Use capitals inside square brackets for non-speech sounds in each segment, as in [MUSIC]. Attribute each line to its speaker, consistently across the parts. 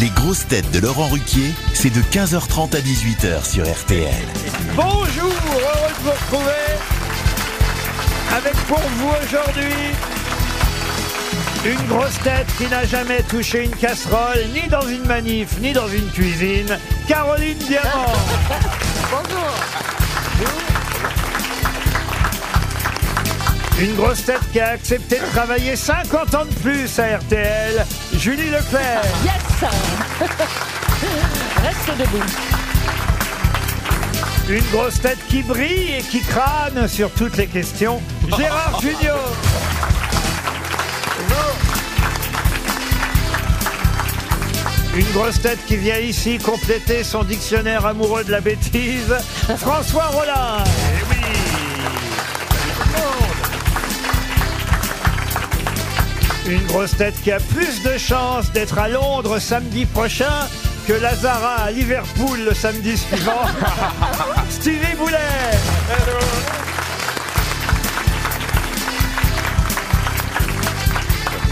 Speaker 1: Les grosses têtes de Laurent Ruquier, c'est de 15h30 à 18h sur RTL.
Speaker 2: Bonjour, heureux de vous retrouver avec pour vous aujourd'hui une grosse tête qui n'a jamais touché une casserole, ni dans une manif, ni dans une cuisine, Caroline Diamant.
Speaker 3: Bonjour.
Speaker 4: Ah,
Speaker 2: Une grosse tête qui a accepté de travailler 50 ans de plus à RTL, Julie Leclerc.
Speaker 3: [LAUGHS] Yes. Reste debout.
Speaker 2: Une grosse tête qui brille et qui crâne sur toutes les questions, Gérard Junior. Une grosse tête qui vient ici compléter son dictionnaire amoureux de la bêtise, François Rollin. Une grosse tête qui a plus de chances d'être à Londres samedi prochain que Lazara à Liverpool le samedi suivant, Stevie Boulet.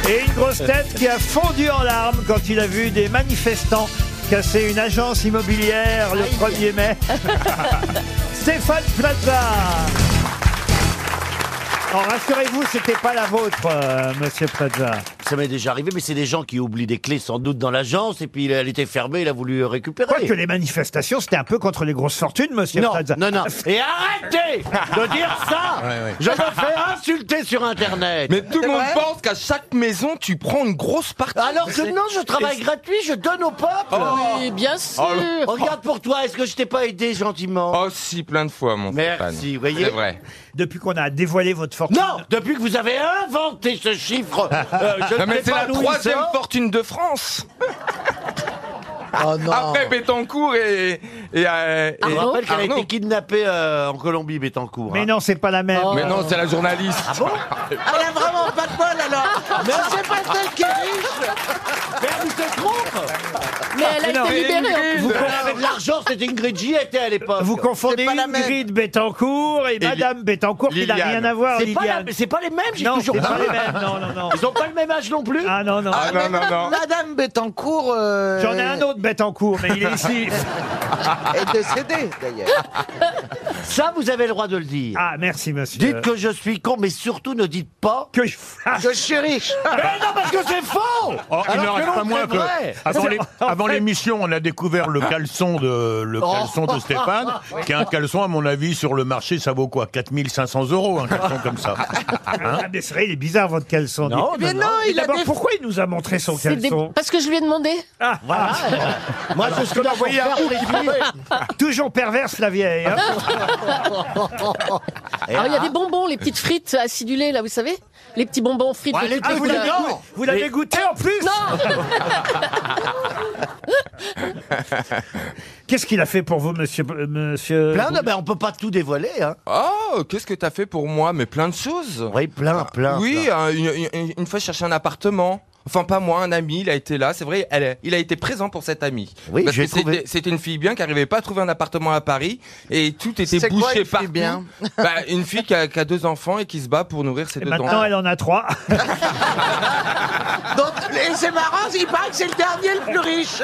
Speaker 2: Et une grosse tête qui a fondu en larmes quand il a vu des manifestants casser une agence immobilière le 1er
Speaker 5: [LAUGHS]
Speaker 2: mai. Stéphane Plaza. Alors rassurez-vous, c'était pas la vôtre, euh, monsieur Plaza.
Speaker 5: Ça m'est déjà arrivé, mais c'est des gens qui oublient des clés sans doute dans l'agence et puis elle était fermée, il a voulu récupérer.
Speaker 2: Quoique les manifestations, c'était un peu contre les grosses fortunes, monsieur
Speaker 5: Non,
Speaker 2: Plaza. [LAUGHS]
Speaker 5: non, non. Et arrêtez de dire
Speaker 6: [LAUGHS]
Speaker 5: ça Je me fais insulter sur Internet.
Speaker 6: Mais tout le monde
Speaker 5: vrai
Speaker 6: pense qu'à chaque maison, tu [LAUGHS] prends une grosse partie.
Speaker 5: Alors que non, je travaille gratuit, je donne au peuple.
Speaker 3: Oui, bien sûr.
Speaker 6: Oh, le-
Speaker 5: Regarde pour toi, est-ce que je t'ai pas aidé gentiment
Speaker 6: Oh si, plein de fois, mon
Speaker 5: Merci,
Speaker 6: Stéphane.
Speaker 5: vous voyez.
Speaker 6: C'est vrai.
Speaker 2: Depuis qu'on a dévoilé votre fortune.
Speaker 5: Non, depuis que vous avez inventé ce chiffre, euh, je ne
Speaker 6: Non Ah, mais
Speaker 5: sais
Speaker 6: c'est
Speaker 5: pas
Speaker 6: la
Speaker 5: d'où il
Speaker 6: troisième
Speaker 5: sort.
Speaker 6: fortune
Speaker 5: [LAUGHS]
Speaker 6: de France. Après Bettencourt et... et, euh, et-
Speaker 5: Oh, Je
Speaker 3: Arnaud
Speaker 5: rappelle qu'elle a
Speaker 6: Arnaud.
Speaker 5: été kidnappée euh, en Colombie, Bettencourt.
Speaker 2: Mais
Speaker 5: hein.
Speaker 2: non, c'est pas la même.
Speaker 6: Mais non, c'est la journaliste.
Speaker 5: Ah
Speaker 6: [LAUGHS]
Speaker 5: bon Elle a vraiment pas de bol alors Mais c'est pas celle qui est riche Mais elle se trompe
Speaker 3: Mais elle a
Speaker 2: Non,
Speaker 3: été
Speaker 2: mais
Speaker 3: libérée.
Speaker 6: Ingrid.
Speaker 5: Elle avait de l'argent, c'était Ingrid Gietté à l'époque
Speaker 2: Vous confondez
Speaker 6: pas la
Speaker 2: [LAUGHS] Ingrid Bettencourt et
Speaker 6: Li-
Speaker 2: Madame Bettencourt qui n'a
Speaker 6: Liliane.
Speaker 2: rien à voir,
Speaker 5: C'est pas, la-
Speaker 2: Liliane.
Speaker 5: c'est pas les mêmes, j'ai
Speaker 2: non,
Speaker 5: toujours
Speaker 2: c'est pas
Speaker 5: dit.
Speaker 2: les mêmes. Non, non,
Speaker 5: [LAUGHS]
Speaker 2: non.
Speaker 5: Ils ont pas le même âge non plus
Speaker 2: Ah non, non.
Speaker 6: Ah non, non, non.
Speaker 7: Madame Bettencourt euh,
Speaker 2: J'en ai un autre Bettencourt, mais il est ici.
Speaker 7: est décédée d'ailleurs.
Speaker 5: [LAUGHS] Ça, vous avez le droit de le dire.
Speaker 2: Ah, merci, monsieur.
Speaker 5: Dites que je suis con, mais surtout ne dites pas...
Speaker 2: que je
Speaker 7: Je suis riche.
Speaker 5: Mais non, parce que c'est faux
Speaker 8: Oh, il
Speaker 5: Alors
Speaker 8: n'en
Speaker 5: que
Speaker 8: reste pas
Speaker 5: l'autre
Speaker 8: moins
Speaker 5: est
Speaker 8: que
Speaker 5: vrai.
Speaker 8: euh,
Speaker 5: [LAUGHS]
Speaker 8: avant les- avant l'émission, on a découvert le caleçon de le
Speaker 5: Oh.
Speaker 8: caleçon de Stéphane, qui est un caleçon à mon avis sur le marché, ça vaut quoi 4500 euros un caleçon comme ça. Hein
Speaker 2: Ah, mais c'est vrai, il est bizarre votre caleçon.
Speaker 5: Non,
Speaker 2: Dites-
Speaker 7: Mais non,
Speaker 2: Et
Speaker 7: il a
Speaker 2: d'abord,
Speaker 7: des-
Speaker 2: pourquoi il nous a montré son
Speaker 3: C'est des-
Speaker 5: [LAUGHS]
Speaker 2: caleçon Ah.
Speaker 3: Parce que je lui ai demandé.
Speaker 5: Ah,
Speaker 2: [LAUGHS]
Speaker 5: Voilà. Moi, je suis là pour faire plaisir.
Speaker 2: Toujours perverse,
Speaker 5: [LAUGHS]
Speaker 2: la vieille. hein. Ah,
Speaker 3: Alors, Ah, il y a des bonbons, les petites frites acidulées, là, vous savez Les petits bonbons frites.
Speaker 5: Ouais,
Speaker 3: de
Speaker 5: les
Speaker 3: toutes
Speaker 2: vous
Speaker 5: petits
Speaker 3: couleurs.
Speaker 2: l'avez
Speaker 5: Non.
Speaker 2: goûté- vous l'avez
Speaker 5: Mais-
Speaker 2: goûté en plus [LAUGHS]
Speaker 3: Non
Speaker 2: Qu'est-ce qu'il a fait pour vous, monsieur euh, monsieur
Speaker 5: Plein de- ben, on peut pas tout dévoiler. Hein.
Speaker 6: Oh, qu'est-ce que t'as fait pour moi Mais plein de choses.
Speaker 5: Oui, plein, plein.
Speaker 6: Oui,
Speaker 5: plein.
Speaker 6: hein, une, une- une fois je cherchais un appartement. Enfin, pas moi, un ami, il a été là. C'est vrai, elle- il a été présent pour cette amie.
Speaker 5: Oui,
Speaker 6: Parce
Speaker 5: j'ai
Speaker 6: que c'était-
Speaker 5: trouvé.
Speaker 6: C'était une fille bien qui n'arrivait pas à trouver un appartement à Paris et tout était
Speaker 7: C'est
Speaker 6: bouché
Speaker 7: quoi, une fille
Speaker 6: partout.
Speaker 7: bien
Speaker 6: Bah, une fille qui a, qui a deux enfants et qui se bat pour nourrir ses
Speaker 2: Et
Speaker 6: deux
Speaker 2: maintenant,
Speaker 6: enfants.
Speaker 2: elle en a trois.
Speaker 7: Donc, et c'est marrant, il paraît que c'est le dernier le plus riche.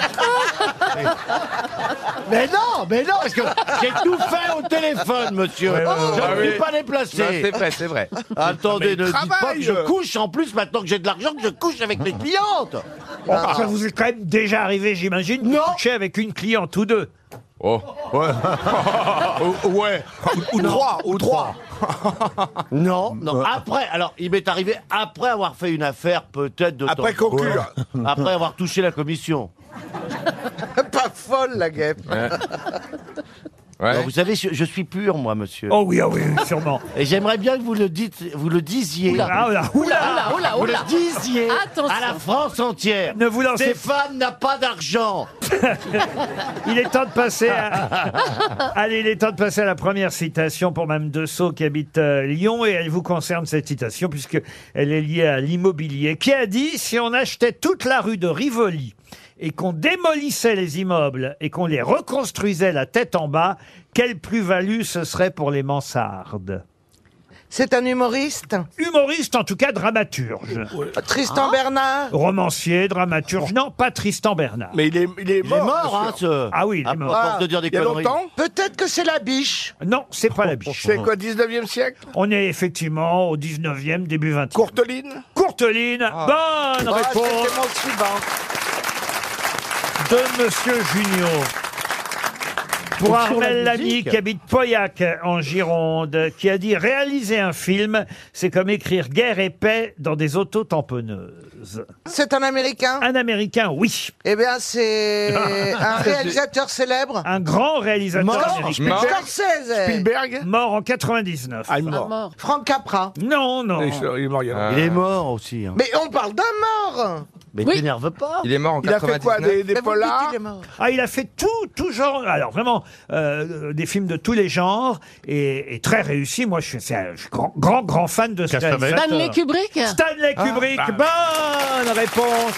Speaker 5: Mais non, mais non, parce que
Speaker 6: [LAUGHS]
Speaker 5: j'ai tout fait au téléphone, monsieur. je
Speaker 6: Ah
Speaker 5: ne
Speaker 6: oui.
Speaker 5: suis pas
Speaker 6: Non,
Speaker 5: déplacé.
Speaker 6: C'est vrai, c'est vrai.
Speaker 5: [LAUGHS]
Speaker 6: Ah,
Speaker 5: Attendez, ne dites pas
Speaker 6: travaille.
Speaker 5: que je couche. En plus, maintenant que j'ai de l'argent, que je couche avec mes clientes.
Speaker 6: Ah,
Speaker 2: Oh, ça vous est quand même déjà arrivé, j'imagine, de
Speaker 5: Ah. Non.
Speaker 2: coucher avec une cliente ou deux. [LAUGHS]
Speaker 6: Oh.
Speaker 8: Ou- ouais.
Speaker 5: Ou trois, ou trois. non, non. Après, alors, il m'est arrivé après avoir fait une affaire, peut-être de
Speaker 9: Après
Speaker 5: temps.
Speaker 9: conclure.
Speaker 5: Après avoir touché la commission.
Speaker 7: [LAUGHS] Pas folle la guêpe. Ah,
Speaker 6: Ouais.
Speaker 5: Alors, vous savez, je, je suis pur, moi, monsieur.
Speaker 2: Oh oui, oh
Speaker 5: [LAUGHS]
Speaker 2: oui, oui, sûrement.
Speaker 5: Et j'aimerais bien que vous le dites, vous le disiez.
Speaker 2: Ah, oula, oula.
Speaker 3: Oula, oula,
Speaker 5: Vous le
Speaker 3: oula
Speaker 5: disiez
Speaker 3: Attention.
Speaker 5: à la France entière.
Speaker 2: Ne vous lancez
Speaker 5: Stéphane n'a pas d'argent.
Speaker 2: Il est temps de passer à... [LAUGHS] Allez, il est temps de passer à la première citation pour Mme Dessau qui habite euh, Lyon et elle vous concerne cette citation puisque elle est liée à l'immobilier qui a dit si on achetait toute la rue de Rivoli et qu'on démolissait les immeubles et qu'on les reconstruisait la tête en bas, quelle plus-value ce serait pour les mansardes
Speaker 7: C'est un humoriste
Speaker 2: Humoriste, en tout cas dramaturge.
Speaker 7: Tristan
Speaker 5: Hein
Speaker 7: Bernard
Speaker 2: Romancier, dramaturge. Non, pas Tristan Bernard.
Speaker 5: Mais il est, il est mort. hein, ce.
Speaker 2: Ah oui, il est
Speaker 5: À
Speaker 2: mort.
Speaker 5: force de dire des conneries.
Speaker 7: Peut-être que c'est la biche.
Speaker 2: Non, c'est pas la biche.
Speaker 9: C'est quoi, 19e siècle
Speaker 2: On est effectivement au 19e, début 20e.
Speaker 9: Courteline
Speaker 2: Courteline, bonne
Speaker 7: Ah,
Speaker 2: réponse
Speaker 7: c'était mon suivant.
Speaker 2: de Monsieur Junior. Pour Armel Lamy, qui habite Pauillac, en Gironde, qui a dit « Réaliser un film, c'est comme écrire guerre et paix dans des auto-tamponneuses.
Speaker 7: C'est un américain »
Speaker 2: Un Américain, oui.
Speaker 7: Eh bien,
Speaker 2: [LAUGHS]
Speaker 7: c'est un réalisateur célèbre.
Speaker 2: Un grand réalisateur
Speaker 7: Mort.
Speaker 2: américain.
Speaker 6: Mort.
Speaker 7: Scorsese.
Speaker 9: Spielberg
Speaker 2: Mort en 99.
Speaker 9: Ah, il est
Speaker 3: Ah,
Speaker 9: mort.
Speaker 3: mort.
Speaker 7: Frank Capra.
Speaker 2: Non, non.
Speaker 9: Il est il est mort, il y en a.
Speaker 6: Ah.
Speaker 5: Il est mort aussi. hein.
Speaker 7: Mais on parle d'un mort.
Speaker 5: Mais
Speaker 3: Oui.
Speaker 5: t'énerve pas.
Speaker 6: Il est mort en
Speaker 9: Il a fait quoi
Speaker 6: 99.
Speaker 9: Des, des
Speaker 7: Mais vous me dites,
Speaker 9: polars
Speaker 7: il est mort.
Speaker 2: Ah, il a fait tout, tout genre. Alors vraiment, euh, des films de tous les genres et, et très réussi. Moi, je suis, c'est un- je suis grand, grand, grand fan de ce
Speaker 8: Castavet.
Speaker 2: réalisateur.
Speaker 3: Stanley Kubrick
Speaker 2: Stanley Kubrick.
Speaker 5: bah.
Speaker 2: Bonne réponse.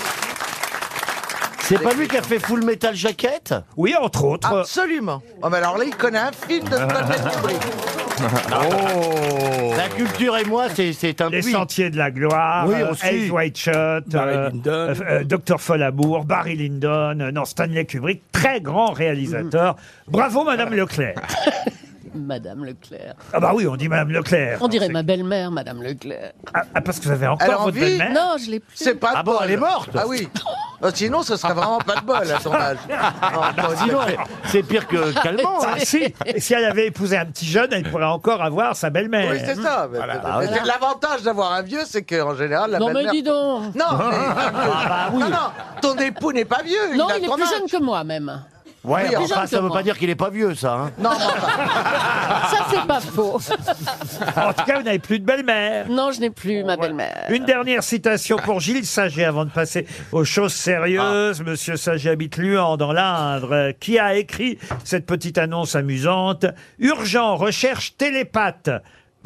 Speaker 5: C'est pas lui qui a fait Full Metal Jacket
Speaker 2: Oui, entre autres.
Speaker 7: Absolument. Oh, mais alors là, il connaît un film de
Speaker 2: [LAUGHS]
Speaker 7: Stanley Kubrick.
Speaker 5: La culture et moi, c'est- c'est un
Speaker 2: Les
Speaker 5: puits.
Speaker 2: Sentiers de la Gloire,
Speaker 5: Oui,
Speaker 2: euh,
Speaker 5: aussi.
Speaker 2: Eyes Wide Shut,
Speaker 9: Barry Lyndon.
Speaker 2: euh, Dr. Follabour, Barry Lyndon, euh, non, Stanley Kubrick, très grand réalisateur.
Speaker 9: Mm.
Speaker 2: Bravo, Madame
Speaker 9: [LAUGHS]
Speaker 2: Leclerc.
Speaker 3: Madame Leclerc.
Speaker 2: Ah bah oui, on dit Madame Leclerc.
Speaker 3: On dirait ma belle-mère, Madame Leclerc.
Speaker 2: Ah, ah, parce que vous avez encore
Speaker 7: Elle a
Speaker 2: votre
Speaker 7: envie
Speaker 2: belle-mère
Speaker 3: Non, je l'ai plus.
Speaker 7: C'est pas de
Speaker 5: Ah bon,
Speaker 7: bol.
Speaker 5: elle est morte
Speaker 7: Ah oui. Oh, sinon, ce serait vraiment pas de bol à son âge. Oh,
Speaker 2: bah,
Speaker 7: bon,
Speaker 5: Sinon, c'est
Speaker 7: [LAUGHS]
Speaker 5: pire que Calment. hein.
Speaker 2: Ah si, si elle avait épousé un petit jeune, elle pourrait encore avoir sa belle-mère.
Speaker 7: Oui, c'est ça. Mais- mais-
Speaker 2: Ah bah
Speaker 7: mais c'est- L'avantage d'avoir un vieux, c'est qu'en général, la
Speaker 3: Non, mais
Speaker 7: belle-mère- [LAUGHS]
Speaker 3: dis donc.
Speaker 7: Non, mais-
Speaker 2: Ah, bah
Speaker 7: non, non, ton époux n'est pas vieux.
Speaker 3: Non,
Speaker 7: il, a
Speaker 3: il est
Speaker 7: ton
Speaker 3: plus
Speaker 7: âge.
Speaker 3: jeune que moi, même.
Speaker 5: Ouais,
Speaker 7: Oui,
Speaker 5: enfin,
Speaker 3: plus
Speaker 5: ça
Speaker 3: jeune que
Speaker 5: veut
Speaker 3: moi.
Speaker 5: pas dire qu'il est pas vieux, ça. hein.
Speaker 7: Non, non, non.
Speaker 3: Ça, c'est pas faux.
Speaker 2: [LAUGHS] En tout cas, vous n'avez plus de belle-mère.
Speaker 3: Non, je n'ai plus ma belle-mère.
Speaker 2: Une dernière citation pour Gilles Saget avant de passer aux choses sérieuses.
Speaker 7: Ah.
Speaker 2: Monsieur Saget habite Luan dans l'Indre, euh, qui a écrit cette petite annonce amusante. Urgent, recherche télépathe.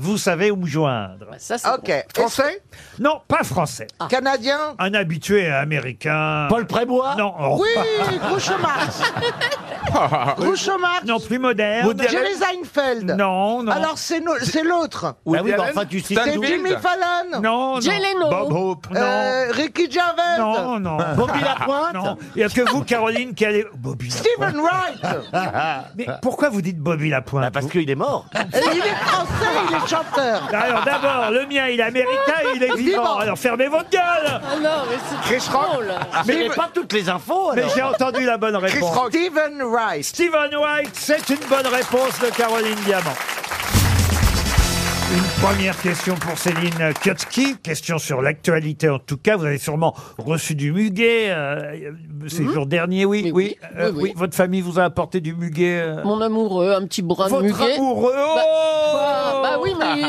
Speaker 2: Vous savez où me joindre.
Speaker 3: Ça, c'est
Speaker 7: Ah, Ok.
Speaker 3: bon.
Speaker 7: Français Ah.
Speaker 2: Non, pas français.
Speaker 7: Canadien
Speaker 2: Un habitué américain.
Speaker 5: Paul Prébois
Speaker 2: Non, oh,
Speaker 7: Oui,
Speaker 2: pas-
Speaker 7: Groucho Marx.
Speaker 2: [LAUGHS]
Speaker 7: Groucho Marx.
Speaker 2: non plus moderne.
Speaker 7: Jerry Seinfeld.
Speaker 2: Non, non.
Speaker 7: Alors, c'est no- c'est l'autre.
Speaker 5: Bah oui,
Speaker 9: Woody
Speaker 5: bah
Speaker 9: Allen
Speaker 5: enfin, tu cites
Speaker 6: Stan
Speaker 7: C'est
Speaker 5: tout.
Speaker 6: Wild.
Speaker 7: Jimmy Fallon.
Speaker 2: non, non.
Speaker 3: Jay Leno.
Speaker 8: Bob Hope.
Speaker 2: Non.
Speaker 7: Euh, Ricky Gervais.
Speaker 5: [LAUGHS]
Speaker 2: Non, non.
Speaker 5: Bobby Lapointe
Speaker 2: Non, il n'y a que vous, Caroline, qui allez. Bobby Lapointe.
Speaker 7: Stephen Wright.
Speaker 2: Mais pourquoi vous dites Bobby Lapointe
Speaker 5: Bah, Parce
Speaker 2: vous
Speaker 5: qu'il est mort.
Speaker 7: Et Euh, il est français, il est chanteur.
Speaker 2: Ah, Alors d'abord, le mien, il est américain, il est vivant.
Speaker 7: Vivant.
Speaker 2: Alors fermez votre gueule
Speaker 3: Ah non, mais c'est
Speaker 9: Chris Rock
Speaker 3: drôle.
Speaker 5: Mais il Ah, pas toutes les infos,
Speaker 2: Mais
Speaker 5: alors.
Speaker 2: j'ai entendu la bonne
Speaker 9: Chris
Speaker 2: réponse.
Speaker 9: Rock
Speaker 7: Stephen Wright.
Speaker 2: Steven White, c'est une bonne réponse de Caroline Diamant. Une première question pour Céline Kiotsky, question sur l'actualité en tout cas. Vous avez sûrement reçu du muguet euh, ces jours derniers,
Speaker 3: Oui,
Speaker 2: oui, oui.
Speaker 3: Mhm. oui.
Speaker 2: Euh,
Speaker 3: Oui, oui.
Speaker 2: oui, Votre famille vous a apporté du muguet euh, [LAUGHS]
Speaker 3: Mon amoureux, un petit brin
Speaker 2: Votre
Speaker 3: de muguet.
Speaker 2: amoureux
Speaker 3: Bah,
Speaker 2: oh
Speaker 3: Ah, bah oui, mais le,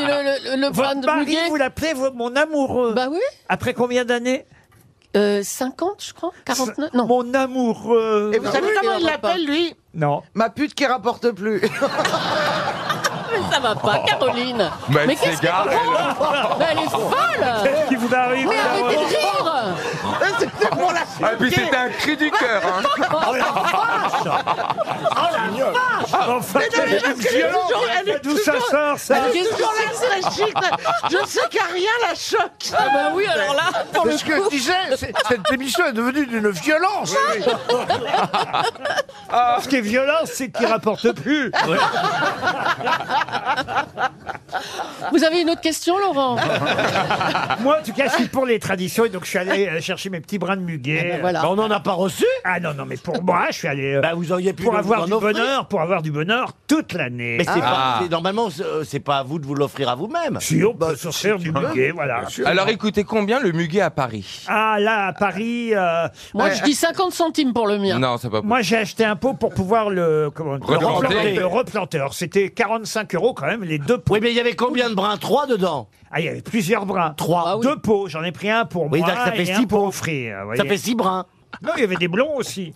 Speaker 3: le, le brin
Speaker 2: Votre
Speaker 3: de
Speaker 2: mari,
Speaker 3: muguet.
Speaker 2: vous l'appelez vo- mon amoureux.
Speaker 3: Bah oui,
Speaker 2: Après combien d'années
Speaker 3: euh, 50, je crois, 49, non.
Speaker 2: Mon amoureux.
Speaker 7: Et vous
Speaker 3: Non,
Speaker 7: savez
Speaker 3: oui,
Speaker 7: comment
Speaker 3: il
Speaker 7: il
Speaker 3: rapporte.
Speaker 7: l'appelle, lui
Speaker 2: Euh, Non.
Speaker 7: Ma pute qui rapporte plus. [LAUGHS]
Speaker 3: Ah, Mais ça va pas, Caroline.
Speaker 6: Mais elle
Speaker 3: qu'est-ce qu'elle
Speaker 6: s'égare,
Speaker 3: prend Mais Elle est folle
Speaker 2: Qu'est-ce qui vous arrive
Speaker 3: Mais
Speaker 2: Laurent
Speaker 3: arrêtez de rire
Speaker 7: C'était pour la
Speaker 6: Ah, puis c'était un cri du cœur. Hein.
Speaker 7: Oh,
Speaker 2: Oh, Enfin,
Speaker 7: Elle est toujours- elle est
Speaker 2: d'où ça sort ça
Speaker 3: Mais qu'est-ce que
Speaker 7: toujours là, elle serait chic. Je sais qu'à rien la choque.
Speaker 3: Ah bah oui, alors là, pour
Speaker 9: Mais
Speaker 3: le
Speaker 9: ce que je
Speaker 3: coup...
Speaker 9: disais, c'est- cette émission est devenue d'une violence.
Speaker 2: [LAUGHS] Ah. Ce qui est violent, c'est qu'il rapporte plus.
Speaker 3: Vous avez une autre question, Laurent
Speaker 2: Moi, en tout cas, je suis pour les traditions et donc je suis allé euh, chercher mes petits brins de muguet.
Speaker 3: ben voilà.
Speaker 5: Bah, on n'en a pas reçu
Speaker 2: Ah non, non, mais pour moi, je suis allé euh,
Speaker 5: Bah, vous auriez pu
Speaker 2: pour
Speaker 5: nous
Speaker 2: avoir
Speaker 5: en
Speaker 2: du
Speaker 5: offrir.
Speaker 2: bonheur, pour avoir du bonheur toute l'année.
Speaker 5: Mais c'est
Speaker 6: Ah.
Speaker 5: pas, c'est- normalement, c'est- euh, c'est pas à vous de vous l'offrir à vous-même. Bah,
Speaker 2: Si on peut s'offrir du muguet, voilà.
Speaker 6: Alors écoutez, combien le muguet à Paris
Speaker 2: Ah là, à Paris, euh,
Speaker 3: Moi, je dis 50 centimes pour le mien.
Speaker 6: Non, c'est pas possible.
Speaker 2: moi j'ai acheté un pot pour pouvoir le comment le
Speaker 6: Replanter.
Speaker 2: replanter. Le replanter. Alors, C'était 45 euros quand même les deux pots.
Speaker 5: Oui, mais il y avait combien de brins Trois dedans.
Speaker 2: Ah, il y avait plusieurs brins.
Speaker 5: Trois.
Speaker 3: Ah oui.
Speaker 2: Deux pots, j'en ai pris un pour
Speaker 5: Oui,
Speaker 2: moi
Speaker 5: donc ça fait
Speaker 2: et un
Speaker 5: six
Speaker 2: pour
Speaker 5: pots.
Speaker 2: offrir. vous
Speaker 5: Ça
Speaker 2: voyez.
Speaker 5: fait six brins.
Speaker 2: Non, il y avait des
Speaker 5: [LAUGHS]
Speaker 2: blonds aussi.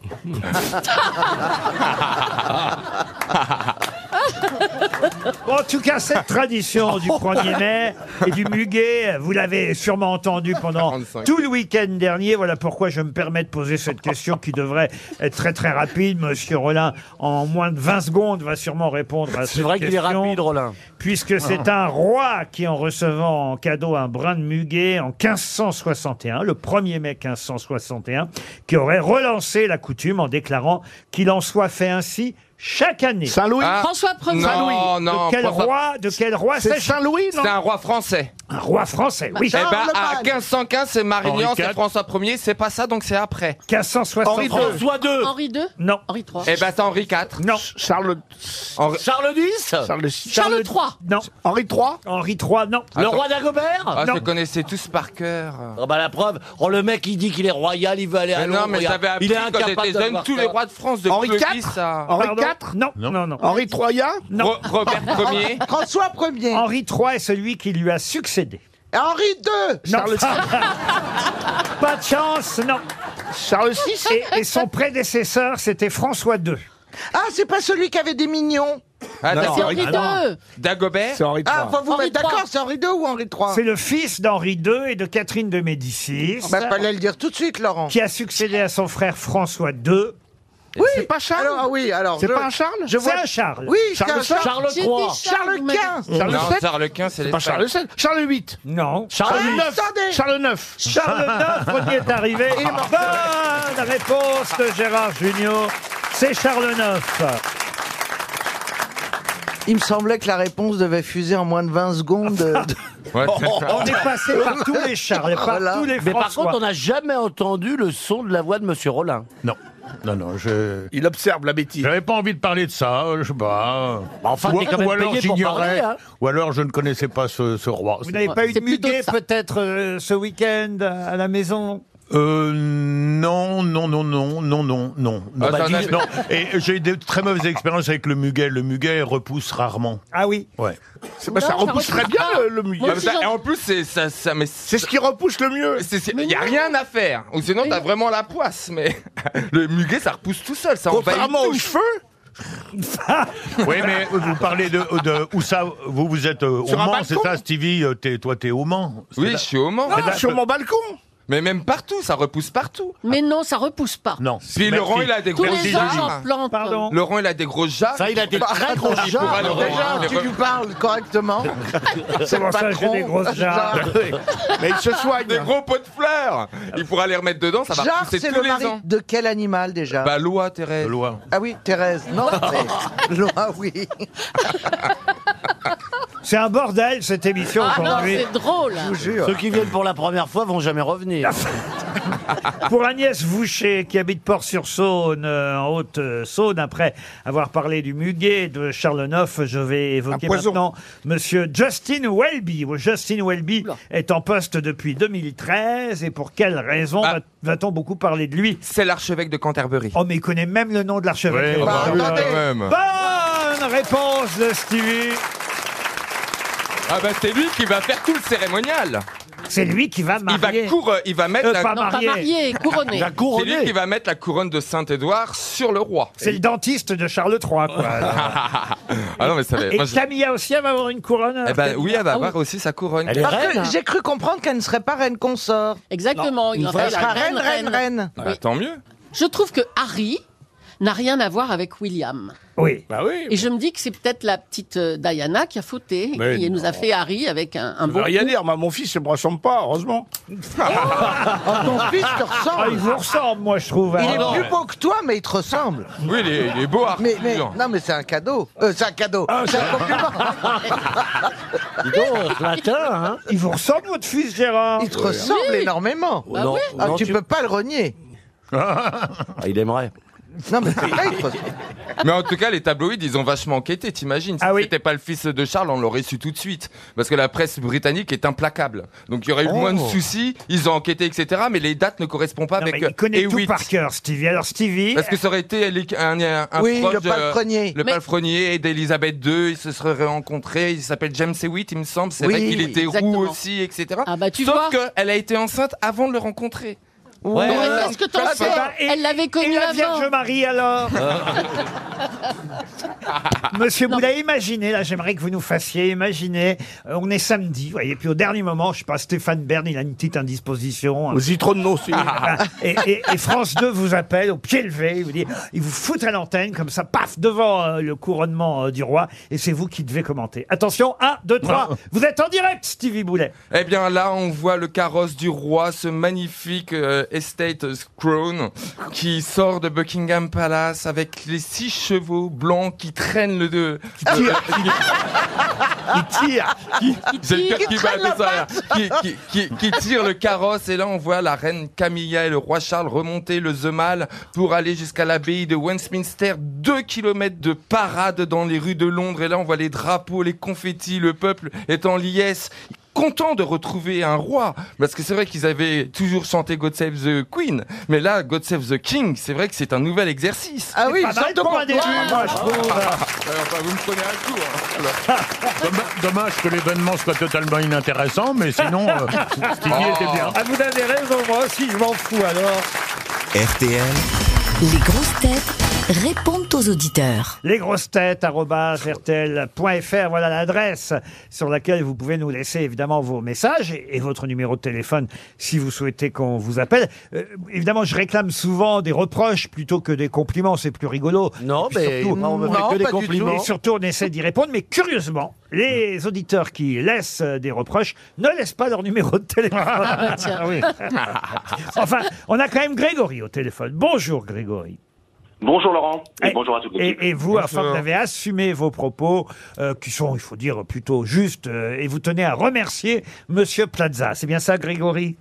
Speaker 2: Bon, en tout cas, cette tradition
Speaker 5: Oh.
Speaker 2: du 1er mai et du muguet, vous l'avez sûrement entendu pendant
Speaker 6: 45.
Speaker 2: tout le week-end dernier. Voilà pourquoi je me permets de poser cette question qui devrait être très très rapide. Monsieur Rollin, en moins de 20 secondes, va sûrement répondre à cette question.
Speaker 5: Roland.
Speaker 2: Puisque c'est un roi qui, en recevant en cadeau un brin de muguet en 1561, le 1er mai 1561, qui aurait relancé la coutume en déclarant qu'il en soit fait ainsi chaque année.
Speaker 9: Saint-Louis
Speaker 6: Ah,
Speaker 3: François Ier.
Speaker 6: Non, non,
Speaker 2: de quel
Speaker 6: François-
Speaker 2: roi, de quel roi
Speaker 9: C'est
Speaker 2: s'agit
Speaker 9: Saint-Louis, non
Speaker 6: C'est un roi français.
Speaker 2: Un roi français, oui.
Speaker 6: Eh ben, à
Speaker 7: Charlemagne.
Speaker 6: 1515, c'est Marignan,
Speaker 8: Henri IV.
Speaker 6: c'est François Ier, c'est pas ça, donc c'est après.
Speaker 2: 1560.
Speaker 5: François II.
Speaker 3: Henri II
Speaker 2: Non,
Speaker 3: Henri III.
Speaker 6: Eh ben, c'est Henri IV.
Speaker 2: non,
Speaker 9: Charles,
Speaker 6: Henri-
Speaker 5: Charles X.
Speaker 9: Charles VI.
Speaker 3: Charles III.
Speaker 2: non.
Speaker 9: Henri III
Speaker 2: Henri III, non.
Speaker 5: Le
Speaker 6: Attends.
Speaker 5: roi d'Agobert.
Speaker 6: Ah, je
Speaker 2: Non.
Speaker 6: les connaissais tous par cœur.
Speaker 5: Ah bah la preuve, oh, le mec il dit qu'il est royal, il veut aller à
Speaker 6: Mais
Speaker 5: Londres.
Speaker 6: non, mais
Speaker 5: regarde.
Speaker 6: j'avais appris
Speaker 5: il est
Speaker 6: quand
Speaker 5: incapable
Speaker 6: j'étais
Speaker 5: de
Speaker 6: jeune
Speaker 5: voir
Speaker 6: tous
Speaker 5: ça.
Speaker 6: les rois de France de
Speaker 9: Henri
Speaker 6: Henri
Speaker 9: IV?
Speaker 6: IV à
Speaker 9: Henri
Speaker 2: Pardon
Speaker 9: IV
Speaker 2: Non, non,
Speaker 8: Non.
Speaker 2: non.
Speaker 9: Henri Troyen
Speaker 2: Non.
Speaker 6: Ro-
Speaker 2: [LAUGHS]
Speaker 6: Robert Ier.
Speaker 7: François Ier.
Speaker 2: Henri III est celui qui lui a succédé.
Speaker 7: Henri II.
Speaker 2: Non. [LAUGHS] Pas de chance, non.
Speaker 9: Charles VI
Speaker 2: Et, et son prédécesseur, c'était François II.
Speaker 7: Ah, c'est pas celui qui avait des mignons.
Speaker 6: Ah,
Speaker 3: C'est
Speaker 6: d'accord.
Speaker 3: Henri II.
Speaker 6: Dagobert.
Speaker 9: Henri
Speaker 7: Ah, faut vous
Speaker 3: Henri
Speaker 7: mettre d'accord,
Speaker 3: III.
Speaker 7: c'est Henri II ou Henri
Speaker 2: C'est
Speaker 7: III
Speaker 2: le fils d'Henri II et de Catherine de Médicis,
Speaker 7: Bah, fallait le dire tout de suite, Laurent.
Speaker 2: qui a succédé à son frère François II.
Speaker 9: Oui, c'est pas Charles
Speaker 7: Alors, ah oui, alors.
Speaker 9: C'est
Speaker 7: je-
Speaker 9: pas un Charles
Speaker 7: Je
Speaker 2: C'est
Speaker 7: vois.
Speaker 2: un Charles.
Speaker 7: Oui, c'est un
Speaker 9: Charles
Speaker 7: Charles.
Speaker 5: Charles
Speaker 3: J'ai
Speaker 5: III.
Speaker 3: dit
Speaker 7: Charles
Speaker 3: vous m'avez-
Speaker 7: XV.
Speaker 9: Charles
Speaker 6: Non,
Speaker 9: VII
Speaker 6: Charles Quint, c'est
Speaker 9: Pas
Speaker 6: l'Espagne.
Speaker 9: Charles VII, Charles VIII
Speaker 2: Non. Ah,
Speaker 5: Charles
Speaker 9: Charles
Speaker 5: VIII.
Speaker 9: IX
Speaker 7: attendez.
Speaker 9: Charles IX
Speaker 2: Charles IX, premier est arrivé. Bonne réponse de Gérard Junior. C'est Charles IX.
Speaker 7: Il me semblait que la réponse devait fuser en moins de 20 secondes. Oh,
Speaker 6: Ouais, c'est
Speaker 5: Oh,
Speaker 6: ça.
Speaker 2: On est passé par tous les Charles, par
Speaker 7: Voilà.
Speaker 2: tous les
Speaker 5: Mais par
Speaker 2: François.
Speaker 5: contre, on n'a jamais entendu le son de la voix de Monsieur Rollin.
Speaker 8: Non, non, non, je...
Speaker 9: Il observe la bêtise.
Speaker 8: J'avais pas envie de parler de ça, euh, je sais pas.
Speaker 5: enfin,
Speaker 8: ou,
Speaker 5: t'es quand même
Speaker 8: ou alors
Speaker 5: payé pour
Speaker 8: j'ignorais,
Speaker 5: parler, hein.
Speaker 8: ou alors je ne connaissais pas ce, ce roi.
Speaker 2: Vous n'avez pas eu de
Speaker 3: C'est plutôt
Speaker 2: muguet
Speaker 3: ça.
Speaker 2: peut-être euh, ce week-end à la maison
Speaker 8: Euh, non, non, non, non, non, non, non. non.
Speaker 6: Ah, bah, dis-
Speaker 8: non. Et j'ai eu de très mauvaises expériences avec le muguet. Le muguet repousse rarement.
Speaker 2: Ah oui.
Speaker 8: Ouais.
Speaker 9: C'est pas- ça
Speaker 3: Non, ça
Speaker 9: repousse très
Speaker 3: repousse
Speaker 9: bien
Speaker 3: pas.
Speaker 9: le, le muguet.
Speaker 3: Moi
Speaker 6: Ah, mais
Speaker 3: aussi,
Speaker 6: ça-
Speaker 3: j'en-
Speaker 6: et en plus, c'est ça, ça, mais
Speaker 9: C'est ce qui repousse le mieux.
Speaker 6: Il n'y a rien à faire. Ou sinon, t'as vraiment la poisse. Mais [LAUGHS] le muguet, ça repousse tout seul. Ça envahit
Speaker 9: Contrairement
Speaker 6: tout.
Speaker 9: aux cheveux,
Speaker 8: Oui, mais vous parlez de, de où ça Vous vous êtes euh, au
Speaker 9: Sur un
Speaker 8: Mans,
Speaker 9: balcon
Speaker 8: c'est ça, Stevie euh, t'es- Toi, t'es au Mans. C'est
Speaker 6: Oui,
Speaker 8: là-
Speaker 6: je suis au Mans.
Speaker 9: non, sur mon balcon.
Speaker 6: Mais même partout, ça repousse partout.
Speaker 3: Mais non, ça repousse pas.
Speaker 8: Non.
Speaker 6: Puis
Speaker 8: Merci.
Speaker 6: Laurent, il a des
Speaker 3: Tous
Speaker 6: gros
Speaker 3: les ans, j'en
Speaker 6: jars.
Speaker 3: plante.
Speaker 2: Pardon.
Speaker 6: Laurent, il a des gros jars.
Speaker 5: Ça, il a des
Speaker 6: [LAUGHS]
Speaker 5: très gros
Speaker 6: Il pourra le
Speaker 5: jars.
Speaker 6: revoir.
Speaker 7: Déjà, tu lui
Speaker 9: [LAUGHS]
Speaker 7: parles correctement. C'est
Speaker 2: Comment
Speaker 7: le
Speaker 2: ça, j'ai
Speaker 7: patron.
Speaker 2: des grosses jarres
Speaker 3: [LAUGHS]
Speaker 9: Mais il se
Speaker 6: Des
Speaker 9: soigne.
Speaker 6: gros pots de fleurs. Il pourra les remettre dedans. Ça va
Speaker 7: Jarre,
Speaker 6: repousser
Speaker 7: c'est
Speaker 6: tous
Speaker 7: le
Speaker 6: les
Speaker 7: mari
Speaker 6: ans.
Speaker 7: de quel animal déjà
Speaker 6: Bah, loi, Thérèse.
Speaker 8: Loin.
Speaker 7: Ah oui, Thérèse.
Speaker 6: [LAUGHS]
Speaker 7: Non, c'est- Loin, oui.
Speaker 2: C'est un bordel cette émission
Speaker 3: Ah non,
Speaker 2: aujourd'hui.
Speaker 3: c'est drôle.
Speaker 7: Je vous jure.
Speaker 5: Ceux qui viennent pour la première fois vont jamais revenir.
Speaker 2: [LAUGHS] Pour Agnès Voucher, qui habite Port-sur-Saône, euh, en Haute-Saône, après avoir parlé du muguet de Charles IX, je vais évoquer
Speaker 9: Un poison.
Speaker 2: maintenant Monsieur Justin Welby. Oh, Justin Welby est en poste depuis 2013, et pour quelle raison
Speaker 6: Ah.
Speaker 2: va- va-t-on beaucoup parler de lui
Speaker 6: C'est l'archevêque de Canterbury.
Speaker 2: Oh, mais il connaît même le nom de l'archevêque.
Speaker 8: Ouais,
Speaker 2: de
Speaker 8: bah,
Speaker 7: oui,
Speaker 2: Canterbury.
Speaker 7: attendez.
Speaker 6: même.
Speaker 2: Bonne réponse de Stevie.
Speaker 6: Ah bah c'est lui qui va faire tout le cérémonial.
Speaker 2: C'est lui qui va
Speaker 6: Il va
Speaker 2: marier.
Speaker 6: cour- euh, il va mettre
Speaker 2: Euh,
Speaker 6: la-
Speaker 2: pardon.
Speaker 3: Non, pas
Speaker 2: Marié. [LAUGHS]
Speaker 3: marié,
Speaker 5: La
Speaker 3: couronné.
Speaker 6: c'est lui qui
Speaker 5: couronnée.
Speaker 6: va mettre la couronne de Saint-Édouard sur le roi.
Speaker 2: C'est le dentiste de Charles III,
Speaker 6: [LAUGHS]
Speaker 2: quoi. [LAUGHS]
Speaker 6: Ah non mais ça va.
Speaker 2: Et
Speaker 6: moi, je-
Speaker 2: Camilla aussi, elle va avoir une couronne.
Speaker 6: Eh ben oui, elle va
Speaker 3: Ah
Speaker 6: avoir aussi sa couronne.
Speaker 5: Elle est
Speaker 7: Parce
Speaker 5: reine.
Speaker 7: que
Speaker 5: hein.
Speaker 7: j'ai cru comprendre qu'elle ne serait pas reine consort.
Speaker 3: Exactement. Oh, il
Speaker 5: une
Speaker 3: en
Speaker 5: vraie
Speaker 3: fait
Speaker 7: Elle
Speaker 3: la
Speaker 7: sera reine, reine, reine.
Speaker 6: Bah, Tant mieux.
Speaker 3: Je trouve que Harry n'a rien à voir avec William.
Speaker 2: Oui.
Speaker 9: Bah
Speaker 2: [LAUGHS]
Speaker 9: oui.
Speaker 3: Et je me dis que c'est peut-être la petite euh, Diana qui a fauté
Speaker 9: Mais
Speaker 3: et qui nous a fait Harry avec un, un
Speaker 9: Je veux
Speaker 3: bon.
Speaker 9: rien dire, moi, mon fils ne me ressemble pas, heureusement.
Speaker 7: Oh, ton
Speaker 2: [LAUGHS]
Speaker 7: fils te
Speaker 2: Ah, il
Speaker 7: ressemble.
Speaker 2: vous ressemble, moi, je trouve.
Speaker 7: Il
Speaker 2: hein.
Speaker 7: est plus beau que toi, mais il te ressemble.
Speaker 6: Oui, il est, il est beau Arthur.
Speaker 7: Mais, mais- non, mais c'est un cadeau. Euh, c'est un cadeau.
Speaker 2: Ah,
Speaker 7: C'est un compliment. [LAUGHS]
Speaker 5: Dis donc, ce matin, hein.
Speaker 2: Il vous ressemble, votre fils, Gérard
Speaker 7: Il te ressemble énormément.
Speaker 3: Bah oui.
Speaker 7: Ah, tu peux pas le renier.
Speaker 5: Ah, il aimerait.
Speaker 7: Non, mais c'est vrai, il te ressemble.
Speaker 6: Mais en tout cas, les tabloïds, ils ont vachement enquêté, t'imagines. Si
Speaker 2: Ah oui.
Speaker 6: c'était pas le fils de Charles, on l'aurait su tout de suite. Parce que la presse britannique est implacable. Donc il y aurait eu moins de soucis, ils ont enquêté, etc. Mais les dates ne correspondent pas
Speaker 2: Oh. Non,
Speaker 6: avec
Speaker 2: mais il connaît
Speaker 6: euh,
Speaker 2: tout
Speaker 6: Hewitt.
Speaker 2: par cœur, Stevie. Alors, Stevie,
Speaker 6: Parce que ça aurait été les- un, un, un
Speaker 7: Oui,
Speaker 6: proche
Speaker 7: le
Speaker 6: de-
Speaker 7: palefrenier.
Speaker 6: Le
Speaker 3: Mais-
Speaker 6: palefrenier d'Elisabeth II, ils se seraient rencontrés. Il s'appelle James Hewitt, il me semble. C'est vrai
Speaker 7: Oui,
Speaker 6: qu'il était
Speaker 3: exactement.
Speaker 6: roux aussi, etc.
Speaker 3: Ah bah, tu
Speaker 6: Sauf
Speaker 3: vois.
Speaker 6: qu'elle a été enceinte avant de le rencontrer. euh,
Speaker 3: Mais Qu'est-ce que t'en
Speaker 2: Ah,
Speaker 3: sais
Speaker 2: bah, et-
Speaker 3: Elle l'avait
Speaker 2: et
Speaker 3: connu avant.
Speaker 2: la
Speaker 7: Oh,
Speaker 6: Ah.
Speaker 2: Vierge Marie, alors [LAUGHS] [LAUGHS] Monsieur Boula, imaginez, là, j'aimerais que vous nous fassiez, imaginez, euh, on est samedi, vous voyez, puis au dernier moment, je sais pas, Stéphane Bern, il a une petite indisposition. hein.
Speaker 9: Aux citrons de nos
Speaker 2: [LAUGHS] Ah, et, et- et France 2 vous appelle au pied levé, il vous dit, il vous fout à l'antenne, comme ça, paf, devant euh, le couronnement euh, du roi, et c'est vous qui devez commenter. Attention, 1, 2, 3, vous êtes en direct, Stevie Boulet.
Speaker 6: Eh bien là, on voit le carrosse du roi, ce magnifique euh, estate crown qui sort de Buckingham Palace avec les six chevaux blancs qui traînent le deux. Euh,
Speaker 9: qui tirent.
Speaker 6: J'ai le
Speaker 3: Qui-
Speaker 6: cœur
Speaker 3: qui
Speaker 6: qui bat,
Speaker 3: traîne la
Speaker 6: désolé. qui, qui, qui- qui tire le carrosse et là on voit la reine Camilla et le roi Charles remonter le Zemal pour aller jusqu'à l'abbaye de Westminster. Deux kilomètres de parade dans les rues de Londres et là on voit les drapeaux, les confettis, le peuple est en liesse. Content de retrouver un roi, parce que c'est vrai qu'ils avaient toujours chanté God Save the Queen, mais là, God Save the King, c'est vrai que c'est un nouvel
Speaker 7: [LAUGHS]
Speaker 6: exercice.
Speaker 7: Ah oui,
Speaker 2: Pas mal
Speaker 7: surtout
Speaker 2: pour un
Speaker 7: quand-
Speaker 2: début, moi, je trouve.
Speaker 6: Alors, Ah, enfin, vous me prenez un coup. hein.
Speaker 8: Domm- Dommage que l'événement soit totalement inintéressant, mais sinon, euh, Stevie était bien.
Speaker 2: Ah, vous avez raison, moi aussi, je m'en fous, alors.
Speaker 1: RTL,
Speaker 10: Les grosses têtes répondent aux auditeurs.
Speaker 2: lesgrossetêtes.rtl.fr, voilà l'adresse sur laquelle vous pouvez nous laisser évidemment vos messages et, et votre numéro de téléphone si vous souhaitez qu'on vous appelle. Euh, évidemment, je réclame souvent des reproches plutôt que des compliments, c'est plus rigolo.
Speaker 5: Non,
Speaker 2: Et puis
Speaker 5: mais
Speaker 2: surtout-
Speaker 5: on ne
Speaker 7: non,
Speaker 5: fait que
Speaker 7: pas du
Speaker 5: des
Speaker 7: tout.
Speaker 2: et
Speaker 5: compliments. Mmh.
Speaker 2: surtout, on essaie d'y répondre, mais curieusement, les auditeurs qui laissent euh, des reproches ne laissent pas leur numéro de téléphone. [LAUGHS]
Speaker 3: Tiens.
Speaker 2: enfin, on a quand même Grégory au téléphone. Bonjour Grégory.
Speaker 11: Bonjour Laurent et,
Speaker 2: Et-
Speaker 11: bonjour à toute l'équipe.
Speaker 2: Et, et vous, enfin, vous avez assumé vos propos, euh, qui sont, il faut dire, plutôt justes, euh, et vous tenez à remercier Monsieur Plaza. C'est bien ça, Grégory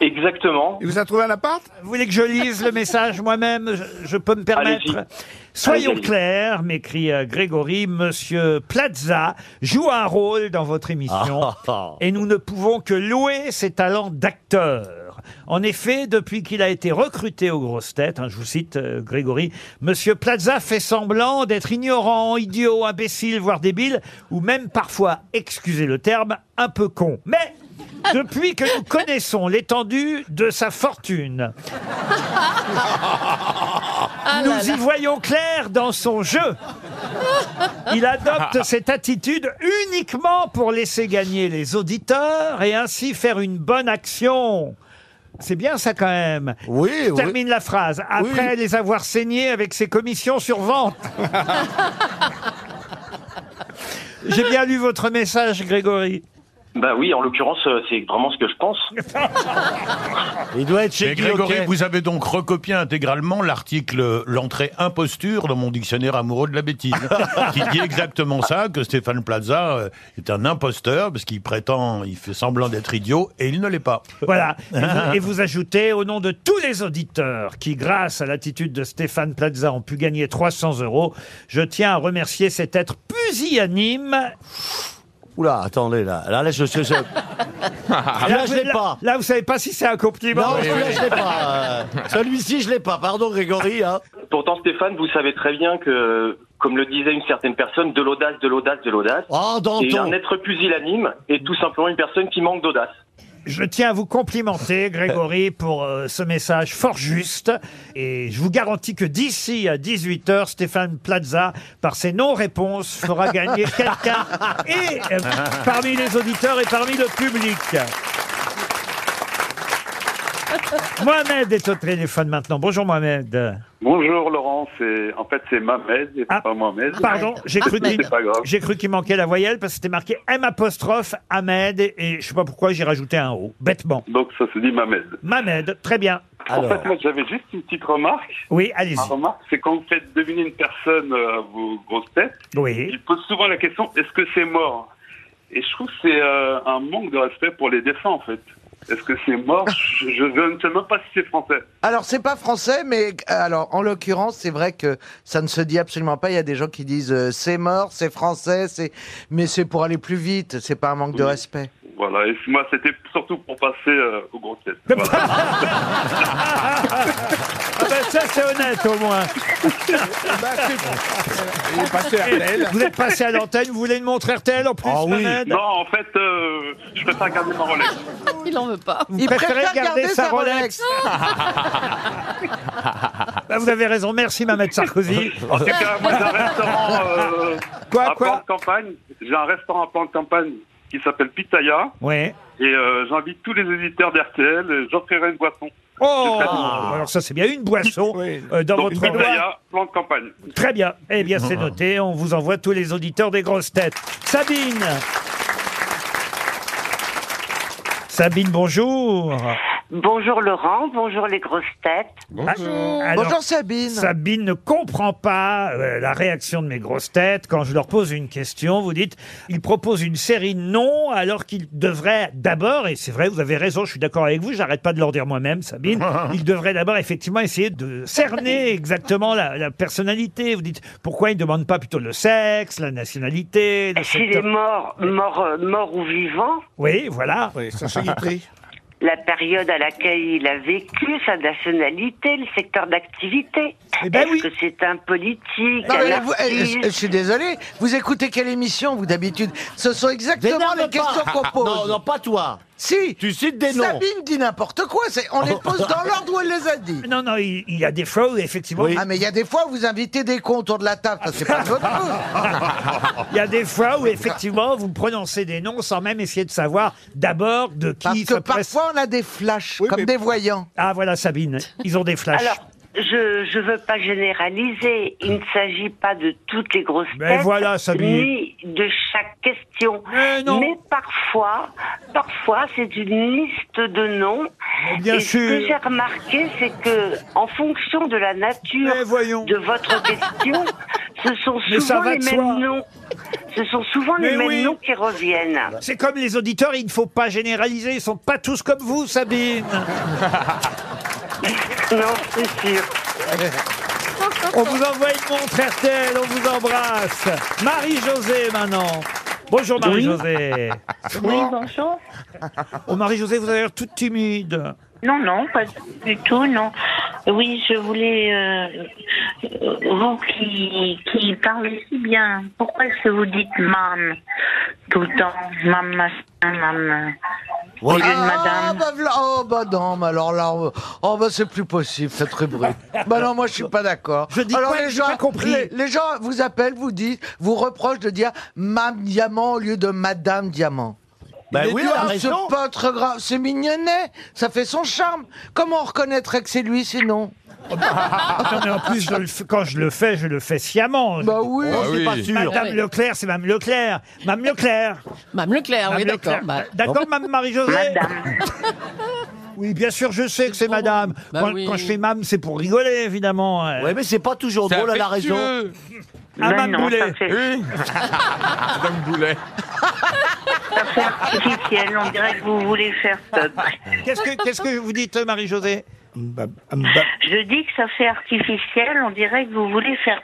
Speaker 11: Exactement.
Speaker 9: Il vous a trouvé un appart
Speaker 2: Vous voulez que je lise le message moi-même je, je peux me permettre
Speaker 11: Allez-y.
Speaker 2: Soyons
Speaker 11: Allez-y.
Speaker 2: clairs, m'écrit euh, Grégory, Monsieur Plaza joue un rôle dans votre émission
Speaker 11: Ah.
Speaker 5: [LAUGHS]
Speaker 2: et nous ne pouvons que louer ses talents d'acteur. En effet, depuis qu'il a été recruté aux grosses têtes, hein, je vous cite euh, Grégory, Monsieur Plaza fait semblant d'être ignorant, idiot, imbécile, voire débile, ou même parfois, excusez le terme, un peu con.
Speaker 3: [LAUGHS]
Speaker 2: Mais depuis que nous connaissons l'étendue de sa
Speaker 3: [LAUGHS]
Speaker 2: fortune,
Speaker 3: Ah là
Speaker 2: nous
Speaker 3: là.
Speaker 2: y voyons clair dans son jeu. Il adopte cette attitude uniquement pour laisser gagner les auditeurs et ainsi faire une bonne action. C'est bien ça quand même.
Speaker 5: Oui,
Speaker 2: Je
Speaker 5: oui.
Speaker 2: termine la phrase. Après les avoir saignés avec ses commissions sur vente.
Speaker 5: [LAUGHS]
Speaker 2: J'ai bien lu votre message, Grégory.
Speaker 11: Bah oui, en l'occurrence, euh, c'est vraiment ce que je pense.
Speaker 5: [LAUGHS] Il doit être
Speaker 8: [LAUGHS] Mais
Speaker 5: chez Guy,
Speaker 8: Grégory,
Speaker 5: ok.
Speaker 8: vous avez donc recopié intégralement l'article euh, L'entrée imposture dans mon dictionnaire amoureux de la
Speaker 5: [LAUGHS]
Speaker 8: bêtise, qui dit exactement ça, que Stéphane Plaza euh, est un imposteur, parce qu'il prétend, il fait semblant d'être idiot, et il ne l'est pas. [LAUGHS]
Speaker 2: Voilà. Et vous, et vous ajoutez, au nom de tous les auditeurs qui, grâce à l'attitude de Stéphane Plaza, ont pu gagner 300 euros, je tiens à remercier cet être pusillanime.
Speaker 5: Oula, attendez, là. Là, là, je... je,
Speaker 6: [LAUGHS]
Speaker 5: je... là, je l'ai
Speaker 2: là-
Speaker 5: pas.
Speaker 2: Là, vous savez pas si c'est un compliment.
Speaker 5: Non, celui-là, je l'ai pas. euh. Celui-ci, je l'ai pas. Pardon, Grégory. Hein.
Speaker 11: Pourtant, Stéphane, vous savez très bien que, comme le disait une certaine personne, de l'audace, de l'audace, de l'audace.
Speaker 5: Oh,
Speaker 11: Et
Speaker 5: Danton.
Speaker 11: un être pusillanime est tout simplement une personne qui manque d'audace.
Speaker 2: Je tiens à vous complimenter, Grégory, pour euh, ce message fort juste. Et je vous garantis que d'ici à 18h, Stéphane Plaza, par ses non-réponses, fera gagner quelqu'un et euh, parmi les auditeurs et parmi le public. Mohamed est au téléphone maintenant. Bonjour Mohamed.
Speaker 11: Bonjour Laurent, c'est en fait c'est Mohamed et
Speaker 2: Ah.
Speaker 11: pas Mohamed. Ah,
Speaker 2: Pardon, j'ai cru qu'il
Speaker 11: C'est pas grave.
Speaker 2: j'ai cru qu'il manquait la voyelle parce que c'était marqué M apostrophe Ahmed et je sais pas pourquoi j'ai rajouté un O. Bêtement.
Speaker 11: Donc ça se dit Mohamed.
Speaker 2: Mohamed, très bien.
Speaker 11: En fait, moi j'avais juste une petite remarque.
Speaker 2: Oui,
Speaker 11: Ma
Speaker 2: allez-y.
Speaker 11: remarque, c'est quand vous faites deviner une personne euh, à vos grosses têtes,
Speaker 2: Oui.
Speaker 11: ils posent souvent la question est-ce que c'est mort Et je trouve que c'est euh, un manque de respect pour les défunts en fait. Est-ce que c'est
Speaker 2: Ah.
Speaker 11: mort je, je ne sais même pas si c'est français.
Speaker 7: Alors, c'est pas français, mais euh, alors, en l'occurrence, c'est vrai que ça ne se dit absolument pas. Il y a des gens qui disent euh, c'est mort, c'est français, c'est. Mais c'est pour aller plus vite, c'est pas un manque de
Speaker 11: Oui.
Speaker 7: respect.
Speaker 11: Voilà, et moi c'était surtout pour passer euh, aux grosses têtes. Voilà.
Speaker 2: Ah ben ça, c'est honnête au moins. [LAUGHS]
Speaker 9: Il est passé à RTL.
Speaker 2: Vous êtes passé à l'antenne, vous voulez une montre RTL en plus, Mohamed
Speaker 11: Oh Non, en fait, euh, je préfère garder ma Rolex.
Speaker 3: Il en veut pas.
Speaker 2: Vous préférez garder, sa Rolex, [LAUGHS] Bah, Vous avez raison, merci Mohamed
Speaker 11: [LAUGHS]
Speaker 2: Sarkozy.
Speaker 11: En tout cas, Oh, moi, j'ai un restaurant euh,
Speaker 2: Quoi,
Speaker 11: à
Speaker 2: quoi
Speaker 11: plan de campagne. J'ai un restaurant à plan de campagne qui s'appelle Pitaya.
Speaker 2: Ouais.
Speaker 11: Et euh, j'invite tous les éditeurs d'RTL. euh, J'offrirai une boisson.
Speaker 2: Oh Alors ça c'est bien une boisson euh, dans
Speaker 11: Donc, hein.
Speaker 2: votre
Speaker 11: Pitaya, plan de campagne.
Speaker 2: Très bien. Eh bien,
Speaker 11: Ah.
Speaker 2: c'est noté. On vous envoie tous les auditeurs des grosses têtes. Sabine. Sabine, bonjour.
Speaker 12: Bonjour Laurent, bonjour les grosses têtes.
Speaker 2: Bonjour.
Speaker 7: Bonjour Sabine.
Speaker 2: Sabine ne comprend pas euh, la réaction de mes grosses têtes quand je leur pose une question. Vous dites, ils proposent une série non alors qu'ils devraient d'abord, et c'est vrai, vous avez raison, je suis d'accord avec vous, j'arrête pas de leur dire moi-même, [LAUGHS] Sabine, ils devraient d'abord effectivement essayer de cerner exactement la, la personnalité. Vous dites, pourquoi ils ne demandent pas plutôt le sexe, la nationalité, le
Speaker 12: S'il est
Speaker 2: secteur-
Speaker 12: mort, mort, euh, mort ou vivant,
Speaker 2: Oui, voilà. [LAUGHS]
Speaker 12: la période à laquelle il a vécu, sa nationalité, le secteur d'activité.
Speaker 2: Eh ben
Speaker 12: Est-ce
Speaker 2: oui.
Speaker 12: que c'est un politique,
Speaker 7: Non,
Speaker 12: un
Speaker 7: mais vous- eh,
Speaker 12: artiste
Speaker 7: je, je suis désolé, vous écoutez quelle émission, vous, d'habitude Ce sont exactement
Speaker 5: Dénarme
Speaker 7: les questions
Speaker 5: pas.
Speaker 7: qu'on pose.
Speaker 5: Non, non, pas toi.
Speaker 7: Si,
Speaker 5: Tu cites des noms.
Speaker 7: Sabine dit n'importe quoi, c'est- on les pose dans l'ordre où elle les a dit.
Speaker 2: Non, non, il, il y a des fois où effectivement,
Speaker 7: Ah, mais il y a des fois où vous invitez des cons autour de la table,
Speaker 2: Ah,
Speaker 7: ça c'est pas de votre faute.
Speaker 2: Il y a des fois où effectivement vous prononcez des noms sans même essayer de savoir d'abord de qui
Speaker 7: Parce
Speaker 2: il
Speaker 7: que
Speaker 2: se presse.
Speaker 7: parfois on a des flashs, comme des voyants.
Speaker 2: Ah voilà Sabine, ils ont des flashs.
Speaker 12: Alors, je ne veux pas généraliser. Il ne s'agit pas de toutes les grosses
Speaker 2: Mais
Speaker 12: têtes,
Speaker 2: voilà, Sabine.
Speaker 12: ni de chaque question.
Speaker 2: Mais non.
Speaker 12: parfois, parfois, c'est une liste de noms.
Speaker 2: Mais bien
Speaker 12: Et
Speaker 2: sûr.
Speaker 12: Ce que j'ai remarqué, c'est que, en fonction de la nature
Speaker 2: Mais voyons.
Speaker 12: de votre question, ce sont
Speaker 2: Mais ça
Speaker 12: souvent
Speaker 2: va
Speaker 12: les
Speaker 2: de
Speaker 12: mêmes
Speaker 2: soi.
Speaker 12: noms. Ce sont souvent
Speaker 2: Mais
Speaker 12: les mêmes
Speaker 2: oui.
Speaker 12: noms qui reviennent.
Speaker 2: C'est comme les auditeurs, il ne faut pas généraliser, ils sont pas tous comme vous Sabine.
Speaker 12: [LAUGHS] Non, c'est sûr.
Speaker 2: On vous envoie une montre RTL, on vous embrasse. Marie-Josée maintenant. Bonjour
Speaker 13: Eh.
Speaker 2: Marie-Josée.
Speaker 14: Oui, bonjour.
Speaker 2: [LAUGHS] Oh Marie-Josée, vous avez l'air toute timide.
Speaker 3: [LAUGHS]
Speaker 14: Non, non, pas du tout, non. Oui, je voulais, euh, euh, vous qui, qui parlez si bien, pourquoi est-ce que vous dites mam tout le temps, mam, machin, mam, au lieu de
Speaker 7: Ah,
Speaker 14: madame
Speaker 7: bah, v'là- oh, bah non, mais alors là, on- oh, bah c'est plus possible cette
Speaker 2: [LAUGHS]
Speaker 7: rubrique. bah non, moi je suis pas d'accord.
Speaker 2: Je dis
Speaker 7: alors,
Speaker 2: quoi, j'ai pas compris.
Speaker 7: Les, les gens vous appellent, vous disent, vous reprochent de dire Mme Diamant au lieu de Madame Diamant.
Speaker 5: Ben oui, elle a
Speaker 7: Ah, c'est
Speaker 5: raison.
Speaker 7: pas trop grave, c'est mignonnet, ça fait son charme. Comment on reconnaîtrait que c'est lui
Speaker 2: [LAUGHS]
Speaker 7: sinon
Speaker 2: Non mais en plus, je le fais- quand je le fais, je le fais sciemment. Oh,
Speaker 7: Bah oui.
Speaker 6: Ah
Speaker 5: C'est
Speaker 6: oui.
Speaker 5: pas sûr.
Speaker 2: Madame
Speaker 3: Ah oui.
Speaker 2: Leclerc, c'est Mme Leclerc. Mme Leclerc.
Speaker 3: Mme Leclerc,
Speaker 2: Madame
Speaker 3: oui, d'accord.
Speaker 2: Leclerc.
Speaker 3: bah.
Speaker 2: D'accord, Mme Marie-Josée
Speaker 14: Madame.
Speaker 2: [LAUGHS] Oui, bien sûr, je sais que c'est madame.
Speaker 3: Bah
Speaker 2: quand,
Speaker 3: oui.
Speaker 2: quand je fais mam, c'est pour rigoler, évidemment. Euh,
Speaker 5: Ouais, mais c'est pas toujours drôle, elle a
Speaker 14: [LAUGHS]
Speaker 5: raison.
Speaker 6: affectueux.
Speaker 2: Ah,
Speaker 14: Mais
Speaker 2: Mme
Speaker 14: non,
Speaker 2: Boulet.
Speaker 14: ça fait,
Speaker 6: Oui. Madame Boulet.
Speaker 14: ça fait artificiel, on dirait que vous voulez faire peuple.
Speaker 2: Qu'est-ce que Qu'est-ce que vous dites, Marie-Josée
Speaker 5: Bah,
Speaker 14: Je dis que ça fait artificiel, on dirait que vous voulez faire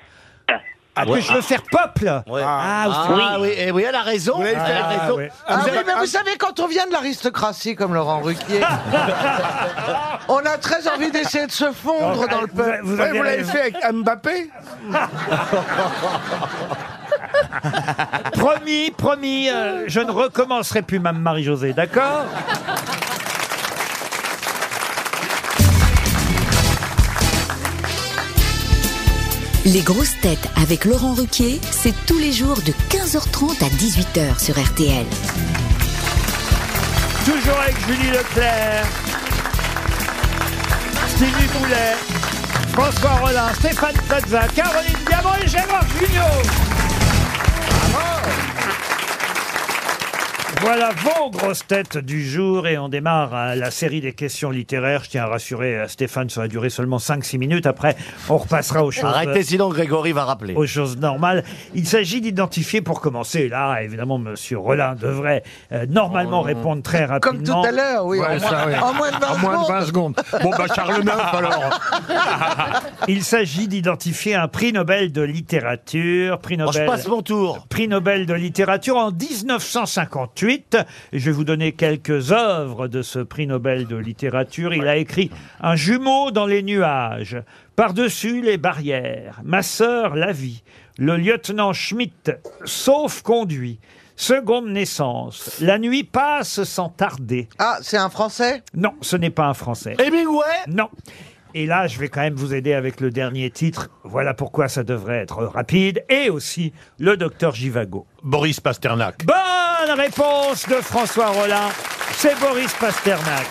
Speaker 2: Ah, que je veux faire peuple
Speaker 5: Ouais.
Speaker 2: Ah, vous-
Speaker 5: Ah oui, eh oui, elle a raison.
Speaker 9: Oui,
Speaker 5: elle a
Speaker 2: ah,
Speaker 5: raison.
Speaker 2: ouais.
Speaker 7: Ah
Speaker 5: Vous
Speaker 7: oui,
Speaker 5: avez-
Speaker 7: mais vous savez, quand on vient de l'aristocratie comme Laurent Ruquier,
Speaker 2: [LAUGHS]
Speaker 7: on a très envie d'essayer de se fondre dans le
Speaker 2: Vous,
Speaker 7: peuple.
Speaker 2: vous
Speaker 9: Ouais,
Speaker 2: avez
Speaker 9: vous l'avez
Speaker 2: raison.
Speaker 9: fait avec Mbappé
Speaker 2: Promis, promis, euh, je ne recommencerai plus, Mme Marie-Josée, d'accord
Speaker 10: Les grosses têtes avec Laurent Ruquier, c'est tous les jours de 15h30 à 18h sur RTL.
Speaker 2: Toujours avec Julie Leclerc, Stevie Boulet, François Rollin, Stéphane Plaza, Caroline Diamant et Gérard Junior. Voilà vos grosses têtes du jour et on démarre euh, la série des questions littéraires. Je tiens à rassurer euh, Stéphane, ça va durer seulement 5-6 minutes. Après, on repassera aux choses.
Speaker 5: Arrêtez, sinon Grégory va rappeler.
Speaker 2: aux choses normales. Il s'agit d'identifier pour commencer. Là, évidemment, Monsieur Rollin devrait euh, normalement
Speaker 5: Oh.
Speaker 2: répondre très rapidement.
Speaker 7: Comme tout à l'heure, oui. en, moins, en moins de 20 secondes.
Speaker 8: secondes. Bon, bah, Charles IX,
Speaker 7: [LAUGHS]
Speaker 8: alors.
Speaker 2: Il s'agit d'identifier un prix Nobel de littérature, prix
Speaker 5: Oh, je
Speaker 2: Nobel,
Speaker 5: passe mon tour.
Speaker 2: prix Nobel de littérature en 1958. 18. Je vais vous donner quelques œuvres de ce prix Nobel de littérature. Il a écrit Un jumeau dans les nuages, Par-dessus les barrières, Ma sœur la vie, Le lieutenant Schmitt, Sauf conduit. Seconde naissance. La nuit passe sans tarder. Ah, c'est un Français Non, ce n'est pas un Français. Hemingway Non. Et là, je vais quand même vous aider avec le dernier titre. Voilà pourquoi ça devrait être rapide. Et aussi le docteur Givago.
Speaker 8: Boris Pasternak.
Speaker 2: Bonne réponse de François Rollin. C'est Boris Pasternak.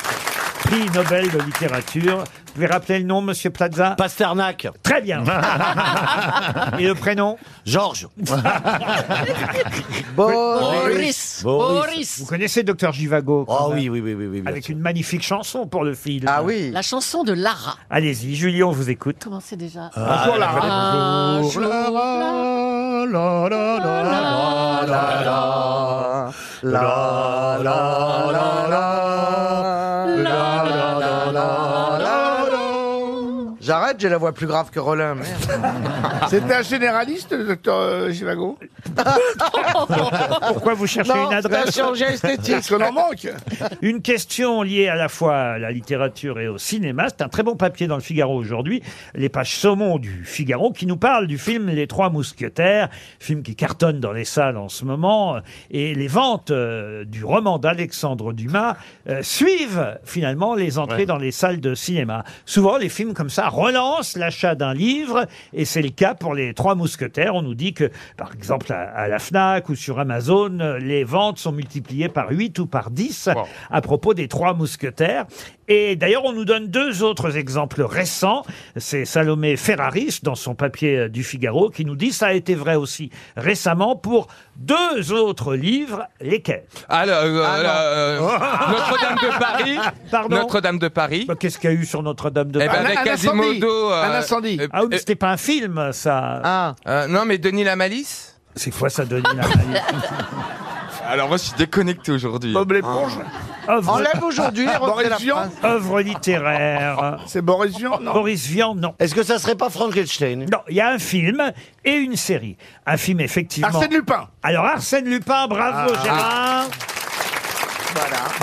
Speaker 2: Prix Nobel de littérature. Vous pouvez rappeler le nom, monsieur Plaza Pasternak.
Speaker 5: [LAUGHS]
Speaker 2: Très bien. Et le prénom [LAUGHS] Georges.
Speaker 7: Boris. Boris. Boris.
Speaker 2: Vous connaissez Docteur Givago
Speaker 5: Ah
Speaker 2: quand même.
Speaker 5: oui, oui, oui, oui, oui, bien
Speaker 2: Avec
Speaker 5: sûr.
Speaker 2: une magnifique chanson pour le film.
Speaker 3: Ah La chanson de Lara.
Speaker 2: Allez-y, Julien, on vous écoute.
Speaker 3: Comment c'est déjà Ah,
Speaker 2: Ah, Bonjour, Lara.
Speaker 3: Un
Speaker 2: Bonjour,
Speaker 3: jour,
Speaker 2: Lara.
Speaker 3: Lara.
Speaker 7: J'arrête, j'ai la voix plus grave que Rollin.
Speaker 2: [LAUGHS]
Speaker 7: merde.
Speaker 9: C'était un généraliste, le docteur euh, Givago
Speaker 2: Pourquoi
Speaker 7: [LAUGHS]
Speaker 2: vous cherchez [LAUGHS]
Speaker 9: Non,
Speaker 2: une adresse
Speaker 9: c'est un chirurgien esthétique. Parce qu'on en manque.
Speaker 2: Une question liée à la fois à la littérature et au cinéma. C'est un très bon papier dans le Figaro aujourd'hui. Les pages saumon du Figaro qui nous parle du film Les Trois Mousquetaires, film qui cartonne dans les salles en ce moment. Et les ventes euh, du roman d'Alexandre Dumas euh, suivent finalement les entrées dans les salles de cinéma. Souvent, les films comme ça relancent l'achat d'un livre, et c'est le cas pour les Trois Mousquetaires. On nous dit que, par exemple, à, à la Fnac ou sur Amazon, euh, les ventes sont multipliées par 8 ou par 10 à propos des Trois Mousquetaires. Et d'ailleurs, on nous donne deux autres exemples récents. C'est Salomé Ferraris, dans son papier euh, du Figaro, qui nous dit ça a été vrai aussi récemment pour deux autres livres, lesquels
Speaker 6: Alors, euh,
Speaker 2: Ah, non.
Speaker 6: euh,
Speaker 2: [LAUGHS]
Speaker 6: Notre-Dame de Paris.
Speaker 2: Pardon Bah,
Speaker 6: Notre-Dame de Paris.
Speaker 2: Qu'est-ce qu'il y a eu sur Notre-Dame de
Speaker 6: Eh ben,
Speaker 2: Paris
Speaker 6: avec Quasimodo. euh, euh,
Speaker 2: Ah oui, mais
Speaker 6: euh,
Speaker 2: c'était pas un film, ça.
Speaker 9: Ah.
Speaker 6: euh, non, mais Denis Lamalice.
Speaker 2: C'est quoi ça, Denis
Speaker 9: [LAUGHS]
Speaker 2: Lamalice
Speaker 6: Alors moi, je suis déconnecté aujourd'hui. Ah.
Speaker 9: Bob l'éponge. Enlève aujourd'hui et reprends la Boris Vian phrase.
Speaker 2: Ah, Œuvre littéraire.
Speaker 9: [LAUGHS] C'est Boris Vian Non.
Speaker 2: Boris Vian, non.
Speaker 5: Est-ce que ça serait pas Frankenstein
Speaker 2: Non, il y a un film et une série. Un film, effectivement.
Speaker 9: Arsène Lupin.
Speaker 2: Alors, Arsène Lupin, bravo
Speaker 9: Ah.
Speaker 2: Gérard.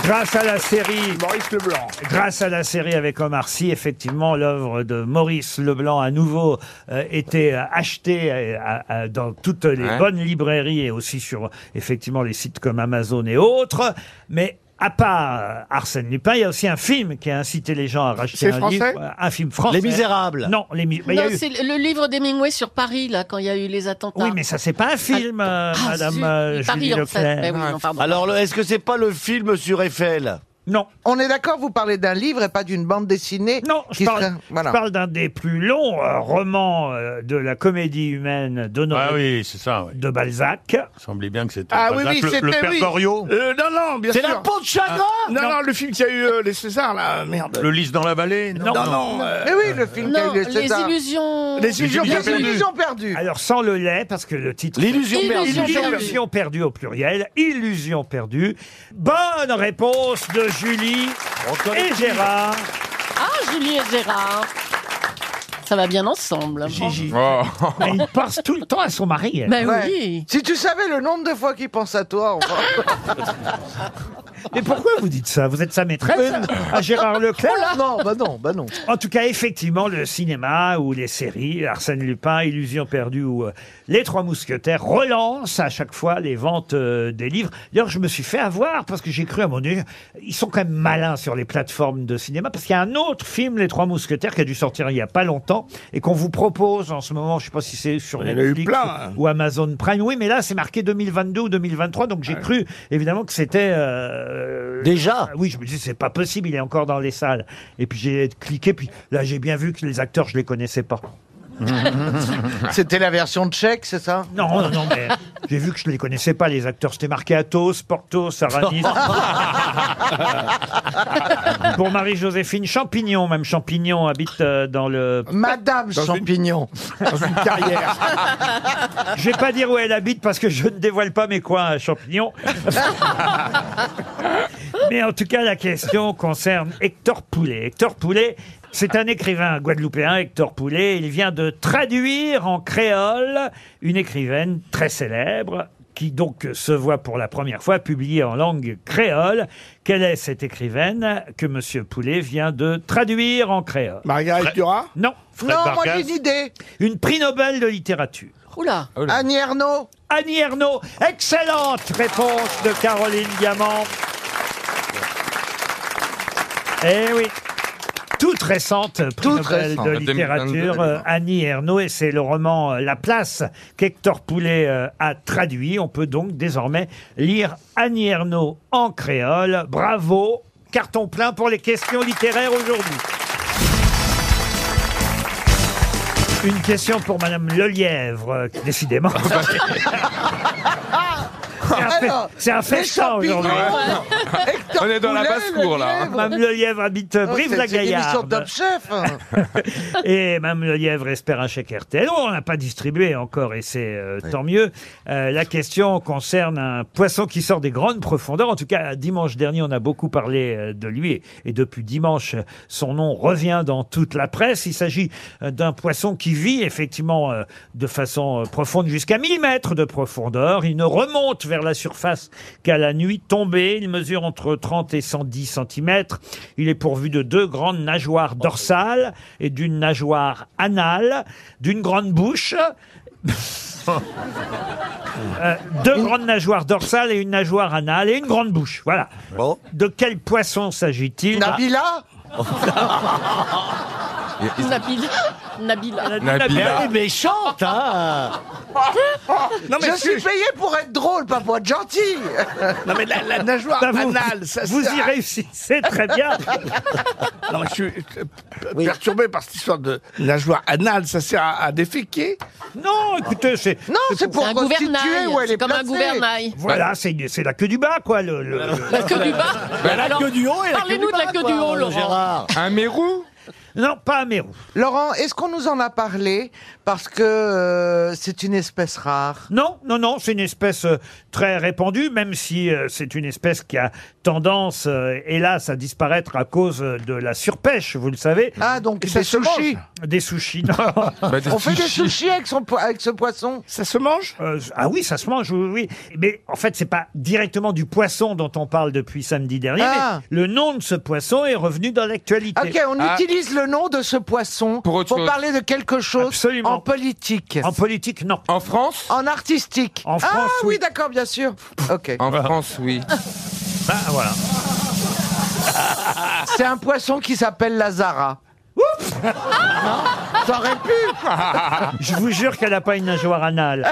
Speaker 2: Grâce à la série.
Speaker 9: Maurice Leblanc.
Speaker 2: Grâce à la série avec Omar Sy, effectivement, l'œuvre de Maurice Leblanc à nouveau euh, était euh, achetée euh, à- à- dans toutes les
Speaker 6: Ouais.
Speaker 2: bonnes librairies et aussi sur effectivement les sites comme Amazon et autres. Mais à part euh, Arsène Lupin, il y a aussi un film qui a incité les gens à racheter
Speaker 3: C'est
Speaker 2: un
Speaker 3: français
Speaker 2: livre, euh, un film français.
Speaker 5: Les Misérables.
Speaker 2: Non, les Misérables.
Speaker 3: Non, c'est le livre d'Hemingway sur Paris, là, quand il y a eu les attentats.
Speaker 2: Oui, mais ça c'est pas un film, euh,
Speaker 3: Ah,
Speaker 2: Madame
Speaker 3: zut,
Speaker 2: euh,
Speaker 3: oui, Paris,
Speaker 2: Julie
Speaker 3: en fait.
Speaker 2: Leclerc.
Speaker 3: Eh oui, non, pardon.
Speaker 5: Alors, le- est-ce que c'est pas le film sur Eiffel
Speaker 2: Non.
Speaker 7: On est d'accord, vous parlez d'un livre et pas d'une bande dessinée
Speaker 2: Non, je parle, je parle d'un des plus longs euh, romans euh, de la comédie humaine d'Honoré
Speaker 8: Ah oui, c'est ça. oui.
Speaker 2: de Balzac.
Speaker 8: Il semblait bah, bien que c'était
Speaker 9: Ah oui,
Speaker 8: Balzac,
Speaker 9: oui,
Speaker 8: le-
Speaker 9: c'était
Speaker 8: le,
Speaker 9: oui.
Speaker 8: père Goriot.
Speaker 9: Euh, Non, non, bien
Speaker 8: C'est
Speaker 9: sûr.
Speaker 8: la peau de chagrin
Speaker 9: Ah, Non, non, le film qui a eu euh, les Césars, là, merde.
Speaker 8: Le lys dans la vallée
Speaker 9: Non, non. euh,
Speaker 7: Mais oui, le film qui a eu
Speaker 3: Non,
Speaker 7: le
Speaker 3: les
Speaker 7: César.
Speaker 3: illusions.
Speaker 9: Les illusions
Speaker 7: Les
Speaker 9: perdues.
Speaker 7: illusions perdues.
Speaker 2: Alors sans le lait, parce que le titre...
Speaker 5: L'illusion
Speaker 2: perdue.
Speaker 5: perdue.
Speaker 2: Illusion,
Speaker 5: Illusion
Speaker 2: perdue au pluriel. Illusion perdue. Bonne réponse de Julie et Gérard.
Speaker 3: Ah, Julie et Gérard. Ça va bien ensemble.
Speaker 2: Gigi.
Speaker 6: Oh.
Speaker 2: Mais il pense tout le temps à son mari. elle.
Speaker 3: Ben
Speaker 7: Ouais.
Speaker 3: oui.
Speaker 7: Si tu savais le nombre de fois qu'il pense à toi,
Speaker 2: [LAUGHS]
Speaker 7: on va-
Speaker 2: Mais pourquoi vous dites ça Vous êtes sa maîtresse à Ah,
Speaker 7: [LAUGHS]
Speaker 2: Gérard Leclerc
Speaker 7: non, bah non, bah non.
Speaker 2: En tout cas, effectivement, le cinéma ou les séries, Arsène Lupin, Illusion perdue ou euh, Les Trois Mousquetaires relancent à chaque fois les ventes euh, des livres. D'ailleurs, je me suis fait avoir parce que j'ai cru à mon dieu, ils sont quand même malins sur les plateformes de cinéma parce qu'il y a un autre film, Les Trois Mousquetaires, qui a dû sortir il y a pas longtemps et qu'on vous propose en ce moment. Je sais pas si c'est sur
Speaker 9: Il y en a eu
Speaker 2: Netflix
Speaker 9: plein, hein.
Speaker 2: ou Amazon Prime. Oui, mais là, c'est marqué 2022 ou 2023, donc j'ai cru évidemment que c'était euh,
Speaker 5: Déjà
Speaker 2: ah Oui, je me disais, c'est pas possible, il est encore dans les salles. Et puis j'ai cliqué, puis là j'ai bien vu que les acteurs, je les connaissais pas.
Speaker 7: [LAUGHS] C'était la version tchèque, c'est ça
Speaker 2: Non, non, non, mais j'ai vu que je les connaissais pas, les acteurs. C'était marqué Athos,
Speaker 7: [LAUGHS]
Speaker 2: Portos, Aramis. Pour Marie-Joséphine Champignon, même Champignon habite euh, dans le.
Speaker 7: Madame
Speaker 9: Dans une-
Speaker 7: Champignon.
Speaker 9: Dans une carrière.
Speaker 2: Je vais pas dire où elle habite parce que je ne dévoile pas mes coins à Champignon. Mais en tout cas, la question concerne Hector Poulet. Hector Poulet, c'est un écrivain guadeloupéen, Hector Poulet. Il vient de traduire en créole une écrivaine très célèbre. qui donc se voit pour la première fois publiée en langue créole. Quelle est cette écrivaine que Monsieur Poulet vient de traduire en créole Margaret Duras Non.
Speaker 7: Fred Non, moi, Vargas j'ai une idée.
Speaker 2: Une prix Nobel de littérature.
Speaker 3: Oula.
Speaker 7: Annie Ernaux
Speaker 2: Annie Ernaux. Excellente réponse de Caroline Diamant. Eh oui. Toute récente prix
Speaker 7: Toute
Speaker 2: Nobel
Speaker 7: récente.
Speaker 2: de
Speaker 7: 2022,
Speaker 2: littérature, euh, Annie Ernaux, et c'est le roman euh, La Place qu'Hector Poulet euh, a traduit. On peut donc désormais lire Annie Ernaux en créole. Bravo, carton plein pour les questions littéraires aujourd'hui. Une question pour Madame Lelièvre, euh, décidément.
Speaker 7: Ah, bah,
Speaker 2: C'est un fait- C'est un festin aujourd'hui.
Speaker 7: hein.
Speaker 2: hein.
Speaker 6: On est dans la basse-cour, là. hein.
Speaker 2: Madame Lelièvre habite euh,
Speaker 6: Oh,
Speaker 7: C'est une
Speaker 2: Brive-la-Gaillarde.
Speaker 7: émission
Speaker 4: [LAUGHS]
Speaker 7: top chef.
Speaker 2: et Mme Lelièvre espère un chèque RTL. Oh, On n'a pas distribué encore et c'est euh, tant mieux. Euh, la question concerne un poisson qui sort des grandes profondeurs. En tout cas, dimanche dernier, on a beaucoup parlé euh, de lui et, et depuis dimanche, euh, son nom revient dans toute la presse. Il s'agit euh, d'un poisson qui vit effectivement euh, de façon euh, profonde jusqu'à 1000 mètres de profondeur. Il ne remonte vers la surface qu'à la nuit tombée. Il mesure entre 30 et 110 cm. Il est pourvu de deux grandes nageoires dorsales et d'une nageoire anale, d'une grande bouche. Euh, deux grandes nageoires dorsales et une nageoire anale et une grande bouche. Voilà. De quel poisson s'agit-il
Speaker 7: Nabila
Speaker 3: Nabila. Nabila.
Speaker 2: Ah. Nabila.
Speaker 5: Elle est méchante, hein
Speaker 7: Je suis payé pour être drôle, pas pour être gentil.
Speaker 15: [LAUGHS] Non, mais la- la nageoire
Speaker 2: Bah, vous-
Speaker 9: Ah,
Speaker 15: anale, ça,
Speaker 2: vous
Speaker 15: ça-
Speaker 2: y réussissez très bien.
Speaker 15: Non, mais je suis euh, p- perturbé par cette histoire de nageoire anale, ça sert à, à déféquer
Speaker 2: Non, écoutez, c'est.
Speaker 7: Non, c'est pour
Speaker 3: un gouvernail,
Speaker 7: restituer où elle
Speaker 3: c'est
Speaker 7: est
Speaker 3: comme un
Speaker 7: placée.
Speaker 3: gouvernail.
Speaker 2: Voilà, c'est c'est la queue du bas, quoi. Le, le-
Speaker 3: Bah- Bah, La queue du bas. Alors, Parlez-nous de la queue du haut, Laurent.
Speaker 2: Un mérou Non, pas un mérou.
Speaker 7: Laurent, est-ce qu'on nous en a parlé Parce que euh, c'est une espèce rare.
Speaker 2: Non, non, non, c'est une espèce euh, très répandue, même si euh, c'est une espèce qui a tendance, euh, hélas, à disparaître à cause euh, de la surpêche, vous le savez.
Speaker 7: Ah, donc des sushis.
Speaker 2: Des sushis, non. Bah,
Speaker 7: On fait des sushis avec, son, po- avec ce poisson
Speaker 15: Ça se mange
Speaker 2: Euh, ah oui, ça se mange, oui, oui. oui. Mais en fait, c'est pas directement du poisson dont on parle depuis samedi dernier.
Speaker 7: Ah.
Speaker 2: mais le nom de ce poisson est revenu dans l'actualité. Ah.
Speaker 7: Ok, on utilise le nom de ce poisson pour,
Speaker 2: chose.
Speaker 7: parler de quelque chose
Speaker 2: Absolument.
Speaker 7: en politique.
Speaker 2: En politique, non.
Speaker 6: En France
Speaker 7: En artistique.
Speaker 2: En
Speaker 7: ah
Speaker 2: France,
Speaker 7: oui,
Speaker 2: oui.
Speaker 7: d'accord, bien sûr. Ok.
Speaker 6: En France,
Speaker 2: [LAUGHS]
Speaker 6: oui.
Speaker 2: Ah, voilà.
Speaker 7: [LAUGHS] C'est un poisson qui s'appelle Lazara. Ouf Non Ça aurait pu
Speaker 2: [LAUGHS] Je vous jure qu'elle n'a pas une nageoire anale.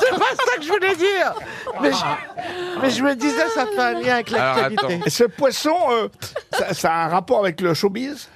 Speaker 7: C'est pas ça que je voulais dire Mais je, mais je me disais, ça fait un lien avec l'actualité.
Speaker 15: Et ce poisson, euh, ça, ça a un rapport avec le showbiz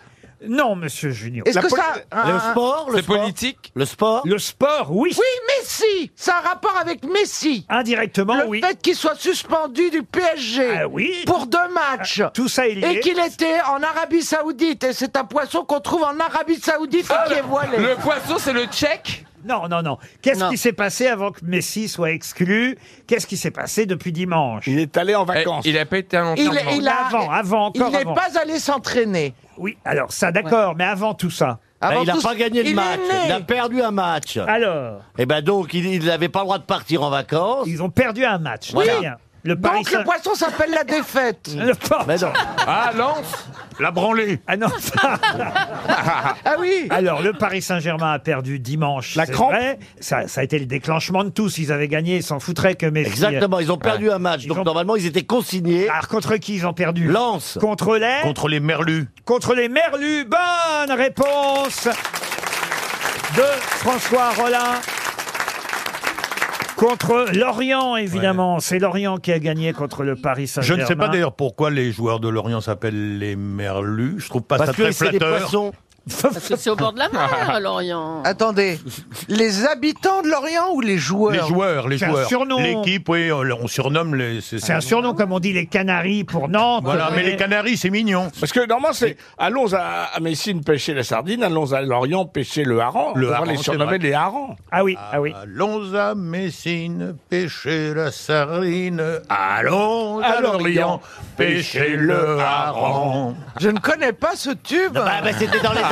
Speaker 2: Non, monsieur Junior.
Speaker 7: Est-ce
Speaker 15: La
Speaker 7: que
Speaker 15: poli-
Speaker 7: ça- un- un-
Speaker 6: C'est politique
Speaker 2: Le sport Le sport, oui.
Speaker 7: Oui, Messi Ça a un rapport avec Messi
Speaker 2: Indirectement,
Speaker 7: Le
Speaker 2: oui.
Speaker 7: fait qu'il soit suspendu du PSG
Speaker 2: Ah oui.
Speaker 7: pour deux matchs
Speaker 2: Tout ça est lié.
Speaker 7: et qu'il était en Arabie Saoudite et c'est un poisson qu'on trouve en Arabie Saoudite et qui est voilé.
Speaker 6: Le poisson, c'est le tchèque
Speaker 2: Non, non, non. Qu'est-ce qui s'est passé avant que Messi soit exclu Qu'est-ce qui s'est passé depuis dimanche
Speaker 15: Il est allé en
Speaker 6: Eh,
Speaker 15: vacances.
Speaker 6: Il a pas été à
Speaker 2: Ah,
Speaker 7: Il,
Speaker 6: l'enterrement.
Speaker 7: il a-
Speaker 2: Avant, avant, encore
Speaker 7: Il n'est
Speaker 2: avant.
Speaker 7: pas allé s'entraîner.
Speaker 2: Oui, alors ça, d'accord, mais avant tout ça.
Speaker 7: Avant
Speaker 5: Ah, Ben, Eh, il n'a
Speaker 7: tout-
Speaker 5: pas gagné
Speaker 7: il
Speaker 5: le
Speaker 7: est
Speaker 5: match.
Speaker 7: né.
Speaker 5: Il a perdu un match.
Speaker 2: Alors,
Speaker 5: Et ben donc, il n'avait pas le droit de partir en vacances.
Speaker 2: ils ont perdu un match.
Speaker 5: Voilà.
Speaker 2: Très bien. Le Paris
Speaker 7: Donc le
Speaker 2: Saint-
Speaker 7: poisson s'appelle la défaite.
Speaker 2: Le port-
Speaker 5: Mais non.
Speaker 6: Ah, Lance
Speaker 8: La branlée.
Speaker 2: Ah non, [LAUGHS] ça-
Speaker 7: Ah oui
Speaker 2: Alors, le Paris Saint-Germain a perdu dimanche.
Speaker 15: La
Speaker 2: c'est
Speaker 15: crampe.
Speaker 2: vrai. Ça, ça a été le déclenchement de tout. S'ils avaient gagné, ils s'en foutraient que Messi.
Speaker 5: Exactement, ils ont perdu un match.
Speaker 2: Ils
Speaker 5: Donc
Speaker 2: ont-
Speaker 5: normalement, ils étaient consignés.
Speaker 2: Alors, contre qui ils ont perdu
Speaker 5: Lance.
Speaker 2: Contre les.
Speaker 8: Contre les merlus.
Speaker 2: contre les Merlus. Bonne réponse de François Rollin. Contre l'Orient, évidemment. C'est l'Orient qui a gagné contre le Paris
Speaker 8: Je
Speaker 2: Saint-Germain.
Speaker 8: ne sais pas d'ailleurs pourquoi les joueurs de Lorient s'appellent les merlus. Je trouve pas
Speaker 5: Parce
Speaker 8: Ah, ça très
Speaker 5: que c'est des
Speaker 8: flatteur.
Speaker 7: [LAUGHS]
Speaker 5: poissons.
Speaker 3: Parce que c'est au bord de la
Speaker 8: [LAUGHS]
Speaker 3: mer, à Lorient.
Speaker 7: Attendez, les habitants de l'Orient ou les joueurs
Speaker 8: Les joueurs, les
Speaker 2: C'est un
Speaker 8: joueurs.
Speaker 2: surnom.
Speaker 8: L'équipe, oui, on, on surnomme les.
Speaker 2: C'est un surnom, comme on dit, les Canaries pour Nantes.
Speaker 8: Voilà,
Speaker 2: Vous
Speaker 8: mais les
Speaker 2: voyez.
Speaker 8: Canaries, c'est mignon.
Speaker 15: Parce que normalement, c'est allons à, à Messine pêcher la sardine, allons à Lorient pêcher le hareng.
Speaker 8: Le
Speaker 15: On va
Speaker 8: hareng,
Speaker 15: les
Speaker 8: c'est
Speaker 15: surnommer
Speaker 8: vrai.
Speaker 15: les harengs.
Speaker 2: Ah oui, ah oui.
Speaker 8: Allons à Messine, pêcher la sardine. Allons à,
Speaker 15: À
Speaker 8: Lorient,
Speaker 15: Lorient,
Speaker 8: pêcher le hareng.
Speaker 7: Je ne connais pas ce tube.
Speaker 5: Ah bah, c'était dans les année-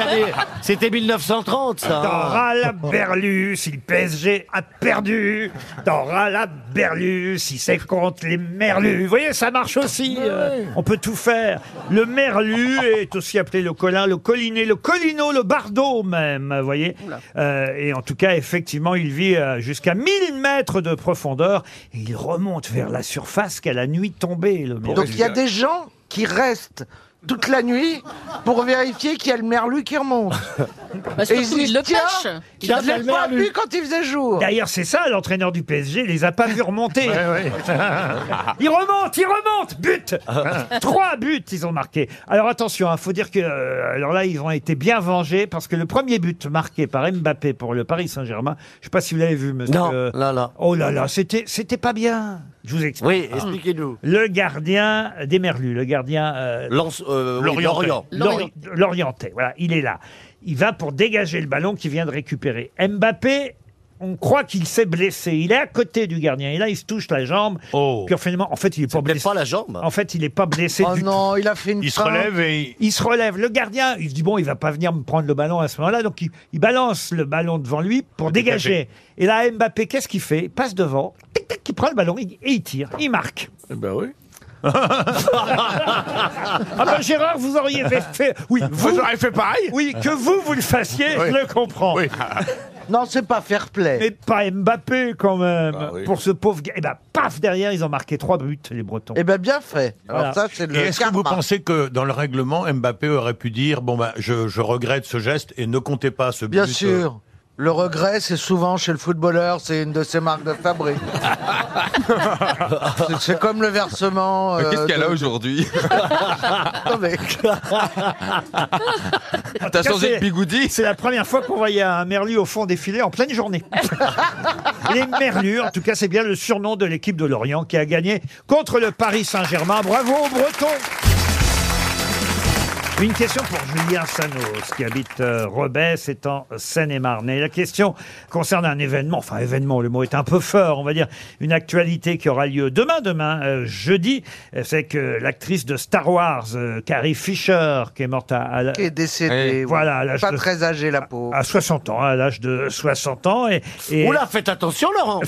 Speaker 5: C'était 1930, ça.
Speaker 2: Dans la Berlu, si le PSG a perdu. Dans la Berlu, si c'est contre les Merlus. Vous voyez, ça marche aussi. euh, on peut tout faire. Le Merlu est aussi appelé le Colin, le Collinet, le Collino, le Bardo même. Vous voyez. Euh, et en tout cas, effectivement, il vit euh, jusqu'à 1000 mètres de profondeur. Et il remonte vers la surface qu'à la nuit tombée. Le
Speaker 7: Donc il y a
Speaker 2: Merlu.
Speaker 7: des gens qui restent toute la nuit pour vérifier qu'il y a le merlu qui
Speaker 2: [LAUGHS]
Speaker 7: remonte.
Speaker 2: Parce
Speaker 7: Et
Speaker 2: que
Speaker 7: ils se
Speaker 2: il
Speaker 7: disent,
Speaker 2: le
Speaker 7: tiens,
Speaker 2: pêche. Il
Speaker 7: je ne
Speaker 2: appelle
Speaker 7: l'ai
Speaker 2: le
Speaker 7: pas
Speaker 2: merlu.
Speaker 7: vu quand il faisait jour.
Speaker 2: D'ailleurs, c'est ça, l'entraîneur du PSG, il les a pas vus remonter. [LAUGHS] il remonte, il remonte, but [LAUGHS] Trois buts, ils ont marqué. Alors attention, il faut dire que, euh, alors là, ils ont été bien vengés parce que le premier but marqué par Mbappé pour le Paris Saint-Germain, je sais pas si vous l'avez vu, monsieur.
Speaker 5: Non,
Speaker 2: euh,
Speaker 5: là, là.
Speaker 2: Oh là là, c'était, c'était pas bien. Je vous explique.
Speaker 5: Oui,
Speaker 2: Ah.
Speaker 5: expliquez-nous.
Speaker 2: Le gardien des Merlus, le gardien. euh,
Speaker 5: Lance- euh, oui, L'Orientais. Lorient.
Speaker 2: L'Ori- L'Orientais, voilà, il est là. Il va pour dégager le ballon qu'il vient de récupérer. Mbappé, on croit qu'il s'est blessé. Il est à côté du gardien. Et là, il se touche la jambe. Puis finalement, en fait, il est pas blessé. Oh. pas la jambe. En fait, il n'est pas blessé
Speaker 7: Oh
Speaker 2: du
Speaker 7: non, il a fait une
Speaker 2: il se
Speaker 7: feinte.
Speaker 2: relève et il se relève. Le gardien, il se dit bon, il va pas venir me prendre le ballon à ce moment-là, donc il, il balance le ballon devant lui pour dégager. Et là, Mbappé, qu'est-ce qu'il fait Il passe devant, tic tac, il prend le ballon il- et il tire, il marque. ben oui. ah ben Gérard, vous auriez fait, fait- oui, vous
Speaker 15: J'aurais fait pareil.
Speaker 2: Oui, que vous vous le fassiez, je le comprends.
Speaker 4: [LAUGHS]
Speaker 7: Non, c'est pas fair play.
Speaker 2: Mais pas Mbappé quand même. Pour ce pauvre gars, et ben paf derrière, ils ont marqué trois buts les Bretons.
Speaker 7: Eh ben bien fait.
Speaker 2: Voilà.
Speaker 8: Et est-ce que vous pensez que dans le règlement, Mbappé aurait pu dire bon bah je, je regrette ce geste et ne comptez pas ce but
Speaker 7: Bien
Speaker 8: euh,
Speaker 7: sûr. Le regret, c'est souvent chez le footballeur, c'est une de ses marques de
Speaker 2: [LAUGHS]
Speaker 7: fabrique. [LAUGHS] C'est- c'est comme le
Speaker 5: [LAUGHS]
Speaker 7: versement.
Speaker 6: Mais Qu'est-ce
Speaker 7: euh,
Speaker 6: qu'elle a
Speaker 7: de- [LAUGHS]
Speaker 6: aujourd'hui
Speaker 7: Attendez.
Speaker 2: En
Speaker 6: T'as
Speaker 2: tout cas,
Speaker 6: changé de
Speaker 2: c'est-
Speaker 6: bigoudi
Speaker 2: C'est la première fois qu'on voyait un merlu au fond des filets en
Speaker 7: [LAUGHS]
Speaker 2: pleine journée. [LAUGHS] Les merlus, en tout cas, c'est bien le surnom de l'équipe de Lorient qui a gagné contre le Paris Saint-Germain. Bravo aux Bretons une question pour Julien Sanos, qui habite euh, Rebais, c'est en Seine-et-Marne. Et la question concerne un événement, enfin événement, le mot est un peu fort, on va dire, une actualité qui aura lieu demain, demain, euh, jeudi. Euh, C'est que l'actrice de Star Wars, euh, Carrie Fisher, qui est morte à... à la-
Speaker 7: Qui est décédée, oui.
Speaker 2: Voilà, à l'âge
Speaker 7: Pas
Speaker 2: de-
Speaker 7: très âgée, la peau.
Speaker 2: à 60 ans, à l'âge de 60 ans. Et, et
Speaker 5: Oula, faites attention, Laurent.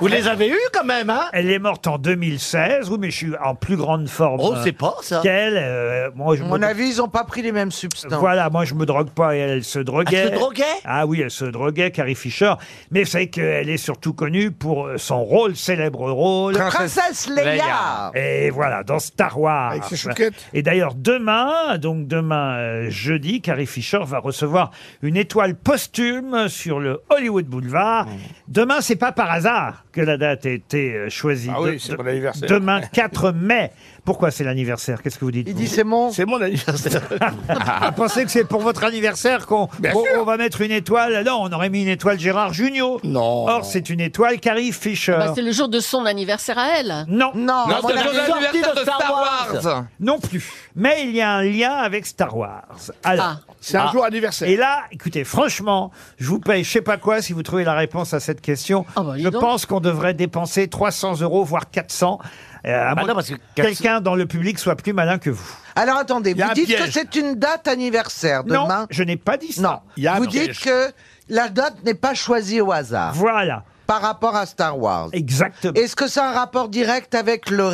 Speaker 5: Vous les avez eus quand même, hein
Speaker 2: Elle est morte en 2016, oui, mais je suis en plus grande forme.
Speaker 7: Oh,
Speaker 2: euh,
Speaker 7: c'est pas ça.
Speaker 2: Qu'elle, euh, moi, je
Speaker 7: À
Speaker 2: me-
Speaker 7: mon avis, ils n'ont pas pris les mêmes substances.
Speaker 2: Voilà, moi je me drogue pas et elle, elle se droguait.
Speaker 7: Elle se droguait
Speaker 2: Ah oui, elle se droguait, Carrie Fisher. Mais vous savez qu'elle est surtout connue pour euh, son rôle, célèbre rôle.
Speaker 7: Princesse Princesse Leia.
Speaker 2: Et voilà, dans Star Wars.
Speaker 7: Avec ses chouquettes.
Speaker 2: Et d'ailleurs, demain, donc demain euh, jeudi, Carrie Fisher va recevoir une étoile posthume sur le Hollywood Boulevard. Demain, c'est pas par hasard que la date a été euh, choisie.
Speaker 15: Ah oui, c'est
Speaker 2: De-
Speaker 15: mon anniversaire.
Speaker 2: Demain, 4 mai. Pourquoi c'est l'anniversaire Qu'est-ce que vous dites
Speaker 7: Il dit c'est mon.
Speaker 15: C'est mon anniversaire.
Speaker 2: [LAUGHS] Vous pensez que c'est pour votre anniversaire qu'on
Speaker 15: Bien
Speaker 2: on,
Speaker 15: sûr.
Speaker 2: on va mettre une étoile Non, on aurait mis une étoile Gérard Junior. Non. Or, c'est une étoile Carrie Fisher.
Speaker 3: Bah, c'est le jour de son anniversaire à elle.
Speaker 2: Euh. Non.
Speaker 7: Non,
Speaker 6: Non, c'est le jour de l'anniversaire de Star Wars.
Speaker 2: Non plus. Mais il y a un lien avec Star Wars. Alors,
Speaker 15: Ah. C'est un jour anniversaire.
Speaker 2: Et là, écoutez, franchement, je vous paye je sais pas quoi si vous trouvez la réponse à cette question.
Speaker 6: Ah, bah,
Speaker 2: je
Speaker 3: donc.
Speaker 2: pense qu'on devrait dépenser 300 euros, voire 400. euh, à
Speaker 5: Bah
Speaker 2: moins
Speaker 5: non, parce que
Speaker 2: quelqu'un dans le public soit plus malin que vous.
Speaker 7: Alors attendez,
Speaker 2: Il y a
Speaker 7: vous
Speaker 2: un
Speaker 7: dites
Speaker 2: piège.
Speaker 7: que c'est une date anniversaire
Speaker 2: Non,
Speaker 7: demain.
Speaker 2: je n'ai pas dit ça.
Speaker 7: Non.
Speaker 2: Il y a un
Speaker 7: vous
Speaker 2: piège.
Speaker 7: dites que la date n'est pas choisie au hasard.
Speaker 2: Voilà.
Speaker 7: Par rapport à Star Wars.
Speaker 2: Exactement.
Speaker 7: Est-ce que ça a un rapport direct avec le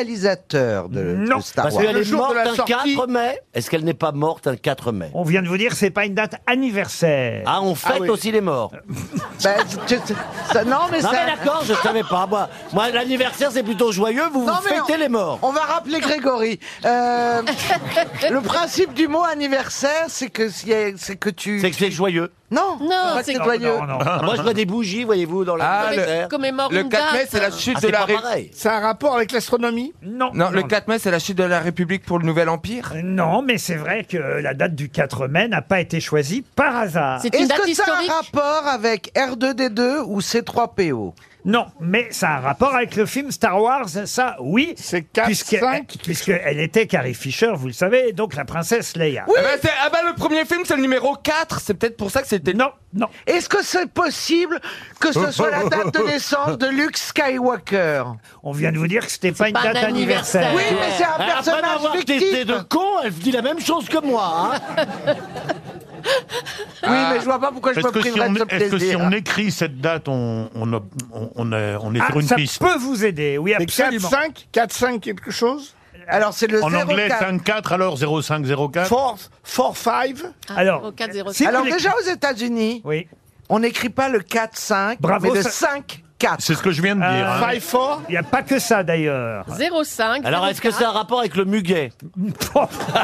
Speaker 7: réalisateur de, de Star
Speaker 5: Parce
Speaker 7: Wars
Speaker 5: qu'elle est morte un 4 mai. Est-ce qu'elle n'est pas morte un 4 mai
Speaker 2: On vient de vous dire que c'est pas une date anniversaire.
Speaker 5: Ah, on fête
Speaker 2: oui. Euh,
Speaker 5: aussi les morts.
Speaker 7: [LAUGHS] Ben, tu- tu- ça- non, mais
Speaker 5: non,
Speaker 7: ça-
Speaker 5: mais d'accord, je savais pas. Moi, moi l'anniversaire, c'est plutôt joyeux. Vous,
Speaker 7: Non,
Speaker 5: vous
Speaker 7: mais
Speaker 5: fêtez
Speaker 7: on-
Speaker 5: les morts.
Speaker 7: On va rappeler Grégory. Euh, le principe du mot anniversaire, c'est que, si- c'est que tu.
Speaker 5: C'est que c'est joyeux.
Speaker 7: Non,
Speaker 3: Non,
Speaker 7: pas que
Speaker 3: c'est
Speaker 7: c'est
Speaker 3: que-
Speaker 7: joyeux.
Speaker 2: non, non.
Speaker 5: Moi, je vois des bougies, voyez-vous, dans
Speaker 6: Ah,
Speaker 5: l'anniversaire.
Speaker 6: le,
Speaker 3: commémore
Speaker 6: le
Speaker 3: une
Speaker 6: 4 mai,
Speaker 3: date.
Speaker 6: c'est la chute
Speaker 5: Ah,
Speaker 6: de
Speaker 5: c'est
Speaker 6: la
Speaker 5: pas
Speaker 6: Ré-
Speaker 5: pareil.
Speaker 15: Ça a un rapport avec l'astronomie
Speaker 2: Non. Euh,
Speaker 6: Non, le 4 mai, c'est la chute de la République pour le Nouvel Empire.
Speaker 2: Non, mais c'est vrai que la date du 4 mai n'a pas été choisie par hasard.
Speaker 3: C'est une
Speaker 7: Est-ce
Speaker 3: date
Speaker 7: que ça a
Speaker 3: historique.
Speaker 7: un rapport avec R2D2 ou C3PO
Speaker 2: Non, mais ça a un rapport avec le film Star Wars, ça, oui. C'est 4, puisque, 5 Puisqu'elle était Carrie Fisher, vous le savez, et donc la princesse Leia.
Speaker 6: Ah, bah, c'est- ah bah, le premier film, c'est le numéro 4. C'est peut-être pour ça que c'était.
Speaker 2: Non, non.
Speaker 7: Est-ce que c'est possible que ce soit
Speaker 6: [LAUGHS]
Speaker 7: la date de naissance de Luke Skywalker
Speaker 2: On vient de vous dire que c'était pas une
Speaker 7: pas
Speaker 2: date
Speaker 7: un anniversaire.
Speaker 2: anniversaire.
Speaker 7: Oui, mais c'est un
Speaker 13: Après
Speaker 7: personnage
Speaker 13: m'avoir
Speaker 7: fictif.
Speaker 13: testé de con, elle dit la même chose que moi. hein.
Speaker 7: [LAUGHS] Oui, mais je vois pas pourquoi je
Speaker 8: Est-ce
Speaker 7: me
Speaker 8: Ah. que si
Speaker 7: priverais
Speaker 8: on-
Speaker 7: de ce
Speaker 8: Est-ce que si
Speaker 7: plaisir.
Speaker 8: on écrit cette date, on, on, a- on- on a- on est
Speaker 2: Ah,
Speaker 8: sur une
Speaker 2: ça
Speaker 8: piste
Speaker 2: peut vous aider, oui,
Speaker 8: Mais
Speaker 2: absolument.
Speaker 15: 4-5 4-5 quelque chose
Speaker 7: Alors c'est
Speaker 8: En anglais, 5-4, alors 0-5-0-4
Speaker 15: 4-5
Speaker 2: Alors,
Speaker 3: Au 4-0.
Speaker 7: Alors déjà aux États-Unis, on n'écrit pas le 4-5,
Speaker 2: Bravo,
Speaker 7: mais le
Speaker 2: ça-
Speaker 7: 5.
Speaker 8: C'est ce que je viens de
Speaker 2: Euh,
Speaker 8: dire. hein.
Speaker 2: Il n'y a pas que ça d'ailleurs.
Speaker 3: 05.
Speaker 13: Alors est-ce que ça a un rapport avec le muguet
Speaker 2: [LAUGHS]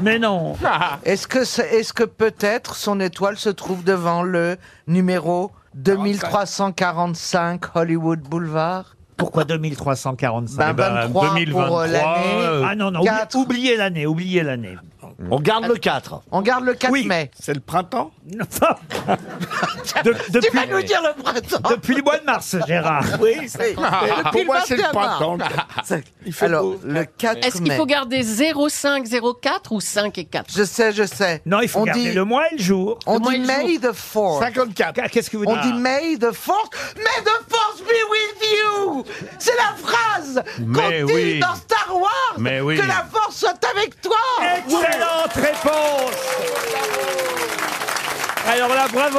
Speaker 2: Mais non.
Speaker 7: [LAUGHS] Est-ce que, c'est- est-ce que peut-être son étoile se trouve devant le numéro 2345 Hollywood Boulevard
Speaker 2: Pourquoi 2345
Speaker 7: Ben, Eh ben, 23
Speaker 6: euh,
Speaker 7: pour, 2023, l'année. euh,
Speaker 2: Ah non, non, oublie-
Speaker 7: quatre.
Speaker 2: oubliez l'année, oubliez l'année.
Speaker 13: On garde le 4.
Speaker 7: On garde le 4 mai.
Speaker 15: C'est le printemps
Speaker 2: [LAUGHS] depuis-
Speaker 7: Tu vas nous dire le printemps
Speaker 2: Depuis le mois de mars, Gérard.
Speaker 15: Oui,
Speaker 2: Ah.
Speaker 15: c'est- pour moi Ah, c'est le printemps.
Speaker 7: Ah. Alors, le 4
Speaker 3: Est-ce qu'il
Speaker 7: mai.
Speaker 3: faut garder 05, 04 ou 5 et 4
Speaker 7: Je sais, je sais.
Speaker 2: Non, il faut
Speaker 7: On dit-
Speaker 2: garder le mois et le jour.
Speaker 7: On
Speaker 2: Le mois
Speaker 7: dit
Speaker 2: et le
Speaker 7: May
Speaker 2: jour.
Speaker 7: the 4
Speaker 2: 54. Ah, Qu'est-ce que vous dites
Speaker 7: On dit May the Force. May the Force be with you. C'est la phrase qu'on
Speaker 8: Mais
Speaker 7: dit
Speaker 8: oui.
Speaker 7: dans Star Wars.
Speaker 8: Mais oui.
Speaker 7: Que la Force soit avec toi.
Speaker 2: Excellente réponse Alors là, bravo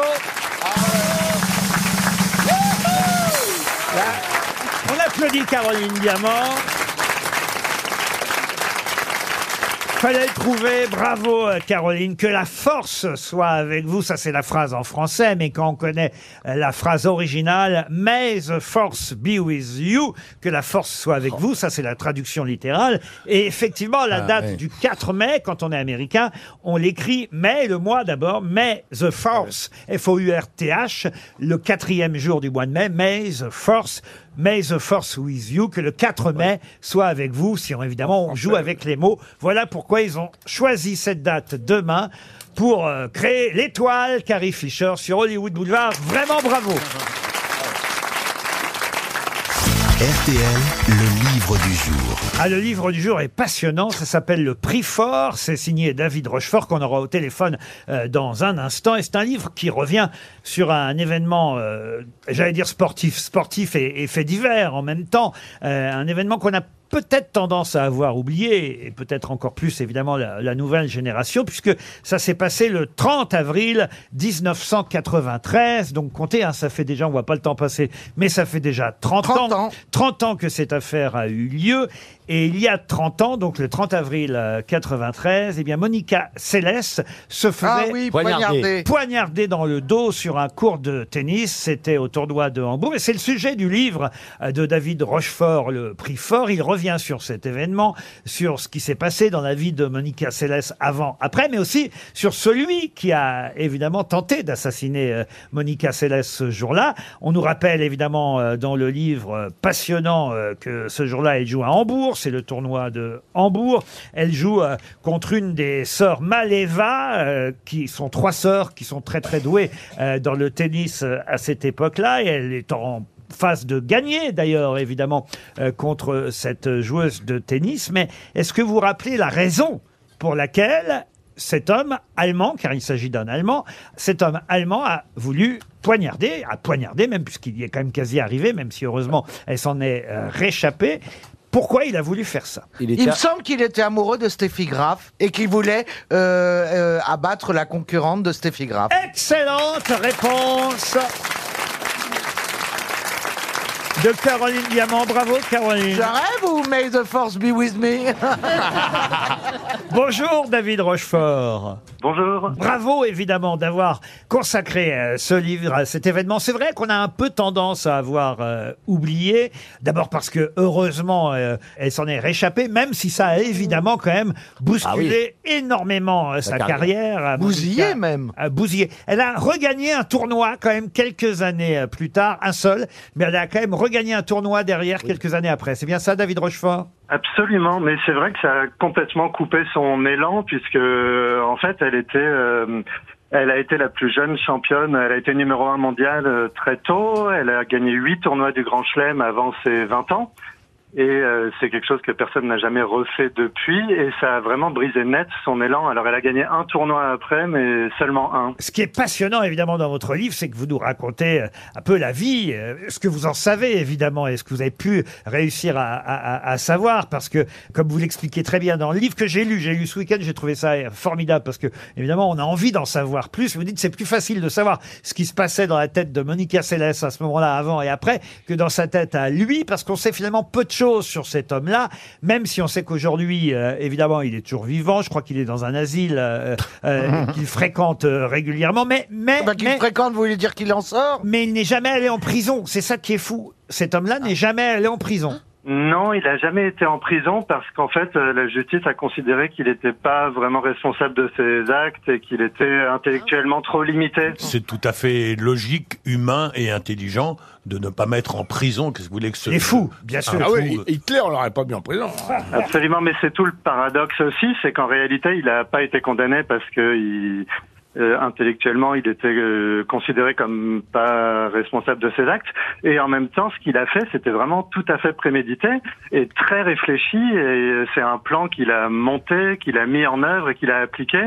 Speaker 2: Là, On applaudit Caroline Diamant. Fallait le trouver, bravo euh, Caroline, que la force soit avec vous, ça c'est la phrase en français, mais quand on connaît euh, la phrase originale, May the force be with you, que la force soit avec vous, ça c'est la traduction littérale. Et effectivement, la
Speaker 16: Oh. Ah,
Speaker 2: date
Speaker 16: oui.
Speaker 2: du 4 mai, quand on est américain, on l'écrit mai le mois d'abord, May the force, F-O-U-R-T-H, le quatrième jour du mois de mai, May the force. May the force with you, que le 4 mai soit avec vous, si on, évidemment on joue avec les mots. Voilà pourquoi ils ont choisi cette date demain pour euh, créer l'étoile Carrie Fisher sur Hollywood Boulevard. Vraiment bravo.
Speaker 1: RTL, le livre du jour.
Speaker 2: Ah, le livre du jour est passionnant, ça s'appelle Le Prix Fort, c'est signé David Rochefort qu'on aura au téléphone euh, dans un instant et c'est un livre qui revient sur un événement, euh, j'allais dire sportif, sportif et, et fait divers en même temps, Euh, un événement qu'on a peut-être tendance à avoir oublié, et peut-être encore plus évidemment la, la nouvelle génération, puisque ça s'est passé le 30 avril 1993, donc comptez, hein, ça fait déjà, on voit pas le temps passer, mais ça fait déjà 30, ans, 30 ans que cette affaire a eu lieu, et il y a 30 ans, donc le 30 avril euh, 93, eh bien Monica Seles se faisait
Speaker 7: Ah oui, poignardée.
Speaker 2: poignardée dans le dos sur un court de tennis. C'était au tournoi de Hambourg. Et c'est le sujet du livre euh, de David Rochefort, le prix fort. Il revient sur cet événement, sur ce qui s'est passé dans la vie de Monica Seles avant, après, mais aussi sur celui qui a évidemment tenté d'assassiner euh, Monica Seles ce jour-là. On nous rappelle évidemment euh, dans le livre euh, passionnant euh, que ce jour-là, elle joue à Hambourg. C'est le tournoi de Hambourg. Elle joue euh, contre une des sœurs Maleva, euh, qui sont trois sœurs qui sont très très douées euh, dans le tennis euh, à cette époque-là. Et elle est en phase de gagner d'ailleurs évidemment euh, contre cette joueuse de tennis. Mais est-ce que vous vous rappelez la raison pour laquelle cet homme allemand, car il s'agit d'un allemand, cet homme allemand a voulu poignarder, a poignardé même puisqu'il y est quand même quasi arrivé, même si heureusement elle s'en est euh, réchappée. Pourquoi il a voulu faire ça
Speaker 7: Il me semble qu'il était amoureux de Steffi Graf et qu'il voulait euh, euh, abattre la concurrente de Steffi Graf.
Speaker 2: Excellente réponse de Caroline Diamant. Bravo, Caroline.
Speaker 7: Je rêve ou May the Force be with me
Speaker 2: Bonjour, David Rochefort.
Speaker 17: Bonjour.
Speaker 2: Bravo, évidemment, d'avoir consacré euh, ce livre à cet événement. C'est vrai qu'on a un peu tendance à avoir euh, oublié. D'abord parce que, heureusement, euh, elle s'en est réchappée, même si ça a évidemment quand même bousculé énormément euh, sa
Speaker 7: Ah carrière.
Speaker 2: carrière. à
Speaker 7: Bousillé
Speaker 2: Monica.
Speaker 7: même.
Speaker 2: à bousiller. Elle a regagné un tournoi quand même quelques années euh, plus tard, un seul, mais elle a quand même regagné un tournoi derrière quelques années après. C'est bien ça, David Rochefort
Speaker 17: Absolument, mais c'est vrai que ça a complètement coupé son élan puisque euh, en fait elle était euh,
Speaker 16: Elle a été la plus jeune championne. Elle a été numéro un mondiale euh, très tôt. Elle a gagné huit tournois du Grand Chelem avant ses 20 ans. Et euh, c'est quelque chose que personne n'a jamais refait depuis. Et ça a vraiment brisé net son élan. Alors elle a gagné un tournoi après, mais seulement un.
Speaker 2: Ce qui est passionnant, évidemment, dans votre livre, c'est que vous nous racontez euh, un peu la vie, euh, ce que vous en savez, évidemment, et ce que vous avez pu réussir à, à- à- à savoir, parce que, comme vous l'expliquez très bien dans le livre que j'ai lu, j'ai lu ce week-end, j'ai trouvé ça euh, formidable, parce que, évidemment, on a envie d'en savoir plus. Vous dites, c'est plus facile de savoir ce qui se passait dans la tête de Monica Seles à ce moment-là, avant et après, que dans sa tête à lui, parce qu'on sait finalement peu de choses sur cet homme-là, même si on sait qu'aujourd'hui, euh, évidemment, il est toujours vivant, je crois qu'il est dans un asile euh, euh, qu'il fréquente euh, régulièrement, mais... mais Ah bah, qu'il fréquente, vous voulez dire qu'il en sort Mais il n'est jamais allé en prison, c'est ça qui est fou. Cet homme-là n'est jamais allé en prison.
Speaker 16: Non, il n'a jamais été en prison parce qu'en fait, euh, la justice a considéré qu'il n'était pas vraiment responsable de ses actes et qu'il était intellectuellement trop limité.
Speaker 8: C'est tout à fait logique, humain et intelligent de ne pas mettre en prison. Qu'est-ce que vous voulez que ce.
Speaker 16: Les fous, bien sûr.
Speaker 8: Un
Speaker 16: Ah
Speaker 8: fou,
Speaker 16: oui,
Speaker 8: euh,
Speaker 15: Hitler, on l'aurait pas mis en prison.
Speaker 16: Absolument, mais c'est tout le paradoxe aussi, c'est qu'en réalité, il n'a pas été condamné parce que il- euh, intellectuellement, il était euh, considéré comme pas responsable de ses actes. Et en même temps, ce qu'il a fait, c'était vraiment tout à fait prémédité et très réfléchi. Et euh, c'est un plan qu'il a monté, qu'il a mis en œuvre et qu'il a appliqué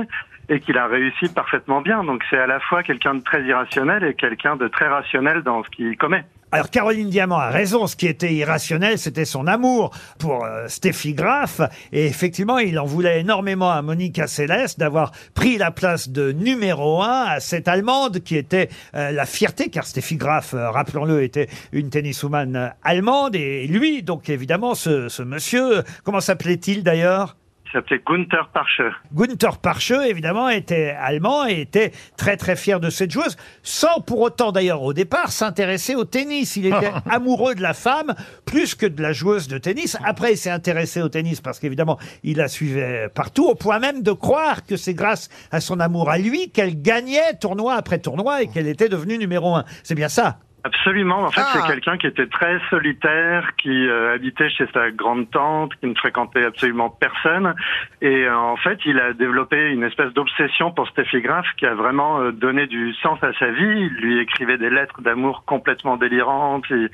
Speaker 16: et qu'il a réussi parfaitement bien. Donc c'est à la fois quelqu'un de très irrationnel et quelqu'un de très rationnel dans ce qu'il commet.
Speaker 2: Alors Caroline Diamant a raison, ce qui était irrationnel, c'était son amour pour euh, Steffi Graf. Et effectivement, il en voulait énormément à Monica Seles d'avoir pris la place de numéro un à cette Allemande qui était euh, la fierté, car Steffi Graf, euh, rappelons-le, était une tenniswoman euh, allemande. Et lui, donc évidemment, ce, ce monsieur, euh, comment s'appelait-il d'ailleurs
Speaker 16: Il s'appelait Gunther Parche.
Speaker 2: Gunther Parcheux, évidemment, était allemand et était très très fier de cette joueuse, sans pour autant d'ailleurs au départ s'intéresser au tennis. Il était amoureux de la femme plus que de la joueuse de tennis. Après, il s'est intéressé au tennis parce qu'évidemment, il la suivait partout, au point même de croire que c'est grâce à son amour à lui qu'elle gagnait tournoi après tournoi et qu'elle était devenue numéro un. C'est bien ça
Speaker 16: Absolument. En fait, c'est quelqu'un qui était très solitaire, qui euh, habitait chez sa grande tante, qui ne fréquentait absolument personne. Et euh, en fait, il a développé une espèce d'obsession pour Steffi Graf qui a vraiment euh, donné du sens à sa vie. Il lui écrivait des lettres d'amour complètement délirantes. Et,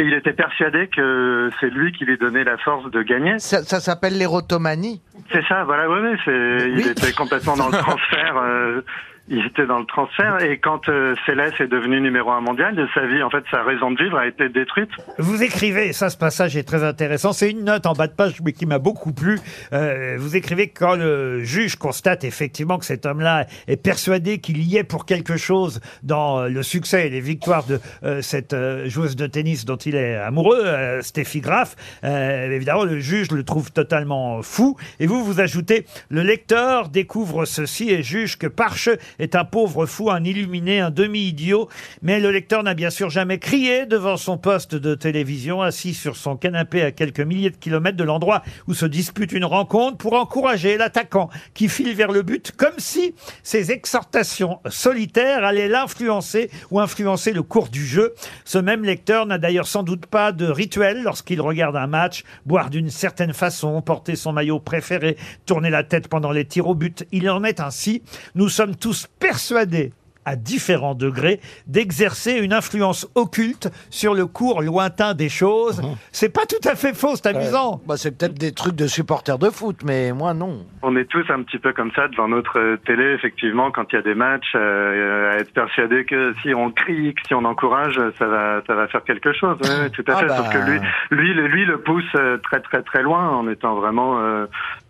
Speaker 16: et il était persuadé que c'est lui qui lui donnait la force de gagner.
Speaker 7: Ça, ça s'appelle l'érotomanie.
Speaker 16: C'est ça, voilà, ouais, ouais, c'est, il était
Speaker 7: [LAUGHS]
Speaker 16: complètement dans le transfert. euh, il était dans le transfert et quand euh, Céleste est devenue numéro un mondial, de sa vie, en fait, sa raison de vivre a été détruite.
Speaker 2: Vous écrivez, et ça ce passage est très intéressant, c'est une note en bas de page mais qui m'a beaucoup plu. Euh, vous écrivez que quand le juge constate effectivement que cet homme-là est persuadé qu'il y est pour quelque chose dans euh, le succès et les victoires de euh, cette euh, joueuse de tennis dont il est amoureux, euh, Steffi Graf, euh, évidemment le juge le trouve totalement fou. Et vous, vous ajoutez, le lecteur découvre ceci et juge que Parche est un pauvre fou, un illuminé, un demi-idiot. Mais le lecteur n'a bien sûr jamais crié devant son poste de télévision, assis sur son canapé à quelques milliers de kilomètres de l'endroit où se dispute une rencontre pour encourager l'attaquant qui file vers le but comme si ses exhortations solitaires allaient l'influencer ou influencer le cours du jeu. Ce même lecteur n'a d'ailleurs sans doute pas de rituel lorsqu'il regarde un match, boire d'une certaine façon, porter son maillot préféré, tourner la tête pendant les tirs au but. Il en est ainsi. Nous sommes tous persuadés à différents degrés, d'exercer une influence occulte sur le cours lointain des choses. C'est pas tout à fait faux, c'est amusant.
Speaker 7: Mmh. Bah, c'est peut-être des trucs de supporters de foot, mais moi non.
Speaker 16: On est tous un petit peu comme ça devant notre euh, télé, effectivement, quand il y a des matchs, euh, à être persuadé que si on crie, que si on encourage, euh, ça va, ça va faire quelque chose. Ouais, ouais, tout à
Speaker 7: Ah
Speaker 16: fait.
Speaker 7: bah.
Speaker 16: Sauf que lui, lui, le- lui le pousse euh, très, très, très loin en étant vraiment, euh,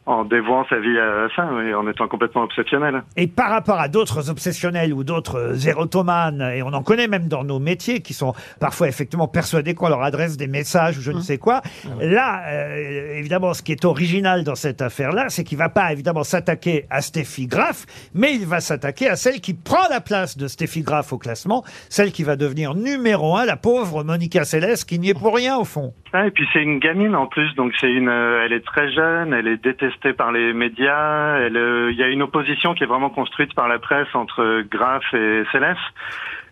Speaker 16: en dévouant sa vie à ça, oui, en étant complètement obsessionnel.
Speaker 2: Et par rapport à d'autres obsessionnels ou d'autres érotomanes, et on en connaît même dans nos métiers, qui sont parfois effectivement persuadés qu'on leur adresse des messages ou je ne sais quoi, là, euh, évidemment, ce qui est original dans cette affaire-là, c'est qu'il va pas évidemment s'attaquer à Steffi Graf, mais il va s'attaquer à celle qui prend la place de Steffi Graf au classement, celle qui va devenir numéro un, la pauvre Monica Seles, qui n'y est pour rien au fond.
Speaker 16: Ah, et puis c'est une gamine en plus, donc c'est une, euh, elle est très jeune, elle est détestée par les médias. elle, euh, Il y a une opposition qui est vraiment construite par la presse entre euh, Graff et Céleste.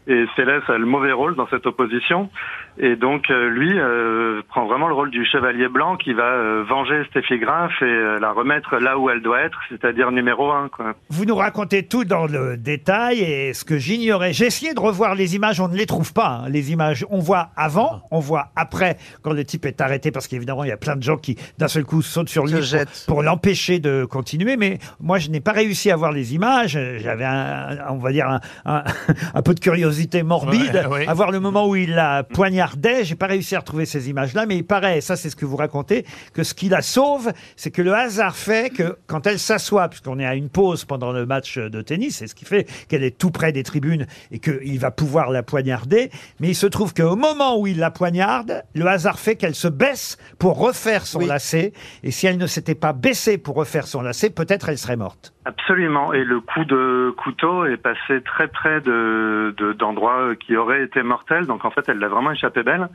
Speaker 16: Et Céleste a le mauvais rôle dans cette opposition. Et donc euh, lui euh, prend vraiment le rôle du chevalier blanc qui va euh, venger Steffi Graf et euh, la remettre là où elle doit être, c'est-à-dire numéro un. Quoi.
Speaker 2: Vous nous racontez tout dans le détail et ce que j'ignorais. J'ai essayé de revoir les images, on ne les trouve pas. hein. Les images, on voit avant, on voit après quand le type est arrêté parce qu'évidemment il y a plein de gens qui d'un seul coup sautent sur lui
Speaker 7: Se
Speaker 2: pour,
Speaker 7: jettent.
Speaker 2: pour l'empêcher de continuer. Mais moi je n'ai pas réussi à voir les images. J'avais un, on va dire un, un- [LAUGHS] un peu de curiosité morbide
Speaker 8: Ouais, oui.
Speaker 2: à voir le moment où il la poignardait. J'ai pas réussi à retrouver ces images-là, mais il paraît, et ça c'est ce que vous racontez, que ce qui la sauve, c'est que le hasard fait que quand elle s'assoit, puisqu'on est à une pause pendant le match de tennis, c'est ce qui fait qu'elle est tout près des tribunes et qu'il va pouvoir la poignarder. Mais il se trouve qu'au moment où il la poignarde, le hasard fait qu'elle se baisse pour refaire son lacet. Et si elle ne s'était pas baissée pour refaire son lacet, peut-être elle
Speaker 16: [LAUGHS]
Speaker 2: serait morte. [LAUGHS]
Speaker 16: Absolument. Et le coup de couteau est passé très près de de- d'endroits euh, qui auraient été mortels. Donc en fait, elle l'a vraiment échappé belle.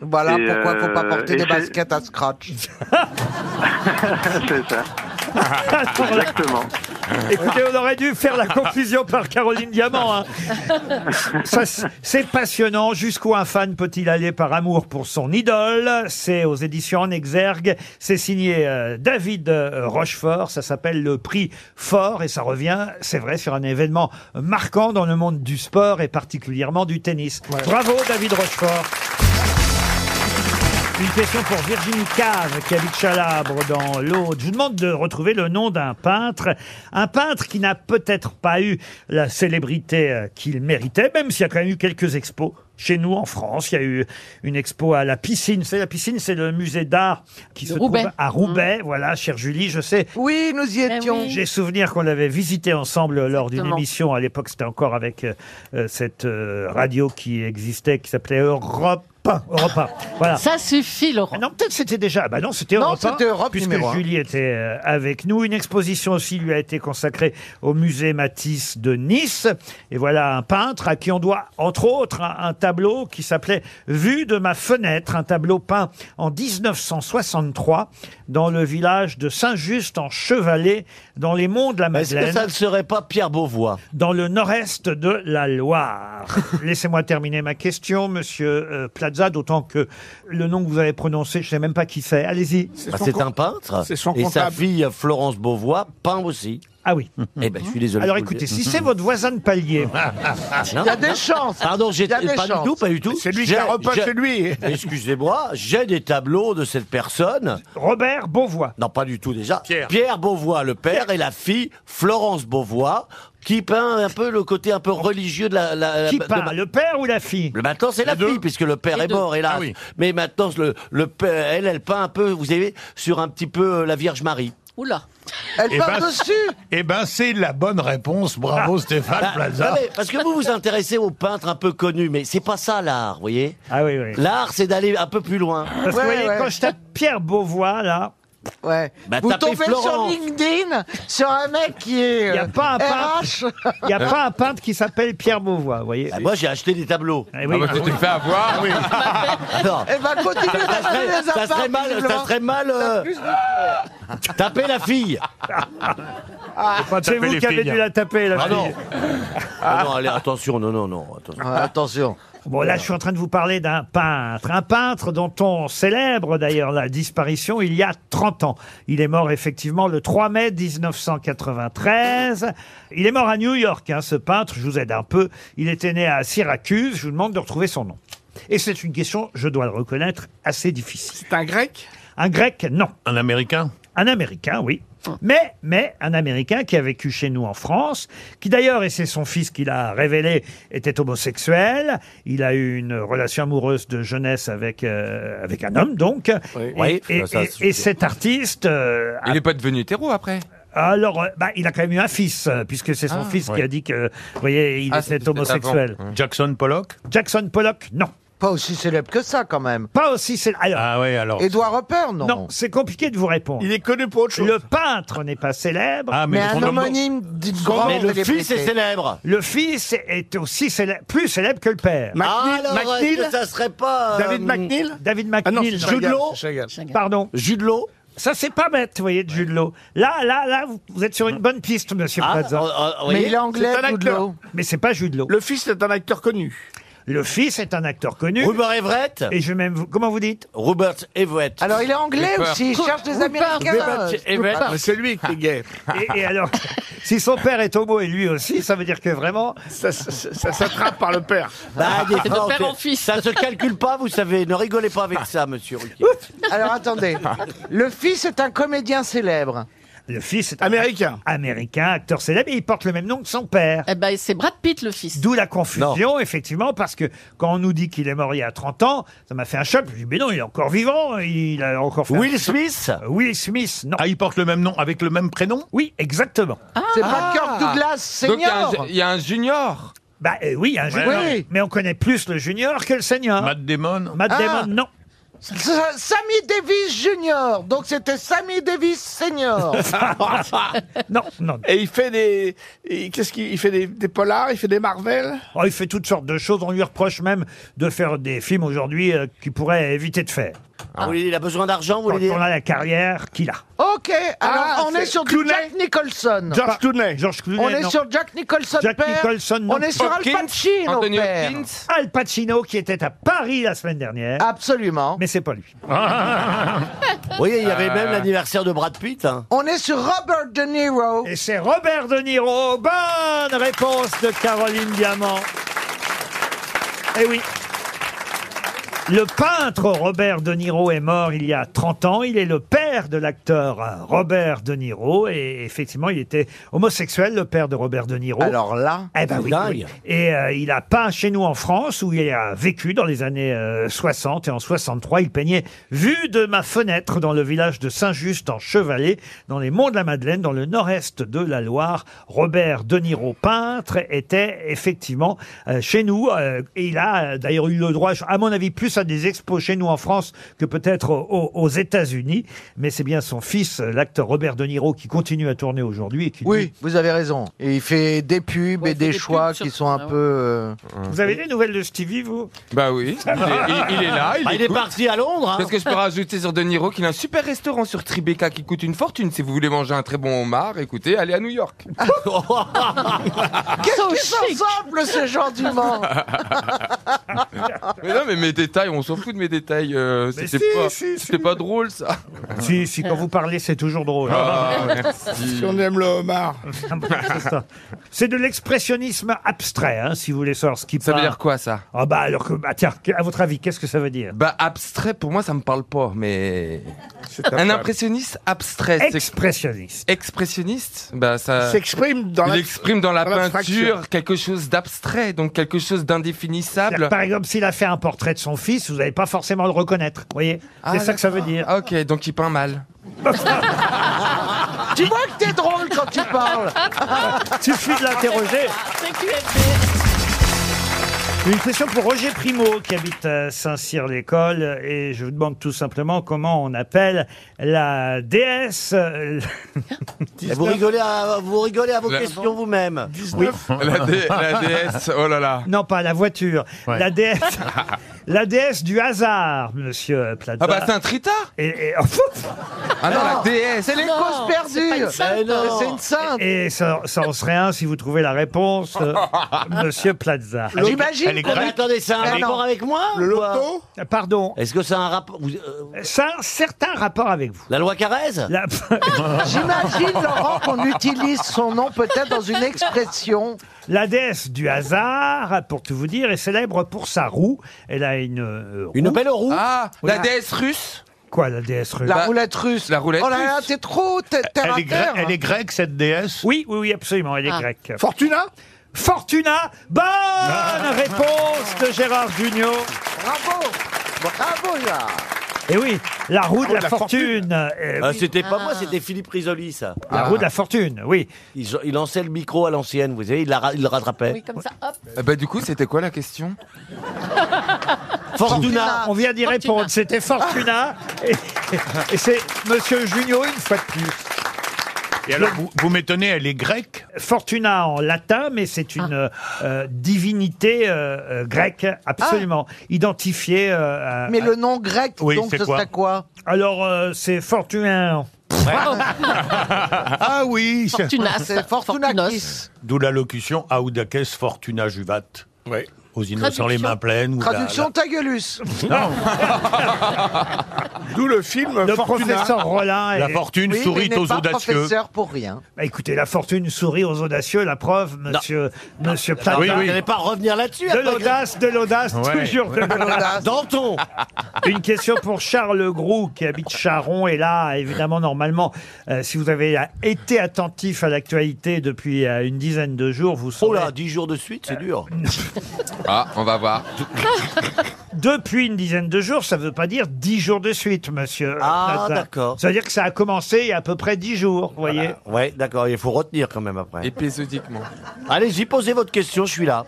Speaker 7: Voilà
Speaker 16: Et,
Speaker 7: pourquoi faut pas
Speaker 16: euh,
Speaker 7: porter
Speaker 16: et
Speaker 7: des
Speaker 16: c'est-
Speaker 7: baskets à
Speaker 2: [LAUGHS]
Speaker 7: scratch.
Speaker 16: [LAUGHS] C'est
Speaker 2: Bah,
Speaker 16: ça. Exactement.
Speaker 2: Ah, Écoutez, on aurait dû faire la conclusion par Caroline Diamant. hein. Ça, c- c'est passionnant. Jusqu'où un fan peut-il aller par amour pour son idole C'est aux éditions En Exergue. C'est signé euh, David euh, Rochefort. Ça s'appelle le prix fort et ça revient, c'est vrai, sur un événement marquant dans le monde du sport et particulièrement du tennis. Bravo David Rochefort. Une question pour Virginie Cave, qui habite Chalabre, dans l'Aude. Je vous demande de retrouver le nom d'un peintre. Un peintre qui n'a peut-être pas eu la célébrité euh, qu'il méritait, même s'il y a quand même eu quelques expos. Chez nous, en France, il y a eu une expo à la piscine. C'est la piscine, c'est le musée d'art qui se
Speaker 7: Roubaix. Mmh. Eh
Speaker 2: trouve à Roubaix. Voilà, chère Julie, je sais.
Speaker 7: Oui, nous y étions.
Speaker 2: J'ai souvenir qu'on l'avait visité ensemble lors d'une
Speaker 7: Exactement.
Speaker 2: émission. À l'époque, c'était encore avec euh, euh, cette euh, radio qui existait, qui s'appelait Europe 1. Europe 1. Voilà.
Speaker 3: Ça suffit, Laurent.
Speaker 2: non, peut-être c'était déjà. Bah non, c'était
Speaker 7: Non,
Speaker 2: Europe 1,
Speaker 7: c'était Europe
Speaker 2: puisque
Speaker 7: numéro un.
Speaker 2: Julie était euh, avec nous. Une exposition aussi lui a été consacrée au musée Matisse de Nice. Et voilà un peintre à qui on doit, entre autres, un, un tableau qui s'appelait Vue de ma fenêtre, un tableau peint en 1963 dans le village de Saint-Just en Chevalet, dans les monts de la
Speaker 13: Est-ce
Speaker 2: Madeleine
Speaker 13: que ça ne serait pas Pierre Beauvois
Speaker 2: dans le nord-est de la Loire. Laissez-moi terminer ma question, monsieur euh, Plaza, d'autant que le nom que vous avez prononcé, je ne sais même pas qui c'est. Allez-y.
Speaker 13: Bah, C'est un peintre.
Speaker 2: C'est son
Speaker 13: Et sa
Speaker 2: comptable.
Speaker 13: fille Florence Beauvois peint aussi.
Speaker 2: Ah oui.
Speaker 13: Eh ben, je suis désolé.
Speaker 2: Alors
Speaker 13: de vous le
Speaker 2: écoutez,
Speaker 13: dire.
Speaker 2: si c'est votre voisin de palier,
Speaker 13: [LAUGHS] Ah, Non.
Speaker 7: Il y a des chances.
Speaker 13: Pardon, j'ai
Speaker 7: Il y a
Speaker 13: pas
Speaker 7: des
Speaker 13: du
Speaker 7: chances.
Speaker 13: tout, pas du tout.
Speaker 7: C'est lui
Speaker 13: J'ai-
Speaker 7: qui a repeint
Speaker 13: j'ai-
Speaker 7: chez lui.
Speaker 13: [LAUGHS] Excusez-moi, j'ai des tableaux de cette personne.
Speaker 2: Robert Beauvois.
Speaker 13: Non, pas du tout déjà. Pierre, Beauvois, le père et la fille Florence Beauvois, qui peint un peu le côté un peu religieux de la. la-
Speaker 2: qui
Speaker 13: la- de
Speaker 2: peint,
Speaker 13: ma-
Speaker 2: le père ou la fille
Speaker 13: Mais maintenant, c'est la fille, puisque le père
Speaker 2: Les
Speaker 13: est
Speaker 2: deux.
Speaker 13: mort, hélas.
Speaker 2: Ah oui.
Speaker 13: Mais maintenant, le, le père, elle, elle peint un peu, vous savez, sur un petit peu euh, la Vierge Marie.
Speaker 3: Oula.
Speaker 7: Elle
Speaker 8: Eh
Speaker 7: part
Speaker 8: ben,
Speaker 7: dessus.
Speaker 8: Eh ben, c'est la bonne réponse. Bravo,
Speaker 2: Ah,
Speaker 8: Stéphane
Speaker 5: Ah,
Speaker 13: Bah,
Speaker 8: Plaza.
Speaker 13: non, mais parce que vous vous intéressez aux peintres un peu connus, mais c'est pas ça l'art, vous voyez
Speaker 2: Ah oui, oui.
Speaker 13: L'art, c'est d'aller un peu plus loin.
Speaker 2: Parce que vous voyez, quand je tape Pierre Beauvois, là.
Speaker 7: Ouais.
Speaker 13: Bah,
Speaker 7: Vous
Speaker 13: tapez
Speaker 7: tombez sur
Speaker 13: [LAUGHS] Florent.
Speaker 7: LinkedIn sur un mec qui est
Speaker 2: Il n'y a
Speaker 7: euh,
Speaker 2: pas un peintre,
Speaker 7: RH.
Speaker 2: il y a pas un peintre qui s'appelle Pierre Beauvois, vous voyez.
Speaker 13: Ah, Moi, j'ai acheté des tableaux.
Speaker 2: Eh oui.
Speaker 6: Ah bah, tu t'es fait avoir,
Speaker 7: [LAUGHS]
Speaker 6: oui.
Speaker 13: [LAUGHS] Non.
Speaker 7: Eh ben, continue
Speaker 13: Ça
Speaker 7: d'acheter
Speaker 13: serait-
Speaker 7: des
Speaker 13: ça
Speaker 7: apparts,
Speaker 13: serait mal,
Speaker 7: visiblement.
Speaker 13: ça serait mal euh, taper la fille.
Speaker 2: Ah.
Speaker 7: Ah.
Speaker 2: C'est vous qui avez
Speaker 7: hein.
Speaker 2: dû
Speaker 15: hein.
Speaker 2: la taper, la
Speaker 13: Ah
Speaker 2: fille.
Speaker 13: non. Ah non, allez, attention, non, non, non. Attention.
Speaker 7: attention.
Speaker 2: Bon, là, je suis en train de vous parler d'un peintre. Un peintre dont on célèbre d'ailleurs la disparition il y a 30 ans. Il est mort effectivement le 3 mai 1993. Il est mort à New York, hein, ce peintre. Je vous aide un peu. Il était né à Syracuse. Je vous demande de retrouver son nom. Et c'est une question, je dois le reconnaître, assez difficile. C'est un grec Un grec, non.
Speaker 8: Un Américain
Speaker 2: Un Américain, oui. Mais, mais un Américain qui a vécu chez nous en France, qui d'ailleurs, et c'est son fils qui l'a révélé, était homosexuel. Il a eu une relation amoureuse de jeunesse avec, euh, avec un homme, donc. Et,
Speaker 6: Oui,
Speaker 2: et-
Speaker 6: ça, ça,
Speaker 2: et-
Speaker 6: c'est
Speaker 2: et
Speaker 6: sûr.
Speaker 2: cet artiste... euh,
Speaker 6: Il n'est pas devenu hétéro après.
Speaker 2: alors, euh, bah, il a quand même eu un fils, euh, puisque c'est son
Speaker 6: Ah.
Speaker 2: fils qui
Speaker 6: Ouais.
Speaker 2: a dit que, vous voyez, il
Speaker 6: Ah, c'était
Speaker 2: était homosexuel.
Speaker 6: avant.
Speaker 8: Mmh. Jackson Pollock
Speaker 2: Jackson Pollock, non.
Speaker 7: Pas aussi célèbre que ça, quand même.
Speaker 2: Pas aussi célèbre. Alors,
Speaker 8: Ah ouais, alors.
Speaker 7: Edouard Hopper, non.
Speaker 2: non, c'est compliqué de vous répondre.
Speaker 15: Il est connu pour autre chose.
Speaker 2: Le peintre n'est pas célèbre.
Speaker 8: Ah,
Speaker 7: Mais, un homonyme d'une
Speaker 2: Son
Speaker 7: grande
Speaker 2: nom.
Speaker 13: Le fils
Speaker 7: célébrité.
Speaker 13: est célèbre.
Speaker 2: Le fils est aussi célèbre, plus célèbre que le père.
Speaker 13: Ah,
Speaker 15: McNeil,
Speaker 13: alors,
Speaker 15: McNeil
Speaker 13: est-ce que ça serait pas. euh,
Speaker 15: David McNeil
Speaker 2: David
Speaker 15: Ah non, c'est
Speaker 2: McNeil. non.
Speaker 15: Chagall,
Speaker 13: Jude Law.
Speaker 15: c'est Chagall.
Speaker 2: Pardon.
Speaker 13: Jude Law
Speaker 2: Ça, c'est pas bête, vous voyez, de Jude Law. Là, là, là, vous- vous êtes sur une bonne piste, monsieur
Speaker 13: Ah, euh,
Speaker 2: Plaza.
Speaker 13: euh, vous
Speaker 7: Mais
Speaker 13: voyez
Speaker 7: il est anglais,
Speaker 15: C'est un
Speaker 7: Jude Law.
Speaker 15: acteur.
Speaker 2: Mais c'est pas Jude Law.
Speaker 15: Le fils est un acteur connu.
Speaker 2: Le fils est un acteur connu. Robert Everett. Et je vais même. vous- Comment vous dites
Speaker 13: Robert Everett.
Speaker 7: Alors, il est anglais
Speaker 2: Rupert.
Speaker 7: aussi, il cherche des Américains. Ah,
Speaker 2: Rupert.
Speaker 15: Mais c'est lui qui est gay.
Speaker 2: Et, et alors, [LAUGHS] si son père est homo et lui aussi, ça veut dire que vraiment.
Speaker 15: Ça, s'attrape par le père.
Speaker 7: Ah.
Speaker 13: Bah, des fois, on fait-
Speaker 7: fils.
Speaker 13: Ça se calcule pas, vous savez. Ne rigolez pas
Speaker 15: Ah.
Speaker 13: avec ça, monsieur Ruquier.
Speaker 7: Alors attendez. Le fils est un comédien célèbre.
Speaker 2: Le fils est américain. Américain, acteur célèbre, et il porte le même nom que son père.
Speaker 3: Eh ben, c'est Brad Pitt, le fils.
Speaker 2: D'où la confusion, effectivement, parce que quand on nous dit qu'il est mort il y a 30 ans, ça m'a fait un choc. Je me dis, mais non, il est encore vivant, il a encore fait.
Speaker 8: Will
Speaker 2: Smith Will Smith, non.
Speaker 8: Ah, il porte le même nom, avec le même prénom
Speaker 2: Oui, exactement.
Speaker 7: C'est pas Ah. Kirk
Speaker 8: Ah.
Speaker 7: Douglas
Speaker 6: Donc, il y a
Speaker 7: senior.
Speaker 6: un- il y, a un junior.
Speaker 2: Bah euh, oui, il y a un
Speaker 6: Ouais,
Speaker 2: junior.
Speaker 6: oui.
Speaker 2: Mais on connaît plus le junior que le senior. Matt
Speaker 8: Damon
Speaker 2: Matt
Speaker 7: Ah.
Speaker 2: Damon, non.
Speaker 7: Sa- Sammy Davis Junior. Donc c'était Sammy Davis
Speaker 2: [LAUGHS]
Speaker 7: Senior.
Speaker 2: non, non.
Speaker 15: Et il fait des. il- Qu'est-ce qu'il il fait des, des polars, il fait des Marvel
Speaker 2: Oh, il fait toutes sortes de choses. On lui reproche même de faire des films aujourd'hui euh, qu'il pourrait éviter de faire.
Speaker 13: Ah oui, il a besoin d'argent, vous
Speaker 2: Quand
Speaker 13: voulez dire
Speaker 2: on a la carrière qu'il a.
Speaker 7: Ok, alors
Speaker 15: Ah,
Speaker 7: on est
Speaker 15: c'est
Speaker 7: sur du
Speaker 15: Clooney
Speaker 7: Jack Nicholson.
Speaker 15: George Clooney.
Speaker 2: George Clooney,
Speaker 7: on est
Speaker 2: non.
Speaker 7: sur Jack Nicholson
Speaker 2: Jack
Speaker 7: père.
Speaker 2: Nicholson, non.
Speaker 7: On est sur Al
Speaker 2: Hopkins,
Speaker 7: Pacino
Speaker 2: Anthony
Speaker 7: père.
Speaker 2: Hopkins. Al Pacino qui était à Paris la semaine dernière.
Speaker 7: Absolument.
Speaker 2: Mais c'est
Speaker 13: [LAUGHS]
Speaker 2: pas lui.
Speaker 13: Oui, il y avait
Speaker 2: Euh.
Speaker 13: même l'anniversaire de Brad Pitt. hein.
Speaker 7: On est sur Robert De Niro.
Speaker 2: Et c'est Robert De Niro. Bonne réponse de Caroline Diamant. Eh oui. Le peintre Robert De Niro est mort il y a 30 ans. Il est le père de l'acteur euh, Robert De Niro. Et effectivement, il était homosexuel, le père de Robert De Niro.
Speaker 7: Alors là,
Speaker 2: Eh ben oui,
Speaker 7: dingue.
Speaker 2: oui. Et euh, il a peint chez nous en France, où il a vécu dans les années euh, 60 et en 63. Il peignait Vue de ma fenêtre dans le village de Saint-Just en Chevalet, dans les monts de la Madeleine, dans le nord-est de la Loire. Robert De Niro, peintre, était effectivement euh, chez nous. euh, et il a euh, d'ailleurs eu le droit, à mon avis, plus à des expos chez nous en France que peut-être aux, aux États-Unis. Mais c'est bien son fils, euh, l'acteur Robert De Niro, qui continue à tourner aujourd'hui. et qui,
Speaker 7: Oui, vous avez raison. Et il fait des pubs et des choix qui sont un peu. euh,
Speaker 2: Vous avez des nouvelles de Stevie, vous
Speaker 6: Bah oui, il est, il- il est là.
Speaker 13: Ah, il est
Speaker 6: écoute.
Speaker 13: parti à Londres, hein.
Speaker 6: Qu'est-ce que je peux rajouter sur De Niro Qu'il a un super restaurant sur Tribeca qui coûte une fortune. Si vous voulez manger un très bon homard, écoutez, allez à New
Speaker 2: [LAUGHS]
Speaker 6: York.
Speaker 7: Qu'est-ce qu'ils sont simples, ces gens du Mans
Speaker 6: mais non, mais mes détails, on s'en fout de mes détails. euh,
Speaker 2: Mais
Speaker 6: C'était
Speaker 2: si,
Speaker 6: pas,
Speaker 2: si, si.
Speaker 6: c'était pas drôle ça.
Speaker 2: Si, si, quand vous parlez, c'est toujours drôle.
Speaker 6: Ah, merci.
Speaker 15: Si on aime le homard.
Speaker 2: [LAUGHS] C'est ça. C'est de l'expressionnisme abstrait, hein, si vous voulez savoir ce qui
Speaker 6: Ça veut dire quoi ça
Speaker 2: Ah bah alors que, bah tiens, à votre avis, qu'est-ce que ça veut dire
Speaker 6: Bah abstrait, pour moi, ça me parle pas, mais
Speaker 2: un
Speaker 6: un
Speaker 2: peu-
Speaker 6: impressionniste abstrait. c'est-
Speaker 2: Expressionniste.
Speaker 6: Expressionniste, bah ça.
Speaker 15: S'exprime dans
Speaker 6: Il
Speaker 15: la-
Speaker 6: exprime dans la
Speaker 15: dans l'abstraction.
Speaker 6: peinture quelque chose d'abstrait, donc quelque chose d'indéfinissable.
Speaker 2: Par exemple, s'il a fait un portrait de son fils, vous n'allez pas forcément le reconnaître, vous voyez C'est ça que ça veut dire.
Speaker 6: Ah, Ok, donc il peint mal.
Speaker 7: Tu vois que t'es drôle quand tu parles
Speaker 2: [LAUGHS] Suffit de l'interroger.
Speaker 3: C'est QFD.
Speaker 2: Une question pour Roger Primo qui habite à Saint-Cyr-l'École et je vous demande tout simplement comment on appelle la déesse. euh,
Speaker 13: Et [LAUGHS] Vous rigolez à, vous rigolez à vos
Speaker 2: La-
Speaker 13: questions vous-même.
Speaker 6: La, dé-
Speaker 2: [LAUGHS]
Speaker 6: la déesse, oh là là.
Speaker 2: Non, pas la voiture.
Speaker 6: [LAUGHS]
Speaker 2: La déesse. La déesse du hasard, monsieur Plaza.
Speaker 6: Ah bah c'est un tritard
Speaker 2: Et, et-
Speaker 6: Ah non, la déesse
Speaker 7: C'est les
Speaker 3: Non,
Speaker 7: causes
Speaker 3: c'est pas
Speaker 7: perdues
Speaker 3: une sainte.
Speaker 13: Ben non.
Speaker 7: C'est une sainte
Speaker 2: et ça, ça en serait un si vous trouvez la réponse, euh, monsieur Plaza.
Speaker 13: Elle est-
Speaker 7: J'imagine
Speaker 13: elle est
Speaker 7: qu'on a-
Speaker 13: grecque. Attendez, c'est un
Speaker 7: Eh non.
Speaker 13: rapport avec moi
Speaker 15: Le
Speaker 13: ou quoi
Speaker 15: loto
Speaker 2: Euh, Pardon,
Speaker 13: Est-ce que c'est un rapport vous- euh,
Speaker 2: ça a un certain rapport avec vous.
Speaker 13: La loi Carrez [LAUGHS]
Speaker 2: La-
Speaker 7: J'imagine, Laurent, qu'on utilise son nom peut-être dans une expression.
Speaker 2: La déesse du hasard, pour tout vous dire, est célèbre pour sa roue. Elle a une euh, roue.
Speaker 13: Une belle roue
Speaker 6: Ah, la
Speaker 2: Oui.
Speaker 6: déesse russe
Speaker 2: Quoi, la déesse russe
Speaker 7: La
Speaker 6: Bah,
Speaker 7: roulette russe.
Speaker 6: la roulette
Speaker 7: Oh là là,
Speaker 6: russe.
Speaker 7: t'es trop t'es- terre
Speaker 8: elle
Speaker 7: à
Speaker 8: est, gre-
Speaker 7: terre.
Speaker 8: elle est grecque, cette déesse
Speaker 2: Oui, oui, oui, absolument, elle est
Speaker 3: Ah.
Speaker 2: grecque.
Speaker 15: Fortuna
Speaker 2: Fortuna, bonne réponse de Gérard Junior.
Speaker 7: Bravo Bravo, là
Speaker 2: Et Eh Ah, oui, la roue
Speaker 5: Oh,
Speaker 2: de la,
Speaker 15: la
Speaker 2: fortune. euh,
Speaker 13: Ah, C'était pas moi, c'était Philippe Risoli, ça.
Speaker 2: La roue de la fortune, oui.
Speaker 13: Il, il lançait le micro à l'ancienne, vous savez, il, la ra- il le rattrapait.
Speaker 3: Oui, comme ça, hop.
Speaker 6: Eh Bah du coup, c'était quoi la question
Speaker 13: Fortuna
Speaker 2: On vient d'y
Speaker 3: Fortuna.
Speaker 2: répondre. C'était Fortuna. Et, [LAUGHS] et c'est Monsieur Junio une fois de plus.
Speaker 8: Et alors, vous, vous [LAUGHS] m'étonnez, elle est grecque
Speaker 2: Fortuna en latin, mais c'est
Speaker 7: Ah.
Speaker 2: une euh, divinité euh, euh, grecque, absolument. Identifiée. euh, à-
Speaker 7: Ah. Mais le nom grec,
Speaker 8: Oui,
Speaker 7: donc,
Speaker 8: c'est
Speaker 7: ce
Speaker 8: quoi
Speaker 7: serait quoi
Speaker 2: Alors, euh, c'est Fortuna.
Speaker 8: Ah oui [LAUGHS]
Speaker 3: Fortunas.
Speaker 7: C'est Fortunatus.
Speaker 8: D'où l'allocution Audakes Fortuna Juvat.
Speaker 15: Oui.
Speaker 8: aux innocents les mains pleines. ou la-
Speaker 7: Traduction
Speaker 8: la-
Speaker 7: Tagulus.
Speaker 8: Non.
Speaker 15: D'où le film
Speaker 2: Le
Speaker 15: Fortuna.
Speaker 2: professeur Rollin.
Speaker 8: La fortune
Speaker 7: Oui, mais il n'est pas professeur pour rien.
Speaker 2: Bah, écoutez, la fortune sourit aux audacieux, la preuve, monsieur, monsieur
Speaker 13: Ah,
Speaker 2: Plaza.
Speaker 13: oui, oui. Vous n'allez pas revenir là-dessus,
Speaker 2: De
Speaker 13: après.
Speaker 2: l'audace, de l'audace,
Speaker 13: Ouais.
Speaker 2: toujours
Speaker 13: [LAUGHS]
Speaker 2: de
Speaker 13: De
Speaker 2: l'audace.
Speaker 13: l'audace.
Speaker 2: Danton [LAUGHS] Une question pour Charles Groux, qui habite Charon. Et là, évidemment, normalement, euh, si vous avez euh, été attentif à l'actualité depuis euh, une dizaine de jours, vous saurez... Euh,
Speaker 13: Ah, 10 jours de suite, c'est dur.
Speaker 6: Ah, on va voir.
Speaker 2: Depuis une dizaine de jours, ça ne veut pas dire dix jours de suite, monsieur. euh,
Speaker 13: Ah,
Speaker 2: Plaza.
Speaker 13: d'accord.
Speaker 2: Ça veut dire que ça a commencé il y a à peu près dix jours, vous voyez
Speaker 13: Ouais, d'accord, il faut retenir quand même après.
Speaker 6: Épisodiquement.
Speaker 13: Allez-y, posez votre question, je suis là.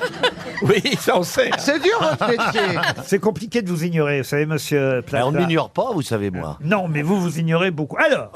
Speaker 15: [LAUGHS] Oui, ça on sait. hein.
Speaker 7: C'est dur votre métier.
Speaker 2: [LAUGHS] C'est compliqué de vous ignorer, vous savez, monsieur Plaza.
Speaker 13: Ben, on ne m'ignore pas, vous savez, moi.
Speaker 2: Non, mais vous, vous ignorez beaucoup. Alors,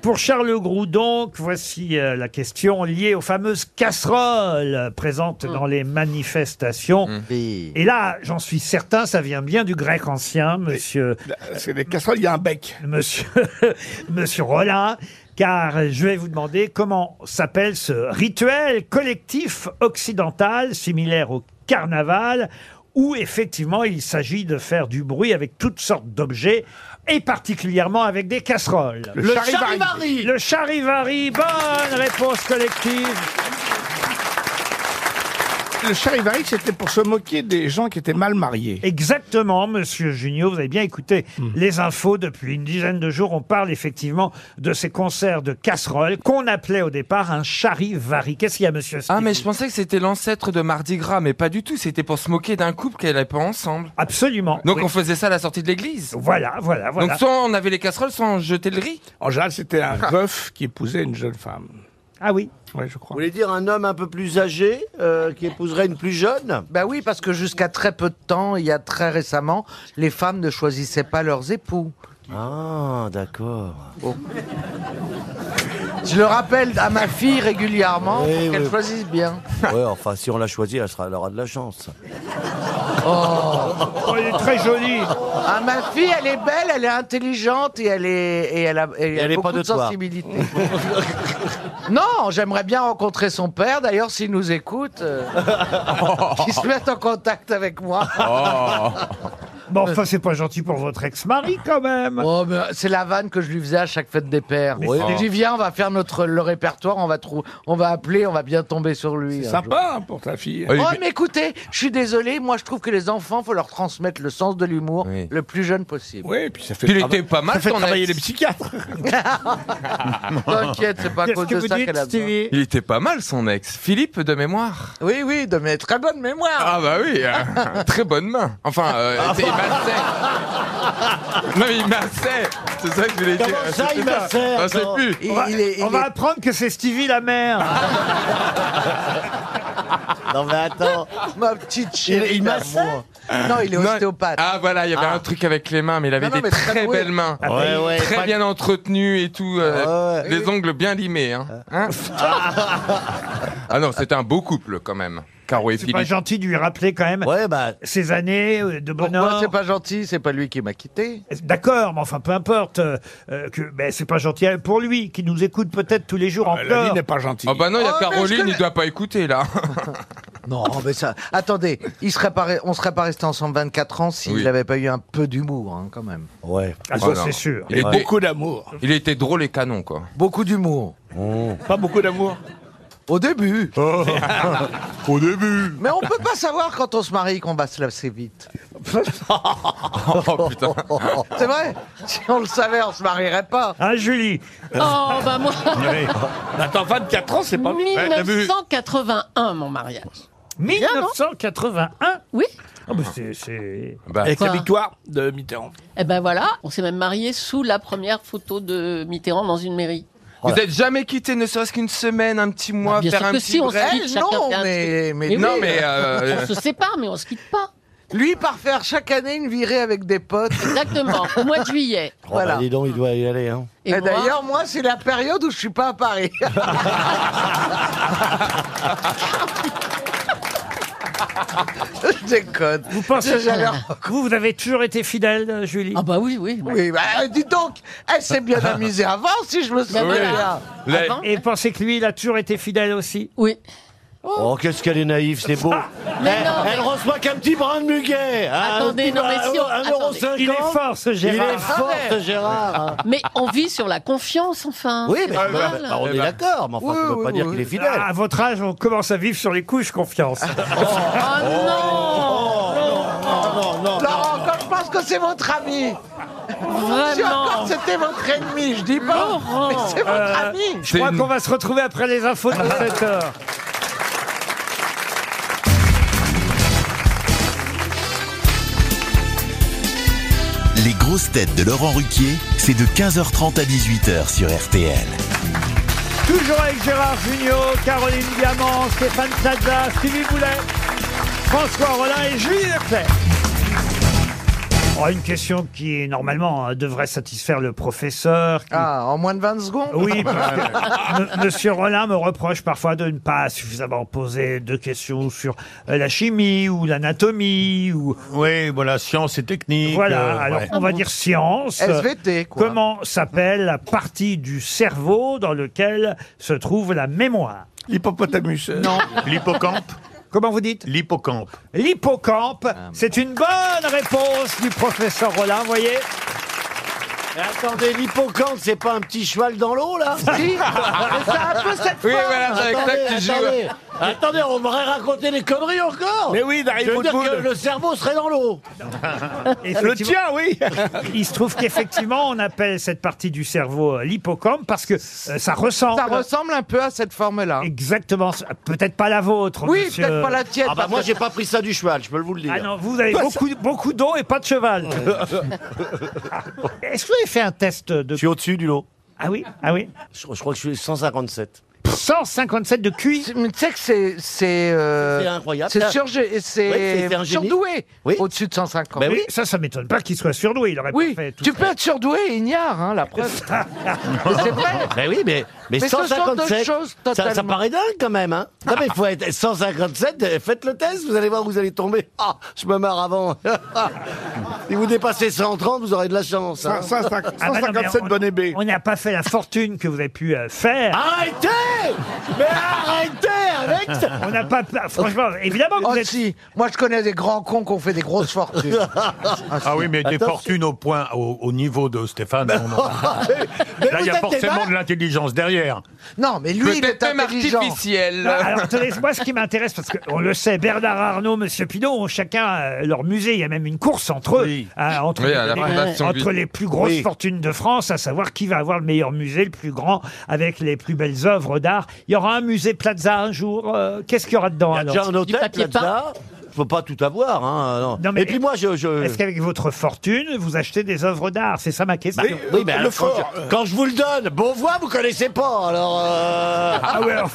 Speaker 2: pour Charles Groux, donc, voici euh, la question liée aux fameuses casseroles euh, présentes dans les manifestations.
Speaker 15: Mm.
Speaker 2: Et là, j'en suis certain, ça vient bien du grec ancien, monsieur.
Speaker 15: C'est des casseroles, il y a un bec.
Speaker 2: Monsieur, [LAUGHS] monsieur Rollin. Car je vais vous demander comment s'appelle ce rituel collectif occidental similaire au carnaval où effectivement il s'agit de faire du bruit avec toutes sortes d'objets et particulièrement avec des casseroles.
Speaker 15: Le Le charivari. charivari.
Speaker 2: Le charivari, bonne réponse collective.
Speaker 15: Le charivari, c'était pour se moquer des gens qui étaient mal mariés.
Speaker 2: Exactement, monsieur Junio, vous avez bien écouté
Speaker 15: Hmm.
Speaker 2: les infos depuis une dizaine de jours. On parle effectivement de ces concerts de casseroles qu'on appelait au départ un charivari. Qu'est-ce qu'il y a, monsieur
Speaker 6: Ah, mais je pensais que c'était l'ancêtre de Mardi Gras, mais pas du tout. C'était pour se moquer d'un couple qu'elle n'avait pas ensemble.
Speaker 2: Absolument.
Speaker 6: Donc
Speaker 2: Oui.
Speaker 6: on faisait ça à la sortie de l'église.
Speaker 2: Voilà, voilà, voilà.
Speaker 6: Donc soit on avait les casseroles, soit on jetait le riz. Ah,
Speaker 15: En général, c'était un veuf qui épousait une jeune femme.
Speaker 2: Ah oui
Speaker 15: Oui, je crois.
Speaker 13: Vous voulez dire un homme un peu plus [LAUGHS] âgé euh, qui épouserait une plus jeune
Speaker 7: Bah oui, parce que jusqu'à très peu de temps, il y a très récemment, les femmes ne choisissaient pas leurs époux.
Speaker 13: Ah, d'accord.
Speaker 7: Je le rappelle à ma fille régulièrement
Speaker 13: Oui,
Speaker 7: pour qu'elle
Speaker 13: oui.
Speaker 7: choisisse bien.
Speaker 13: ouais, enfin, si on l'a choisi, elle, sera, elle aura de la chance. Oh, ben,
Speaker 2: Oh, elle est très jolie.
Speaker 7: Ah, ma fille, elle est belle, elle est intelligente et elle est et elle a, et elle a
Speaker 13: elle est
Speaker 7: beaucoup
Speaker 13: pas de
Speaker 7: de,
Speaker 13: toi.
Speaker 7: sensibilité.
Speaker 13: [LAUGHS]
Speaker 7: non, j'aimerais bien rencontrer son père. D'ailleurs, s'il nous écoute, euh,
Speaker 6: Oh.
Speaker 7: qu'il se mette en contact avec moi.
Speaker 13: Oh.
Speaker 2: Bon, enfin, c'est pas gentil pour votre ex-mari, quand même.
Speaker 7: Oh, mais c'est la vanne que je lui faisais à chaque fête des pères.
Speaker 2: Mais Oui. c'est-
Speaker 7: J'ai dit, viens, on va faire notre, le répertoire, on va, trou- on va appeler, on va bien tomber sur lui.
Speaker 15: C'est
Speaker 7: un
Speaker 15: sympa hein, pour ta fille.
Speaker 7: jour. Oh, mais écoutez, je suis désolé, moi je trouve que les enfants, faut leur transmettre le sens de l'humour le plus jeune possible.
Speaker 15: Oui, puis ça fait
Speaker 6: Puis il
Speaker 15: trava-
Speaker 6: était pas mal,
Speaker 15: Ça fait
Speaker 6: ton
Speaker 15: travailler
Speaker 6: ex.
Speaker 15: les psychiatres.
Speaker 7: [LAUGHS] T'inquiète, c'est pas à cause de ça qu'elle a besoin.
Speaker 6: Il était pas mal son ex, Philippe de mémoire.
Speaker 7: Oui, oui, de mes très bonne mémoire.
Speaker 6: Ah bah oui, euh,
Speaker 7: [LAUGHS]
Speaker 6: très bonne main. Enfin, euh,
Speaker 7: Ah,
Speaker 6: il
Speaker 7: bah.
Speaker 6: massait. Non mais il massait. C'est ça que je voulais dire.
Speaker 13: Comment ça, il
Speaker 6: C'est
Speaker 13: massait,
Speaker 6: Je sais
Speaker 13: encore
Speaker 6: plus.
Speaker 2: On va,
Speaker 7: Ah, Il est- il
Speaker 2: on va
Speaker 7: est- Ah,
Speaker 2: apprendre que c'est Stevie la mère.
Speaker 13: Non, mais attends.
Speaker 7: Ma petite chérie.
Speaker 13: Il- il m'a
Speaker 7: d'amour. Non, il est
Speaker 6: Non.
Speaker 7: ostéopathe.
Speaker 6: Ah voilà, il y avait un truc avec les mains, mais il avait
Speaker 7: Non, non,
Speaker 6: des
Speaker 7: mais
Speaker 6: très,
Speaker 7: très doué.
Speaker 6: belles mains.
Speaker 2: Ah, mais
Speaker 13: Ouais, ouais.
Speaker 6: Très
Speaker 13: pas- Ah,
Speaker 6: bien entretenues et tout, euh,
Speaker 13: Ouais,
Speaker 6: les ongles bien limés. Hein.
Speaker 13: [LAUGHS]
Speaker 6: Hein ah non, c'était un beau couple quand même, Caro et
Speaker 2: C'est pas
Speaker 6: Philippe.
Speaker 2: gentil de lui rappeler quand même
Speaker 13: Ouais, bah.
Speaker 2: ces années euh, de
Speaker 7: Moi,
Speaker 2: bonheur.
Speaker 7: c'est pas gentil, c'est pas lui qui m'a quitté.
Speaker 2: D'accord, mais enfin, peu importe. euh, euh, que, ben, c'est pas gentil pour lui, qui nous écoute peut-être tous les jours en
Speaker 15: La vie
Speaker 2: pleurs.
Speaker 15: n'est pas gentille.
Speaker 6: Ah bah non, il y a
Speaker 7: Oh, mais je
Speaker 6: Caroline,
Speaker 7: connais-
Speaker 6: il doit pas écouter là.
Speaker 7: Non, mais ça. Attendez, il serait pas re- on serait pas resté ensemble 24 ans s'il
Speaker 6: Oui.
Speaker 7: n'avait pas eu un peu d'humour, hein, quand même.
Speaker 13: Ouais.
Speaker 2: Ah,
Speaker 6: Oh
Speaker 2: ça,
Speaker 6: non.
Speaker 2: c'est sûr.
Speaker 6: Il était,
Speaker 15: Beaucoup d'amour.
Speaker 6: il était drôle et canon quoi.
Speaker 7: Beaucoup d'humour.
Speaker 15: Pas beaucoup d'amour.
Speaker 7: Au début.
Speaker 8: Au début.
Speaker 7: Mais on peut pas savoir quand on se marie qu'on va se lasser vite.
Speaker 6: Oh putain.
Speaker 7: C'est vrai Si on le savait, on se marierait pas.
Speaker 2: Hein, Julie
Speaker 3: Oh, bah moi,
Speaker 15: Attends, 24 ans, c'est pas vite.
Speaker 8: Ouais, t'as vu
Speaker 3: 1981, mon mariage. non
Speaker 2: 1981
Speaker 3: Oui.
Speaker 2: Ah, ben, c'est- c'est-
Speaker 8: Ah,
Speaker 6: Bah,
Speaker 15: Avec la
Speaker 3: Quoi
Speaker 15: victoire de Mitterrand.
Speaker 3: Eh ben voilà, on s'est même mariés sous la première photo de Mitterrand dans une mairie.
Speaker 6: Vous n'êtes jamais quitté, ne serait-ce qu'une semaine, un petit mois,
Speaker 3: bien
Speaker 6: faire
Speaker 3: sûr
Speaker 6: un
Speaker 3: que
Speaker 6: petit
Speaker 3: si, on se
Speaker 6: break.
Speaker 3: quitte
Speaker 7: Eh,
Speaker 3: chacun.
Speaker 7: non,
Speaker 3: fait un
Speaker 7: mais-
Speaker 3: truc.
Speaker 7: mais
Speaker 3: oui,
Speaker 6: Non mais euh,
Speaker 3: [LAUGHS] On se sépare, mais on se quitte pas.
Speaker 7: Lui, par faire chaque année une virée avec des potes.
Speaker 3: Exactement, au mois de juillet.
Speaker 7: Voilà.
Speaker 13: Voilà. bah, dis donc, il doit y aller. Hein.
Speaker 7: Et,
Speaker 3: moi,
Speaker 7: Eh, d'ailleurs, moi, c'est la période où je suis pas à Paris. [LAUGHS] je déconne.
Speaker 2: [LAUGHS] Vous pensez
Speaker 7: J'ai jamais-
Speaker 2: vous, vous avez toujours été fidèle, euh, Julie
Speaker 3: Ah bah oui, oui.
Speaker 7: Oui, bah, euh, dis donc, elle s'est bien
Speaker 2: [LAUGHS]
Speaker 7: amusée Bah, avant, si je me souviens
Speaker 3: voilà.
Speaker 2: Ah
Speaker 7: bien.
Speaker 6: la-
Speaker 3: Avant
Speaker 2: Et vous pensez que lui, il a toujours été fidèle aussi
Speaker 3: Oui.
Speaker 5: Oh, qu'est-ce qu'elle est naïve, c'est beau.
Speaker 9: elle,
Speaker 5: Eh, elle
Speaker 9: elle reçoit qu'un petit brin de muguet. hein, un
Speaker 3: Attendez,
Speaker 9: petit
Speaker 3: non, mais
Speaker 9: brin-
Speaker 3: si on-
Speaker 9: un euro
Speaker 3: attendez.
Speaker 9: cinquante.
Speaker 3: Il est
Speaker 2: fort, ce
Speaker 9: Il
Speaker 2: Gérard.
Speaker 9: est fort
Speaker 3: Ah
Speaker 9: ce
Speaker 3: ouais.
Speaker 9: Gérard. hein.
Speaker 3: Mais on vit sur la confiance, enfin.
Speaker 9: Oui,
Speaker 3: c'est
Speaker 9: mais- bah, bah,
Speaker 3: normal.
Speaker 9: bah, on est d'accord, mais enfin, ça veut pas dire qu'il est fidèle.
Speaker 2: Ah, à votre âge, on commence à vivre sur les couches, confiance. Oh,
Speaker 7: Oh. non, non. Laurent, quand je pense que c'est votre ami. Si encore c'était votre ennemi, je dis pas. Mais c'est votre
Speaker 2: Euh,
Speaker 7: ami.
Speaker 2: Je crois qu'on va se retrouver après les infos de 7 heures.
Speaker 18: Les grosses têtes de Laurent Ruquier, c'est de 15h30 à 18h sur RTL.
Speaker 2: Toujours avec Gérard Junior, Caroline Diamant, Stéphane Plaza, Stevie Boulet, François Rollin et Julie Leclerc. Oh, une question qui, normalement, euh, devrait satisfaire le professeur.
Speaker 7: Ah, en moins de 20 secondes [LAUGHS]
Speaker 2: Oui, parce que me- Monsieur Rollin me reproche parfois de ne pas suffisamment poser de questions sur euh, la chimie ou l'anatomie ou.
Speaker 8: Oui, voilà, science et technique.
Speaker 2: Voilà,
Speaker 8: euh,
Speaker 2: alors
Speaker 8: ouais.
Speaker 2: on va dire science.
Speaker 7: SVT, quoi.
Speaker 2: Comment s'appelle la partie du cerveau dans lequel se trouve la mémoire L'hippopotamus. Non.
Speaker 8: L'hippocampe.
Speaker 2: Comment vous dites
Speaker 8: L'hippocampe.
Speaker 2: L'hippocampe, c'est une bonne réponse du professeur Rollin, vous voyez
Speaker 5: Mais attendez, l'hippocampe, c'est pas un petit cheval dans l'eau, là
Speaker 7: [LAUGHS]
Speaker 5: Ah,
Speaker 7: Si, mais ça a un peu cette Oui, forme. voilà, c'est avec
Speaker 5: Attendez,
Speaker 7: ça que tu joues.
Speaker 5: attendez. Attendez, on m'aurait raconté des conneries encore
Speaker 15: Mais oui, Darry
Speaker 5: Je veux dire
Speaker 15: Woodwood.
Speaker 5: que le cerveau serait dans l'eau
Speaker 15: Le tien, oui
Speaker 2: Il se trouve qu'effectivement, on appelle cette partie du cerveau euh, l'hippocampe parce que euh, ça ressemble.
Speaker 7: Ça ressemble un peu à cette forme-là.
Speaker 2: Exactement. Peut-être pas la vôtre.
Speaker 7: Oui,
Speaker 2: monsieur.
Speaker 7: peut-être pas la tienne.
Speaker 5: Ah bah
Speaker 7: parce
Speaker 5: moi,
Speaker 7: que-
Speaker 5: j'ai pas pris ça du cheval, je peux vous le dire.
Speaker 2: Ah non, vous avez beaucoup, beaucoup d'eau et pas de cheval. [LAUGHS] Est-ce que vous avez fait un test de. Je
Speaker 5: suis au-dessus du lot.
Speaker 2: Ah oui Ah oui
Speaker 5: je, je crois que je suis 157.
Speaker 2: 157 de QI
Speaker 7: Mais tu sais que c'est. C'est euh,
Speaker 5: C'est incroyable.
Speaker 7: C'est
Speaker 5: Ça-
Speaker 7: surgé- c'est
Speaker 5: Oui, c'est un génie. Bah
Speaker 7: surdoué au-dessus de 150.
Speaker 2: Ben oui, ça, ça m'étonne pas qu'il soit surdoué. Il aurait
Speaker 7: Oui,
Speaker 2: pas fait tout
Speaker 7: tu
Speaker 2: ça.
Speaker 7: peux être surdoué et ignare, hein, la preuve. [LAUGHS] c'est
Speaker 5: [LAUGHS]
Speaker 7: vrai.
Speaker 5: Mais Eh oui, mais, mais,
Speaker 7: Mais ce sont deux
Speaker 5: 157,
Speaker 7: choses
Speaker 5: ça- ça,
Speaker 7: totalement-
Speaker 5: paraît dingue quand même. Hein non mais faut être 157, euh, faites le test, vous allez voir, vous allez tomber. Ah, je me marre avant. [LAUGHS] si vous dépassez 130, vous aurez de la chance. hein.
Speaker 2: Ah bah non, mais on- On n'a pas fait la fortune que vous avez pu euh, faire.
Speaker 5: Arrêtez Mais arrêtez avec ça
Speaker 2: On n'a pas. Franchement, évidemment que
Speaker 7: Oh
Speaker 2: vous êtes.
Speaker 7: si, moi je connais des grands cons qui ont fait des grosses
Speaker 2: [LAUGHS]
Speaker 7: fortunes.
Speaker 8: Ah oui, mais des
Speaker 7: Attention. Ah,
Speaker 8: fortunes au point, au, au niveau de Stéphane. hein,
Speaker 7: [LAUGHS]
Speaker 8: non, non.
Speaker 7: Mais
Speaker 8: Là, il y
Speaker 7: vous
Speaker 8: a
Speaker 7: êtes
Speaker 8: forcément
Speaker 7: débat-
Speaker 8: de l'intelligence derrière.
Speaker 7: Non, mais lui, il est
Speaker 6: Peut-être même
Speaker 7: intelligent.
Speaker 6: artificielle.
Speaker 2: Non, alors, attendez, moi, ce qui m'intéresse, parce qu'on le sait, Bernard Arnault, Monsieur Pinault ont chacun euh, leur musée. Il y a même une course entre eux, hein, entre,
Speaker 6: Oui, à la
Speaker 2: les,
Speaker 6: Fondation
Speaker 2: entre
Speaker 6: Guy.
Speaker 2: les plus grosses
Speaker 6: Oui.
Speaker 2: fortunes de France, à savoir qui va avoir le meilleur musée, le plus grand, avec les plus belles œuvres d'art. Il y aura un musée Plaza un jour. euh, Qu'est-ce qu'il y aura dedans
Speaker 5: J'ai
Speaker 2: alors
Speaker 5: un hôtel, Plaza. Je peux pas tout avoir. Hein, non.
Speaker 2: Non, mais-
Speaker 5: Et puis moi, je... je-
Speaker 2: Est-ce qu'avec votre fortune, vous achetez des œuvres d'art C'est ça ma question.
Speaker 5: Bah, oui, mais alors, quand, je, quand je vous le donne, Beauvoir, vous connaissez pas, alors... euh,
Speaker 2: Ah ouais,
Speaker 5: alors,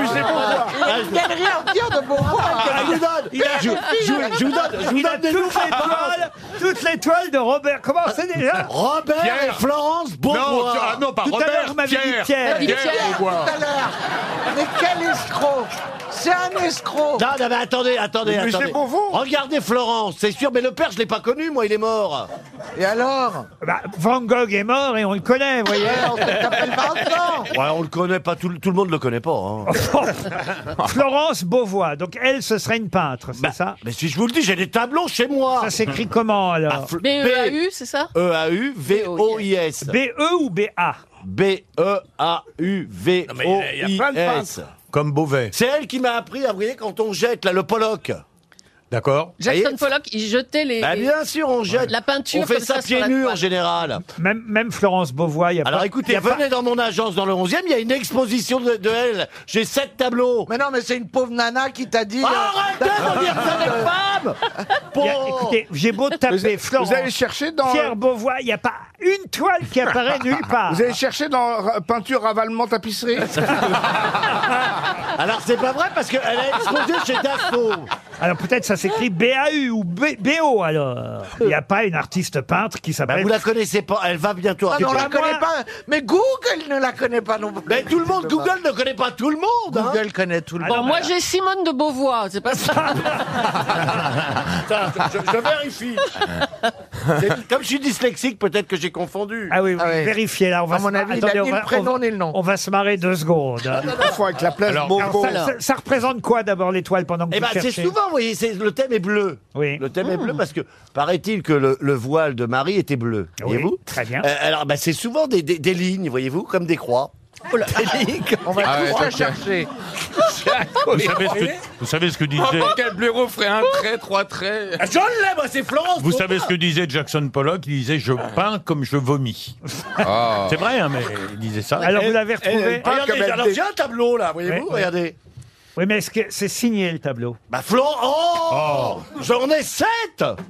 Speaker 7: musée Beauvoir.
Speaker 5: euh, ah, je-
Speaker 7: Quelle dire de Beauvoir
Speaker 5: Ah, je vous donne
Speaker 2: Il a- hein,
Speaker 5: je, je- je- je vous donne, je vous
Speaker 2: Il a
Speaker 5: donne des
Speaker 2: toutes les
Speaker 5: nouvelles paroles.
Speaker 2: toiles, toutes les toiles de Robert. Comment c'est déjà
Speaker 5: Robert
Speaker 8: Pierre.
Speaker 5: et Florence Beauvoir.
Speaker 8: Non, tu- ah non, pas
Speaker 2: Tout à l'heure,
Speaker 8: Robert,
Speaker 2: vous m'avez dit
Speaker 8: Pierre.
Speaker 2: Pierre.
Speaker 7: Il dit
Speaker 8: Pierre
Speaker 7: Pierre tout
Speaker 8: Beauvoir.
Speaker 7: à l'heure. Mais quel escroc C'est un escroc
Speaker 5: Non, non, mais attendez, attendez,
Speaker 15: Mais c'est
Speaker 5: attendez.
Speaker 15: pour vous.
Speaker 5: Regardez Florence, c'est sûr, mais le père, je l'ai pas connu, moi, il est mort.
Speaker 7: Et alors
Speaker 2: Bah, Van Gogh est mort et on le connaît, vous voyez.
Speaker 7: On t'appelle maintenant
Speaker 5: Ouais, on le connaît pas, tout, le- tout le monde le connaît pas. hein.
Speaker 15: [LAUGHS]
Speaker 2: [LAUGHS] Florence Beauvois. Donc elle, ce serait une peintre, c'est ça
Speaker 5: Bah, Mais si je vous le dis, j'ai des tableaux chez moi. Bah,
Speaker 2: Ça s'écrit comment alors
Speaker 3: BEAU, c'est ça
Speaker 5: E E-A-U-V-O-I-S.
Speaker 2: B-E E ou B-A
Speaker 5: E
Speaker 15: il y a plein de
Speaker 5: B-E-A-U-V-O-I-S.
Speaker 15: peintres.
Speaker 8: Comme Beauvais.
Speaker 5: C'est elle qui m'a appris à, vous voyez, quand on jette, là, le Pollock.
Speaker 8: D'accord
Speaker 3: Jackson
Speaker 5: Voyez
Speaker 3: Pollock, il jetait les.
Speaker 5: Bah, bien sûr, on jette.
Speaker 3: La peinture
Speaker 5: On fait
Speaker 3: comme
Speaker 5: ça
Speaker 3: ça sur
Speaker 5: pieds
Speaker 3: la
Speaker 5: nus, en
Speaker 3: toile.
Speaker 5: général.
Speaker 2: même, même Florence Beauvois, il y a
Speaker 5: Alors
Speaker 2: pas- y
Speaker 5: écoutez,
Speaker 2: a pas-
Speaker 5: venez dans mon agence dans le 11e, il y a une exposition de, de elle. J'ai sept tableaux. Ah,
Speaker 7: Mais non, mais c'est une pauvre nana qui t'a dit... euh,
Speaker 5: Arrêtez de dire ça des femmes
Speaker 2: [LAUGHS] y a-
Speaker 5: Bon.
Speaker 2: écoutez, j'ai beau taper Florence,
Speaker 15: Vous allez chercher dans.
Speaker 2: Pierre Beauvois, il n'y a pas une toile qui apparaît
Speaker 15: [LAUGHS]
Speaker 2: nulle part.
Speaker 15: Vous allez chercher dans ra- peinture, ravalement, tapisserie
Speaker 5: [LAUGHS] Alors c'est pas vrai parce qu'elle est exposée chez Dassault.
Speaker 2: Alors peut-être ça s'écrit B-A-U ou B- B-O alors. Il n'y a pas une artiste peintre qui
Speaker 5: Bah,
Speaker 2: s'appelle...
Speaker 5: vous la connaissez pas, elle va bientôt
Speaker 7: Ah, mais
Speaker 5: arriver.
Speaker 7: on la
Speaker 2: moi.
Speaker 7: connaît pas. Mais Google ne la connaît pas non plus.
Speaker 5: Mais tout le monde, Google ne connaît pas tout le monde. hein.
Speaker 7: Google connaît tout le
Speaker 2: Ah
Speaker 7: monde.
Speaker 2: non,
Speaker 3: Bon, moi j'ai
Speaker 5: [LAUGHS]
Speaker 3: Simone de
Speaker 9: [LAUGHS]
Speaker 3: Beauvoir, c'est pas ça.
Speaker 2: [LAUGHS]
Speaker 5: Attends, je, je vérifie. C'est- Comme je suis dyslexique, peut-être que j'ai confondu.
Speaker 2: Ah oui, oui, vérifiez là. On va
Speaker 5: À mon
Speaker 2: se-
Speaker 5: avis, il a
Speaker 2: attendez,
Speaker 5: ni le
Speaker 2: on va-
Speaker 5: prénom,
Speaker 2: on va- On va se marrer deux secondes. hein.
Speaker 5: [LAUGHS] Parfois avec la place
Speaker 2: Alors,
Speaker 5: Bobo.
Speaker 2: alors, ça, ça- ça représente quoi d'abord l'étoile pendant que
Speaker 5: Eh
Speaker 2: vous Hmm.
Speaker 5: ben, c'est
Speaker 2: cherchez
Speaker 5: souvent, vous voyez, c'est- le thème est bleu. Le thème est bleu parce que paraît-il que le, le voile de Marie était bleu. voyez-vous
Speaker 2: Très bien.
Speaker 5: alors, ben, c'est souvent des, des- des lignes, voyez-vous, comme des croix.
Speaker 7: Oh
Speaker 5: Des lignes comme
Speaker 13: On va
Speaker 5: des
Speaker 13: Ah ouais,
Speaker 5: croix.
Speaker 13: ça tient.
Speaker 8: [LAUGHS] Vous savez ce que, vous savez
Speaker 7: Ah,
Speaker 8: ce que disait.
Speaker 6: Oh, quel blaireau ferait un trait, trois traits
Speaker 5: Ah,
Speaker 13: Je l'ai, moi, c'est Florence
Speaker 8: Vous savez ce que disait Jackson Pollock Il disait Je peins comme je vomis.
Speaker 7: Ah.
Speaker 8: C'est vrai, hein, mais il disait ça. Ah,
Speaker 2: Alors, vous l'avez retrouvé
Speaker 13: Regardez, alors j'ai un tableau là, voyez-vous,
Speaker 2: Oui, oui.
Speaker 13: regardez.
Speaker 2: Oui, mais est-ce que c'est signé le tableau
Speaker 13: Bah Florent, oh, J'en ai
Speaker 2: [LAUGHS]
Speaker 13: sept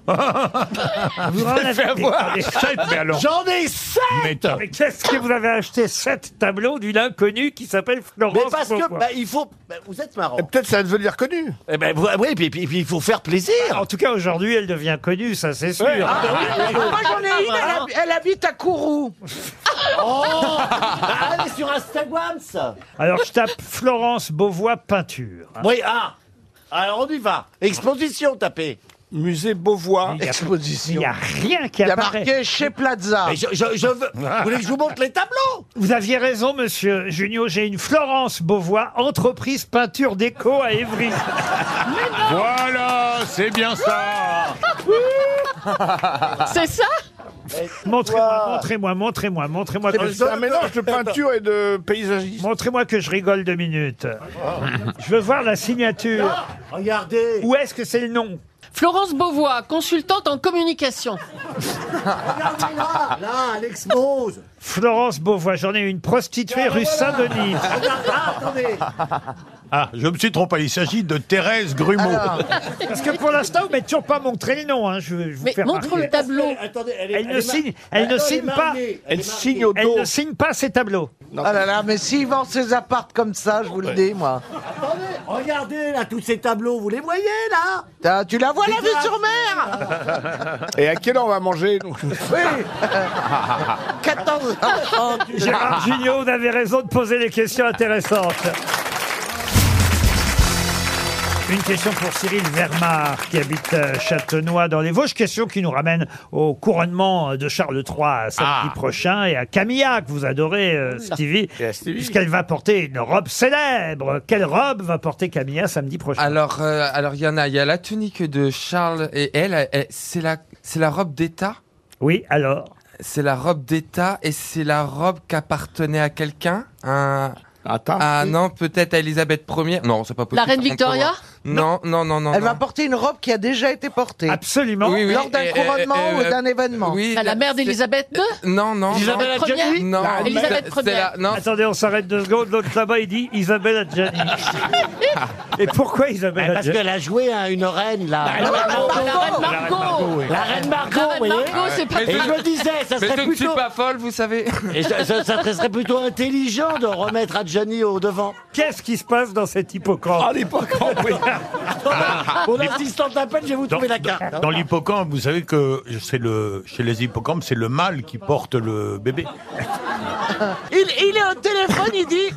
Speaker 2: Ah,
Speaker 8: [LAUGHS]
Speaker 2: Vous en avez- Attendez.
Speaker 5: Ah,
Speaker 13: J'en ai sept
Speaker 8: Mais,
Speaker 2: Mais qu'est-ce que vous avez acheté sept tableaux d'une inconnue qui s'appelle Florence
Speaker 5: Mais parce que,
Speaker 2: Beauvoir
Speaker 5: bah, il faut. bah, vous êtes marrant.
Speaker 15: Peut-être ça va devenir connu.
Speaker 5: Eh ben, vous- oui, puis, puis- puis il faut faire plaisir.
Speaker 2: En tout cas, aujourd'hui, elle devient connue, ça c'est sûr.
Speaker 5: Ah, bah oui, oui, oui.
Speaker 9: Moi j'en ai une, elle, hab- elle habite à Kourou.
Speaker 5: Oh Ah, elle est sur Instagram, ça
Speaker 2: Alors, je tape Florence Beauvois Ah, hein. peinture.
Speaker 5: Oui, ah Alors, on y va. Exposition, tapez.
Speaker 15: Musée Beauvoir,
Speaker 2: y a-
Speaker 15: exposition.
Speaker 2: Il n'y a rien qui
Speaker 7: Il y a
Speaker 2: apparaît.
Speaker 7: marqué chez Plaza.
Speaker 5: Mais je, je- je veux... Vous voulez que je vous montre les tableaux
Speaker 2: Vous aviez raison, monsieur Junio. J'ai une Florence Beauvois, entreprise peinture déco à Évry.
Speaker 8: [LAUGHS] Voilà, c'est bien
Speaker 2: [LAUGHS]
Speaker 8: ça Ah.
Speaker 3: C'est ça
Speaker 2: Montrez-moi, montrez-moi, montrez-moi, montrez-moi.
Speaker 15: C'est
Speaker 2: que-
Speaker 15: parce que c'est un mélange de peinture et de paysagisme.
Speaker 2: Montrez-moi que je rigole deux minutes. Je veux voir la signature.
Speaker 5: Regardez
Speaker 2: Où est-ce que c'est le nom
Speaker 3: Florence Beauvois, consultante en communication.
Speaker 5: Regardez là Là, elle expose
Speaker 2: Florence Beauvois. J'en ai une prostituée rue Saint-Denis.
Speaker 5: Regardez, ah, attendez
Speaker 8: Ah, je me suis trompé, il s'agit de Thérèse Grumeau.
Speaker 2: Parce que pour l'instant, vous m'avez toujours pas montré le nom. hein. Je, je vous
Speaker 3: Mais
Speaker 2: fais
Speaker 3: montre le
Speaker 2: remarquer.
Speaker 3: tableau.
Speaker 5: Attendez, est-
Speaker 2: Elle ne
Speaker 5: est
Speaker 2: signe,
Speaker 5: mar-
Speaker 2: elle ne
Speaker 5: Attends,
Speaker 2: signe
Speaker 5: est
Speaker 2: pas.
Speaker 5: marquée. est marquée.
Speaker 2: Elle ne signe pas ses tableaux.
Speaker 7: Ah là là, mais s'il vend ses appartes comme ça, je vous le dis, moi.
Speaker 5: Attendez, regardez là, tous ces tableaux, vous les voyez là
Speaker 7: T'as- Tu la vois, la
Speaker 5: Des
Speaker 7: vue sur
Speaker 5: Ah,
Speaker 7: mer
Speaker 15: Et à quelle heure on va manger nous
Speaker 7: Oui
Speaker 5: ah,
Speaker 7: 14
Speaker 2: [LAUGHS] Gérard Jugnot, vous avez raison de poser des questions intéressantes. Une question pour Cyril Vermar, qui habite euh, Châtenois dans les Vosges. Question qui nous ramène au couronnement de Charles III euh, samedi prochain et à Camilla, que vous adorez, euh, Stevie, puisqu'elle va porter une robe célèbre. Quelle robe va porter Camilla samedi prochain
Speaker 6: Alors, euh, alors il y en a. Il y a la tunique de Charles et elle, elle- elle- c'est la, c'est la robe d'État.
Speaker 2: Oui, alors
Speaker 6: C'est la robe d'État et c'est la robe qu'appartenait à quelqu'un. Un. Ah non, peut-être à Elisabeth Ier. Non, c'est pas possible.
Speaker 3: La reine
Speaker 6: on peut
Speaker 3: Victoria
Speaker 6: voir. Non, non, non, non.
Speaker 7: Elle va
Speaker 6: Oh non.
Speaker 7: porter une robe qui a déjà été portée.
Speaker 2: Absolument.
Speaker 6: Oui, oui,
Speaker 7: Lors d'un
Speaker 6: et- et-
Speaker 7: couronnement
Speaker 6: et-
Speaker 7: ou
Speaker 6: euh,
Speaker 7: d'un événement.
Speaker 6: Oui.
Speaker 3: Bah, la mère
Speaker 6: c'est-
Speaker 3: d'Elisabeth II
Speaker 6: Euh, Non, non.
Speaker 5: Isabelle
Speaker 6: non.
Speaker 3: Première.
Speaker 5: Adjani
Speaker 6: Non,
Speaker 5: La reine
Speaker 3: Elisabeth
Speaker 6: c'est la-
Speaker 3: Ier.
Speaker 6: non,
Speaker 2: Attendez, on s'arrête deux secondes. L'autre là-bas, il dit Isabelle Adjani. Et pourquoi Isabelle
Speaker 5: Parce
Speaker 2: Adjani
Speaker 5: qu'elle a joué à une reine là.
Speaker 3: Bah, La reine Margot
Speaker 5: La reine Margot,
Speaker 3: La
Speaker 5: vous
Speaker 3: reine
Speaker 5: voyez
Speaker 3: Margot, c'est pas
Speaker 6: Mais
Speaker 5: Et je
Speaker 6: je-
Speaker 5: me disais, ça
Speaker 6: mais
Speaker 5: serait
Speaker 6: je ne suis
Speaker 5: plutôt...
Speaker 6: pas folle, vous savez.
Speaker 5: Et ça, ça- ça serait
Speaker 6: [LAUGHS]
Speaker 5: plutôt intelligent de remettre Adjani au devant.
Speaker 2: Qu'est-ce qui se passe dans cet hippocampe
Speaker 5: [LAUGHS] Mon assistante appelle, je vais vous
Speaker 8: Dans,
Speaker 5: trouver la carte. hein.
Speaker 8: dans l'hippocampe, vous savez que c'est le, chez les hippocampes, c'est le mâle qui porte le bébé.
Speaker 9: Il, il est au téléphone, il dit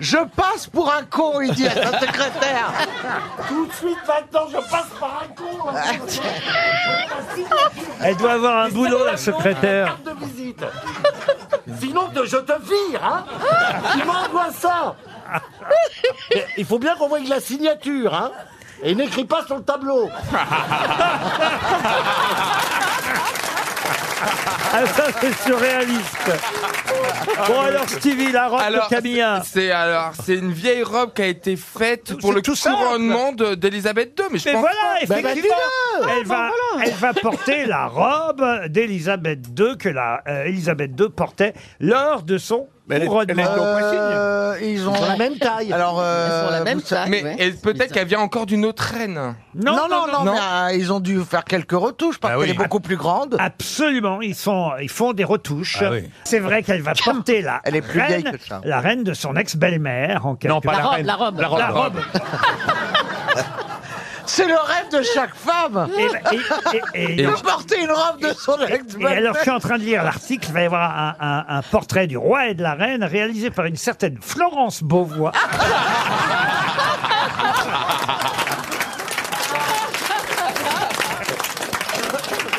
Speaker 7: Je passe pour un con, il dit à sa secrétaire.
Speaker 5: Tout de suite, maintenant, je passe par un con. hein. là.
Speaker 2: Elle doit avoir un boulot, la secrétaire.
Speaker 5: Carte de visite. Sinon, te- je te vire, hein Tu m'envoies ça Mais Il faut bien qu'on voie la signature, hein Et n'écris pas sur le tableau.
Speaker 2: Ah, ça, c'est surréaliste. Bon, alors, Stevie, la robe
Speaker 6: Ah, Alors,
Speaker 2: de Camilla.
Speaker 6: c'est- c'est alors c'est une vieille robe qui a été faite pour
Speaker 2: c'est
Speaker 6: le
Speaker 2: tout simple.
Speaker 6: couronnement de- d'Elisabeth II, mais je
Speaker 2: Mais
Speaker 6: pense.
Speaker 2: voilà,
Speaker 5: bah,
Speaker 2: effectivement,
Speaker 5: dis-le.
Speaker 2: elle, va, elle va porter la robe d'Elisabeth II que la, euh, Elisabeth II portait lors de son
Speaker 15: Mais elle est- elle est-
Speaker 2: couronnement.
Speaker 7: Euh, ils ont
Speaker 5: Ils ont la même taille.
Speaker 7: Alors, euh,
Speaker 3: Elles sont la même
Speaker 7: vous sa-
Speaker 3: taille.
Speaker 6: Mais
Speaker 3: ouais.
Speaker 6: et peut-être qu'elle vient encore d'une autre reine.
Speaker 7: Non, non, non,
Speaker 6: non.
Speaker 7: mais, euh, ils ont dû faire quelques retouches parce
Speaker 8: Ah oui.
Speaker 7: qu'elle est beaucoup plus grande.
Speaker 2: Absolument, ils, sont, ils font des retouches.
Speaker 8: Ah oui.
Speaker 2: C'est vrai qu'elle va porter la,
Speaker 7: Elle est plus vieille
Speaker 2: reine-
Speaker 7: que ça.
Speaker 2: la reine de son ex-belle-mère. En quelque
Speaker 8: Non, pas
Speaker 3: La
Speaker 8: la,
Speaker 3: robe,
Speaker 8: reine.
Speaker 3: la robe.
Speaker 2: La robe.
Speaker 7: C'est le rêve de chaque femme
Speaker 2: Et- Eh ben, et- et- et-
Speaker 7: de porter une robe de son ex
Speaker 2: Et alors, je suis en train de lire l'article, il va y avoir un, un- un portrait du roi et de la reine réalisé par une certaine Florence Beauvois.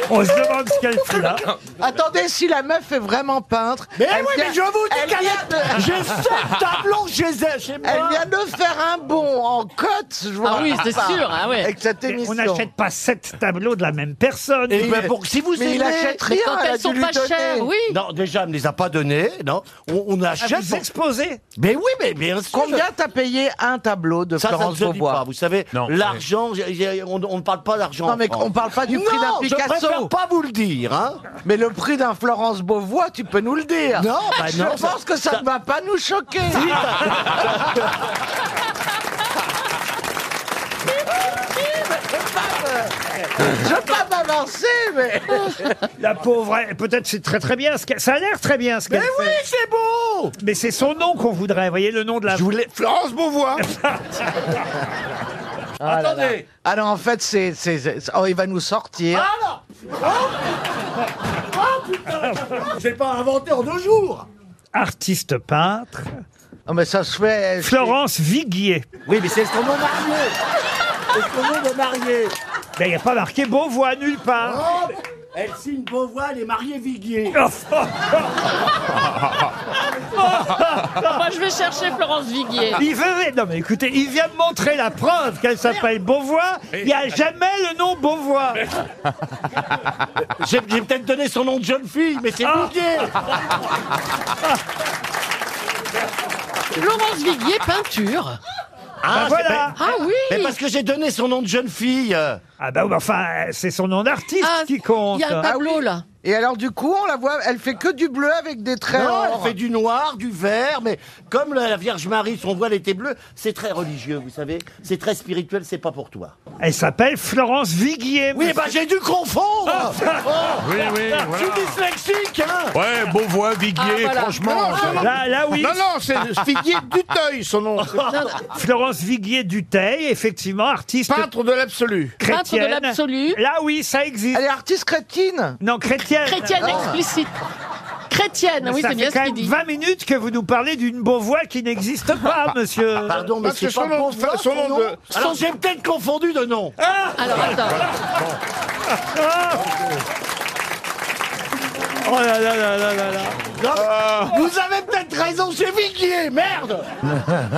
Speaker 2: On se demande ce qu'elle fout là.
Speaker 7: Attendez, si la meuf est vraiment peintre.
Speaker 2: Mais
Speaker 7: elle
Speaker 2: oui,
Speaker 7: vient-
Speaker 2: mais je vous dis
Speaker 7: elle
Speaker 2: qu'elle
Speaker 7: vient
Speaker 2: est-
Speaker 7: de-
Speaker 2: j'ai sept tableaux chez elle, chez moi.
Speaker 7: Elle vient de faire un bond en cote, je
Speaker 2: Ah
Speaker 7: vous raconte pas, Avec cette
Speaker 2: Et
Speaker 7: émission.
Speaker 2: On n'achète pas sept tableaux de la même personne.
Speaker 5: Et ben pour- si vous
Speaker 7: Eh, mais il
Speaker 5: aimez-
Speaker 7: achète rien, elle a dû lui donner.
Speaker 5: Non, déjà, elle ne les a pas donnés. Non, on, on achète.
Speaker 7: vous
Speaker 2: exposez
Speaker 5: Mais oui, mais bien sûr.
Speaker 7: Combien t'as payé un tableau de
Speaker 5: ça, ça ne
Speaker 7: Florence
Speaker 5: se dit
Speaker 7: Beaubois
Speaker 5: pas. Vous savez, l'argent, j'ai- j'ai- on on ne parle pas d'argent.
Speaker 7: Non, mais
Speaker 5: en France.
Speaker 7: on parle pas du prix
Speaker 5: Non,
Speaker 7: d'un Picasso.
Speaker 5: Je préfère pas vous le dire. Hein.
Speaker 7: Mais le prix d'un Florence Beauvois, tu peux nous le dire.
Speaker 5: Non, bah
Speaker 7: je
Speaker 5: non, ça-
Speaker 7: pense que ça, ne va pas nous choquer.
Speaker 2: Je veux pas m'avancer, mais. La pauvre, elle- peut-être c'est très très bien. Ce qu'elle- ça a l'air très bien ce qu'elle Mais oui, c'est beau Mais c'est son nom qu'on voudrait, vous voyez, le nom de la. Je voulais. Florence Beauvois
Speaker 7: Ah là là.
Speaker 2: Attendez.
Speaker 7: Ah non, en fait, c'est, c'est- c'est- oh, il va nous sortir.
Speaker 9: Ah non Oh,
Speaker 5: Ah,
Speaker 9: Oh, putain Je vais pas inventer en deux jours
Speaker 2: Artiste peintre.
Speaker 7: Non, mais ça se fait.
Speaker 2: Florence Viguier.
Speaker 5: Oui, mais c'est son nom marié.
Speaker 9: C'est son nom de marié
Speaker 2: Ben, Il n'y a pas marqué Beauvois nulle part.
Speaker 9: Oh, mais Elle signe Beauvois, elle est mariée Viguier
Speaker 5: [LAUGHS]
Speaker 3: Moi, je vais chercher Florence Viguier.
Speaker 2: Ah. Il veut- non mais écoutez, il vient me montrer la preuve qu'elle s'appelle Beauvois. Il n'y a jamais le nom Beauvois.
Speaker 5: J'ai j'ai peut-être donné son nom de jeune fille, mais c'est Viguier.
Speaker 3: Florence Viguier, peinture.
Speaker 5: Ah,
Speaker 3: Bah
Speaker 5: c'est-
Speaker 3: voilà.
Speaker 5: mais-
Speaker 3: Ah oui.
Speaker 5: Mais parce que j'ai donné son nom de jeune fille.
Speaker 2: Ah bah oui, enfin, c'est son nom d'artiste qui compte.
Speaker 9: Ah
Speaker 3: là.
Speaker 7: Et alors, du coup, on la voit, elle fait que du bleu avec des traits.
Speaker 5: Non,
Speaker 7: or.
Speaker 5: elle fait du noir, du vert, mais comme la la Vierge Marie, son voile était bleu, c'est très religieux, vous savez. C'est très spirituel, c'est pas pour toi.
Speaker 2: Elle s'appelle Florence Viguier. Ah,
Speaker 5: Oui, bah j'ai dû confondre Oh
Speaker 19: Oui, oui,
Speaker 5: Je suis
Speaker 19: voilà.
Speaker 5: dyslexique, hein
Speaker 19: Ouais, Beauvois, Viguier,
Speaker 5: Ah, voilà.
Speaker 19: franchement. euh,
Speaker 5: Non, non, non.
Speaker 2: Là, là, oui.
Speaker 9: Non, non, c'est Viguier Duteuil, son
Speaker 2: [LAUGHS]
Speaker 9: nom.
Speaker 2: Florence Viguier Duteil, effectivement, artiste.
Speaker 9: Peintre de l'absolu.
Speaker 2: Chrétienne.
Speaker 3: Peintre de l'absolu.
Speaker 2: Là, oui, ça existe.
Speaker 7: Elle est artiste chrétienne.
Speaker 2: Non, chrétienne. Ah.
Speaker 3: Chrétienne explicite. Chrétienne, oui, c'est
Speaker 2: ça fait
Speaker 3: bien ce
Speaker 2: quand
Speaker 3: qu'il
Speaker 2: même
Speaker 3: dit.
Speaker 2: 20 minutes que vous nous parlez d'une Beauvois qui n'existe pas, monsieur.
Speaker 5: Pardon, mais
Speaker 9: Parce que
Speaker 5: c'est pas
Speaker 9: son nom-
Speaker 5: pour toi,
Speaker 9: son nom de-
Speaker 5: Alors
Speaker 9: Alors,
Speaker 5: j'ai peut-être confondu de nom.
Speaker 2: Ah.
Speaker 3: Alors attends.
Speaker 2: Oh là là là là là là.
Speaker 5: Non,
Speaker 3: Ah.
Speaker 5: Vous avez peut-être raison, c'est Viguier,
Speaker 3: [LAUGHS]
Speaker 5: merde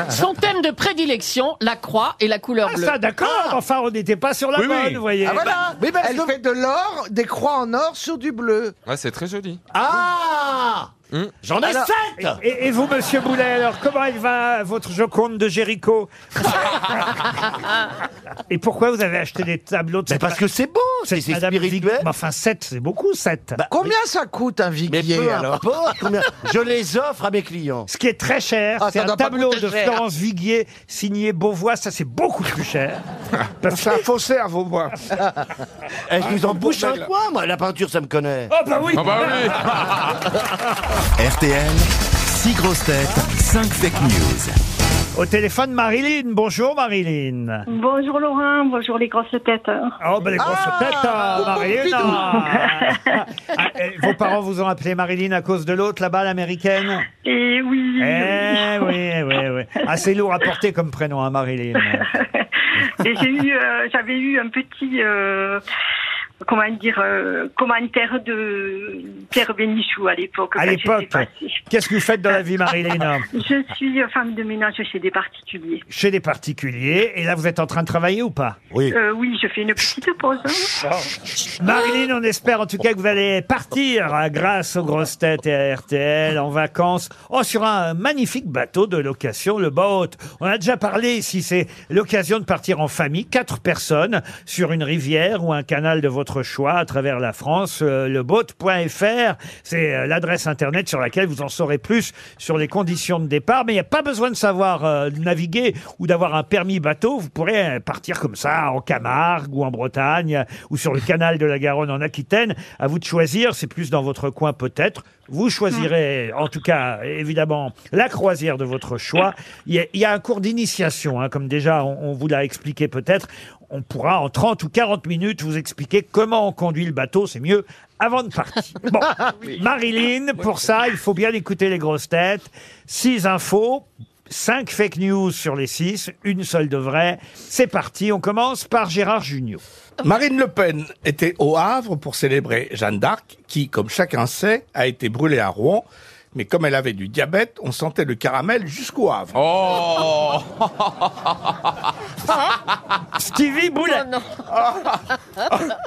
Speaker 3: Son thème de prédilection, la croix et la couleur
Speaker 2: Ah,
Speaker 3: bleue.
Speaker 2: ça, d'accord. Enfin, on n'était pas sur la
Speaker 6: Oui, oui.
Speaker 2: bonne, vous voyez. Bah,
Speaker 7: Ah voilà.
Speaker 5: mais parce
Speaker 7: elle
Speaker 5: que-
Speaker 7: fait de l'or, des croix en or sur du bleu.
Speaker 6: Ouais, c'est très joli.
Speaker 5: Ah
Speaker 7: Hmm.
Speaker 5: J'en ai
Speaker 7: Alors-
Speaker 5: sept
Speaker 2: Et, et vous, monsieur Boulet, alors comment elle va, votre Joconde de Jéricho Et pourquoi vous avez acheté des tableaux de
Speaker 5: Mais
Speaker 2: cette
Speaker 5: parce que c'est beau, c'est c'est
Speaker 2: Madame Vig-
Speaker 5: spirituel.
Speaker 2: Mais Enfin, 7, c'est beaucoup, 7.
Speaker 7: Bah, Combien ça coûte un hein
Speaker 5: Mais
Speaker 7: viguier
Speaker 5: peu
Speaker 7: [LAUGHS] alors
Speaker 5: importe combien- Je les offre à mes clients.
Speaker 2: Ce qui est très cher,
Speaker 7: Ah,
Speaker 2: c'est
Speaker 7: ça
Speaker 2: un
Speaker 7: doit pas
Speaker 2: tableau
Speaker 7: coûter
Speaker 2: de
Speaker 7: cher.
Speaker 2: Florence Viguier signé Beauvois, ça c'est beaucoup plus cher. Parce
Speaker 9: C'est un faussaire, vos bois.
Speaker 5: Eh, je
Speaker 2: Ah,
Speaker 5: vous en bouche un
Speaker 2: ben,
Speaker 9: bordel.
Speaker 5: coin, moi, la peinture, ça me connaît.
Speaker 2: Oh bah oui
Speaker 6: Ah bah oui
Speaker 1: RTL, 6 grosses têtes, 5 fake news.
Speaker 2: Au téléphone, Marilyn. Bonjour Marilyn.
Speaker 14: Bonjour Laurent, bonjour les grosses
Speaker 2: [LAUGHS]
Speaker 14: têtes.
Speaker 2: [LAUGHS] Oh bah les grosses
Speaker 7: Ah,
Speaker 2: têtes, euh,
Speaker 7: bon
Speaker 2: Marilyn.
Speaker 7: petit
Speaker 2: ah. Ah, eh, vos parents vous ont appelé Marilyn à cause de l'autre là-bas, l'américaine
Speaker 14: Et oui.
Speaker 2: Eh oui, oui, oui. Assez lourd à porter comme prénom, hein, Marilyn.
Speaker 14: Et j'ai eu, euh, j'avais eu un petit, euh, comment dire, euh, commentaire de Pierre Bénichou à l'époque.
Speaker 2: À
Speaker 14: quand j'étais
Speaker 2: l'époque,
Speaker 14: passée.
Speaker 2: qu'est-ce que vous faites dans la vie, Marilyn
Speaker 14: Je suis euh, femme de ménage chez des particuliers.
Speaker 2: Chez des particuliers. Et là, vous êtes en train de travailler ou pas
Speaker 5: Oui.
Speaker 14: Euh, oui, je fais une petite pause. hein.
Speaker 2: Marilyn, on espère en tout cas que vous allez partir hein, grâce aux grosses têtes et à RTL en vacances. Oh, sur un magnifique bateau de location, le boat. On a déjà parlé ici, c'est l'occasion de partir en famille, quatre personnes, sur une rivière ou un canal de votre choix à travers la France. Euh, leboat.fr, c'est euh, l'adresse internet sur laquelle vous en saurez plus sur les conditions de départ. Mais il n'y a pas besoin de savoir euh, naviguer ou d'avoir un permis bateau. Vous pourrez euh, partir comme ça en Camargue ou en Bretagne euh, ou sur le canal de la Garonne en Aquitaine. À vous de choisir. C'est plus dans votre coin peut-être. Vous choisirez, en tout cas, évidemment, la croisière de votre choix. Il y a, il y a un cours d'initiation, hein, comme déjà on, on vous l'a expliqué peut-être. On pourra en 30 ou 40 minutes vous expliquer comment on conduit le bateau, c'est mieux, avant de partir. Bon, Marilyn, pour ça, il faut bien écouter les grosses têtes. Six infos, Cinq fake news sur les six, une seule de vraie. C'est parti, on commence par Gérard Junior.
Speaker 15: Marine Le Pen était au Havre pour célébrer Jeanne d'Arc, qui, comme chacun sait, a été brûlée à Rouen. Mais comme elle avait du diabète, on sentait le caramel jusqu'au Havre.
Speaker 2: Stevie Boulet
Speaker 3: Ah.
Speaker 2: [LAUGHS]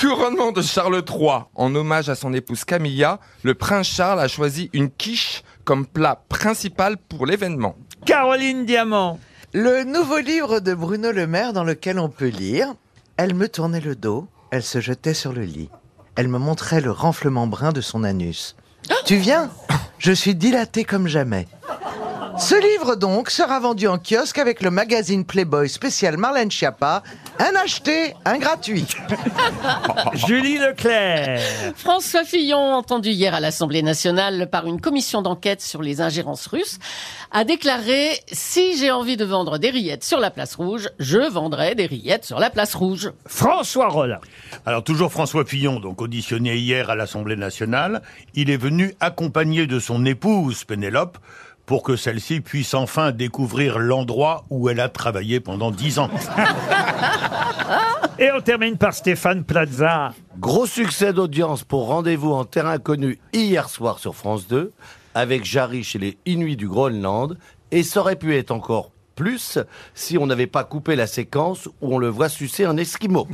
Speaker 6: Couronnement de Charles III. En hommage à son épouse Camilla, le prince Charles a choisi une quiche comme plat principal pour l'événement.
Speaker 2: Caroline Diamant.
Speaker 7: Le nouveau livre de Bruno Le Maire dans lequel on peut lire Elle me tournait le dos, elle se jetait sur le lit. Elle me montrait le renflement brun de son anus. Tu viens Je suis dilatée comme jamais. Ce livre donc sera vendu en kiosque avec le magazine Playboy spécial Marlène Schiappa, un acheté, un gratuit.
Speaker 2: [LAUGHS] Julie Leclerc.
Speaker 3: François Fillon, entendu hier à l'Assemblée nationale par une commission d'enquête sur les ingérences russes, a déclaré Si j'ai envie de vendre des rillettes sur la place rouge, je vendrai des rillettes sur la place rouge.
Speaker 2: François Rollin.
Speaker 8: Alors toujours François Fillon, donc auditionné hier à l'Assemblée nationale, il est venu accompagné de son épouse Pénélope pour que celle-ci puisse enfin découvrir l'endroit où elle a travaillé pendant dix ans.
Speaker 2: Et on termine par Stéphane Plaza.
Speaker 13: Gros succès d'audience pour Rendez-vous en terrain connu hier soir sur France 2 avec Jarry chez les Inuits du Groenland et ça aurait pu être encore plus si on n'avait pas coupé la séquence où on le voit sucer un esquimau.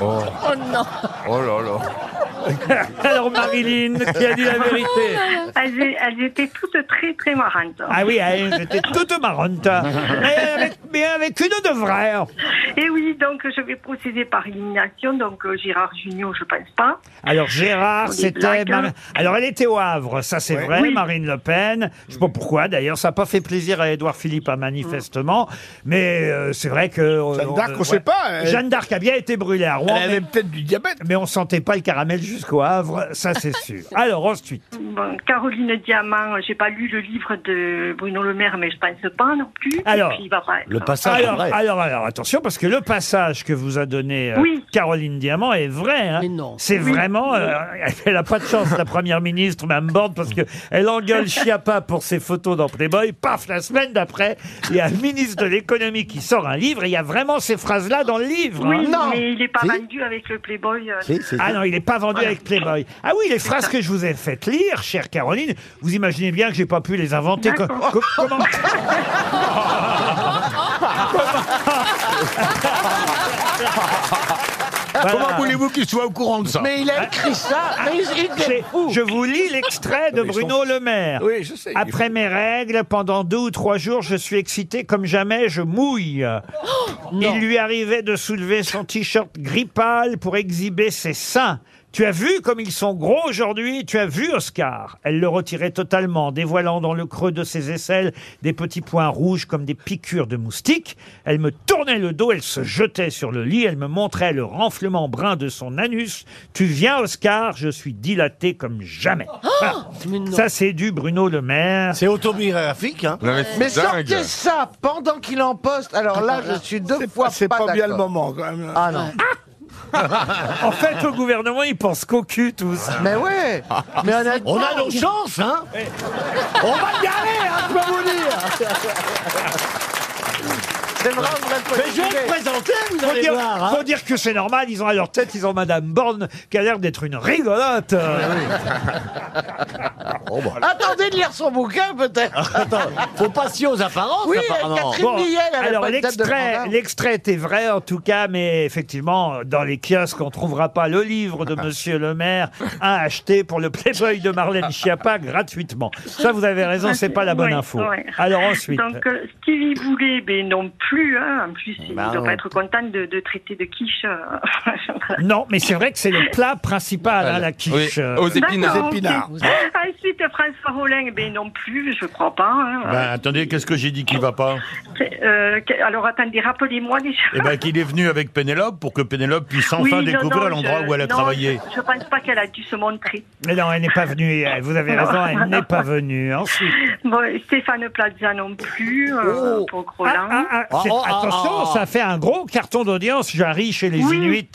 Speaker 6: Oh,
Speaker 3: Oh non
Speaker 6: oh là là.
Speaker 2: [LAUGHS] Alors Marilyn, qui a dit la vérité
Speaker 14: [LAUGHS] Elles, é- elles étaient toutes très très marrantes.
Speaker 2: Ah oui, elle était toute marrante.
Speaker 15: [LAUGHS]
Speaker 2: Mais avec, mais avec une de vraie.
Speaker 14: Et oui, donc je vais procéder par élimination. Donc euh, Gérard Junior, je pense pas.
Speaker 2: Alors Gérard,
Speaker 14: Des
Speaker 2: c'était...
Speaker 14: blagues, hein.
Speaker 2: Mar- Alors elle était au Havre, ça c'est vrai, Marine Le Pen. Je sais pas pourquoi d'ailleurs, ça n'a pas fait plaisir à Édouard Philippe hein, manifestement. Mais euh, c'est vrai que... euh,
Speaker 15: Jeanne d'Arc, on sait
Speaker 2: ouais.
Speaker 15: pas, elle-
Speaker 2: Jeanne d'Arc a bien été brûlée à Rouen.
Speaker 15: Elle avait
Speaker 2: peut-être du diabète. Mais on sentait pas le caramel jusqu'au Havre,
Speaker 15: [LAUGHS]
Speaker 2: ça c'est sûr. Alors ensuite...
Speaker 14: Bon, Caroline Diamant, euh, j'ai pas lu le livre de Bruno Le Maire, mais je pense pas non plus. Et
Speaker 2: Alors,
Speaker 14: puis, il va pas être-
Speaker 2: alors, alors, alors, attention, parce que le passage que vous a donné euh,
Speaker 14: Oui.
Speaker 2: Caroline Diamant est vrai. hein. C'est
Speaker 14: Oui.
Speaker 2: vraiment. euh, elle n'a pas de chance, la première ministre, Mme Borne, parce qu'elle engueule Chiappa pour ses photos dans Playboy. Paf, la semaine d'après, il y a un ministre de l'économie qui sort un livre et il y a vraiment ces phrases-là dans le livre.
Speaker 14: Oui,
Speaker 2: hein.
Speaker 14: mais il est pas vendu avec le Playboy. euh,
Speaker 2: Ah non, il n'est pas vendu avec Playboy. Ah oui, les phrases que je vous ai faites lire, chère Caroline, vous imaginez bien que j'ai pas pu les inventer. Co- co- comment
Speaker 8: Comment voulez-vous qu'il soit au courant de ça
Speaker 2: Mais il a écrit ça, mais il est fou. Je vous lis l'extrait de
Speaker 8: Mais ils
Speaker 2: Bruno
Speaker 8: sont-
Speaker 2: Le Maire.
Speaker 8: Oui, je sais, il est
Speaker 2: Après
Speaker 8: fou.
Speaker 2: mes règles, pendant deux ou trois jours, je suis excité comme jamais, je mouille. il lui arrivait de soulever son t-shirt gris pâle pour exhiber ses seins. Tu as vu comme ils sont gros aujourd'hui, tu as vu Oscar. Elle le retirait totalement, dévoilant dans le creux de ses aisselles des petits points rouges comme des piqûres de moustiques. Elle me tournait le dos, elle se jetait sur le lit, elle me montrait le renflement brun de son anus. Tu viens Oscar, je suis dilaté comme jamais. Voilà. Ça c'est du Bruno Le Maire. C'est autobiographique hein.
Speaker 7: [LAUGHS] Mais sortez ça pendant qu'il est en poste. Alors là, je suis deux fois
Speaker 15: c'est pas
Speaker 7: d'accord.
Speaker 15: bien le moment, quand même.
Speaker 7: Ah non.
Speaker 2: Ah. en fait, au gouvernement, ils pensent qu'au cul, tous. Ah.
Speaker 7: Mais ouais. Mais honnêtement,
Speaker 13: On a nos chances, hein On va y aller, hein, je peux vous dire
Speaker 7: C'est vrai, on va le
Speaker 13: Mais je vais
Speaker 7: postuler.
Speaker 13: le présenter, vous
Speaker 2: Faut
Speaker 13: allez
Speaker 2: dire,
Speaker 13: voir hein.
Speaker 2: faut dire que c'est normal, ils ont à leur tête, ils ont Madame Borne qui a l'air d'être une rigolote.
Speaker 7: Attendez de lire son bouquin, peut-être.
Speaker 13: Oh, bah. [LAUGHS] Attends, faut pas scier aux apparences,
Speaker 7: Oui,
Speaker 13: apparemment.
Speaker 7: Catherine Millet, elle avait
Speaker 2: alors
Speaker 7: pas de date de
Speaker 2: l'extrait,
Speaker 7: mandat.
Speaker 2: l'extrait était vrai en tout cas, mais effectivement, dans les kiosques, on trouvera pas le livre de Monsieur le Maire à acheter pour le Playboy de Marlène Schiappa gratuitement. Ça, vous avez raison, c'est pas la bonne
Speaker 14: Ouais,
Speaker 2: info.
Speaker 14: ouais.
Speaker 2: Alors ensuite,
Speaker 14: Donc euh, Stevie Boulet, ben non plus. Hein. En plus, il
Speaker 2: Bah,
Speaker 14: doit
Speaker 2: non.
Speaker 14: pas être content de, de traiter de quiche. euh, voilà.
Speaker 2: non, mais c'est vrai que c'est le plat principal, hein, la quiche. euh.
Speaker 14: D'accord, ok. Ensuite, François Rollin, ben non plus, je crois pas. hein.
Speaker 8: Bah. Ben, attendez, qu'est-ce que j'ai dit qui va pas
Speaker 14: C'est-
Speaker 17: euh, que- alors attendez, rappelez-moi déjà.
Speaker 8: Eh ben, qu'il est venu avec Pénélope pour que Pénélope puisse
Speaker 17: Oui,
Speaker 8: enfin
Speaker 17: non,
Speaker 8: découvrir
Speaker 17: non,
Speaker 8: l'endroit
Speaker 17: je-
Speaker 8: où elle a
Speaker 17: non,
Speaker 8: travaillé.
Speaker 17: Je, je pense pas qu'elle a dû se
Speaker 8: [LAUGHS]
Speaker 17: montrer.
Speaker 2: Mais non, elle n'est pas venue. euh, Vous avez raison, elle n'est pas venue. Ensuite.
Speaker 17: Bon, Stéphane Plaza non plus,
Speaker 2: Oh.
Speaker 17: euh, pour Groland.
Speaker 2: Ah,
Speaker 14: Oh,
Speaker 2: C'est-
Speaker 8: Ah,
Speaker 2: attention, ça fait un gros carton d'audience, Jarry, chez les Inuits.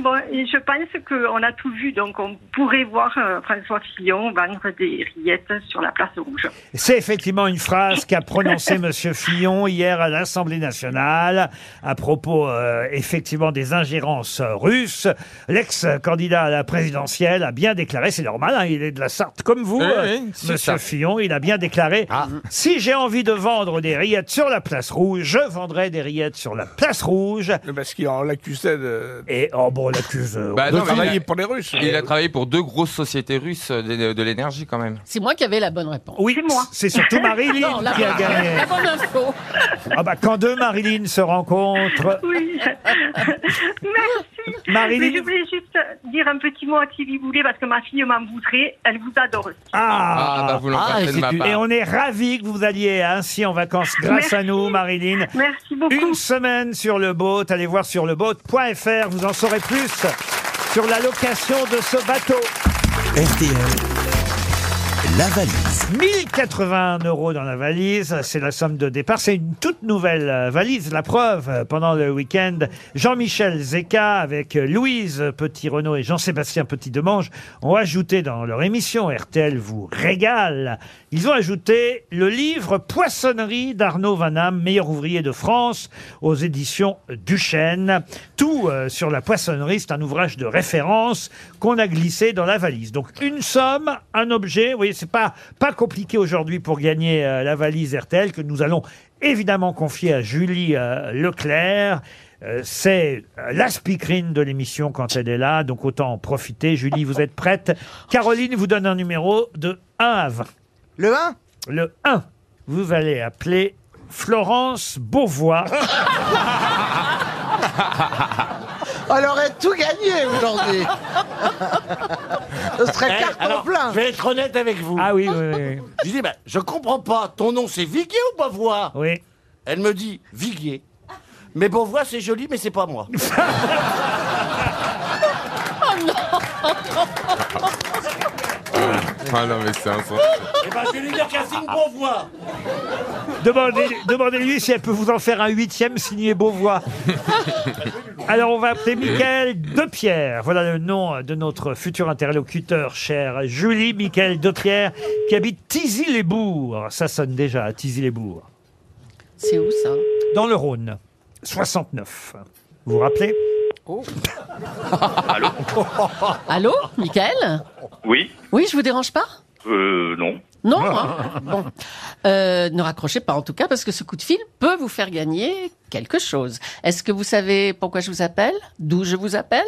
Speaker 17: Bon, et je pense qu'on a tout vu, donc on pourrait voir euh, François Fillon vendre des rillettes sur la place
Speaker 8: [LAUGHS]
Speaker 17: rouge.
Speaker 2: C'est effectivement une phrase qu'a prononcée M. Fillon hier à l'Assemblée nationale à propos euh, effectivement des ingérences euh, russes. L'ex-candidat à la présidentielle a bien déclaré, c'est normal, hein, il est de la Sarthe comme vous,
Speaker 6: Oui,
Speaker 2: euh,
Speaker 6: oui, c'est
Speaker 2: Monsieur
Speaker 6: ça. Ah.
Speaker 2: Fillon, il a bien déclaré si j'ai envie de vendre des rillettes sur la place rouge, je vendrai des rillettes sur la place rouge.
Speaker 15: Parce qu'on l'accusait de.
Speaker 2: Et oh bon, on l'accuse euh,
Speaker 6: Bah
Speaker 15: de
Speaker 6: non, mais
Speaker 15: travailler
Speaker 6: il a-
Speaker 15: pour les Russes.
Speaker 6: Il a travaillé pour deux grosses sociétés russes de, de l'énergie quand même.
Speaker 3: C'est moi qui avais la bonne réponse.
Speaker 2: Oui,
Speaker 3: c'est moi.
Speaker 2: c'est surtout Marie-Lynn
Speaker 3: Non, la
Speaker 2: qui a
Speaker 3: bonne-
Speaker 2: gagné.
Speaker 3: La bonne info.
Speaker 2: Ah bah, quand deux Marilyn se rencontrent.
Speaker 17: Oui. [LAUGHS] Merci.
Speaker 2: Marilyn-
Speaker 17: Mais je voulais juste dire un petit mot à Thierry Boulet parce que ma fille m'en voudrait. Elle vous adore.
Speaker 2: Ah,
Speaker 6: Ah, bah, vous l'embrassez de
Speaker 2: c'est
Speaker 6: ma
Speaker 2: du-
Speaker 6: part.
Speaker 2: Et on est ravis que vous alliez ainsi en vacances grâce à nous, Marilyn.
Speaker 17: [LAUGHS] Merci beaucoup.
Speaker 2: Une semaine sur le boat. Allez voir sur leboat.fr. Vous en saurez plus sur la location de ce bateau.
Speaker 1: La valise.
Speaker 2: 1081 euros dans la valise, c'est la somme de départ. C'est une toute nouvelle euh, valise. La preuve, euh, pendant le week-end, Jean-Michel Zeka avec euh, Louise Petit-Renaud et Jean-Sébastien Petit-Demange ont ajouté dans leur émission RTL vous régale, ils ont ajouté le livre Poissonnerie d'Arnaud Vanham, meilleur ouvrier de France aux éditions Duchesne. Tout euh, sur la poissonnerie, c'est un ouvrage de référence qu'on a glissé dans la valise. Donc une somme, un objet. Vous voyez, c'est pas pas compliqué aujourd'hui pour gagner euh, la valise RTL que nous allons évidemment confier à Julie euh, Leclerc. Euh, c'est euh, la speakerine de l'émission quand elle est là, donc autant en profiter. Julie, vous êtes prête Caroline vous donne un numéro de 1 à 20.
Speaker 7: Le 1
Speaker 2: Le 1. Vous allez appeler Florence Beauvois.
Speaker 13: Ah
Speaker 7: Elle aurait tout gagné aujourd'hui. Ce serait
Speaker 5: Eh,
Speaker 7: carton
Speaker 5: alors,
Speaker 7: plein.
Speaker 5: Je vais être honnête avec vous.
Speaker 2: Ah oui, oui, oui.
Speaker 5: [LAUGHS] Je dis, ben, je comprends pas. Ton nom, c'est Viguier ou Beauvoir
Speaker 2: Oui.
Speaker 5: Elle me dit, Viguier. Mais Beauvoir, c'est joli, mais c'est pas
Speaker 2: [LAUGHS]
Speaker 5: moi.
Speaker 3: Oh non
Speaker 6: Ah non, mais c'est un sens.
Speaker 5: Eh ben, je vais lui dire qu'un signe Beauvoir.
Speaker 2: Demandez- Demandez-lui si elle peut vous en faire un huitième signé Beauvois. Alors on va appeler Michael Depierre. Voilà le nom de notre futur interlocuteur, cher Julie Michael Depierre, qui habite Tizy-les-Bourgs. Ça sonne déjà à Tizy-les-Bourgs.
Speaker 3: C'est où ça
Speaker 2: Dans le Rhône, 69. Vous vous rappelez
Speaker 20: Allô
Speaker 3: [LAUGHS] Allô, Oh, Michael
Speaker 20: Oui
Speaker 3: Oui, je vous dérange pas
Speaker 20: Euh, non.
Speaker 3: Non hein Bon. Euh, ne raccrochez pas en tout cas parce que ce coup de fil peut vous faire gagner quelque chose. Est-ce que vous savez pourquoi je vous appelle D'où je vous appelle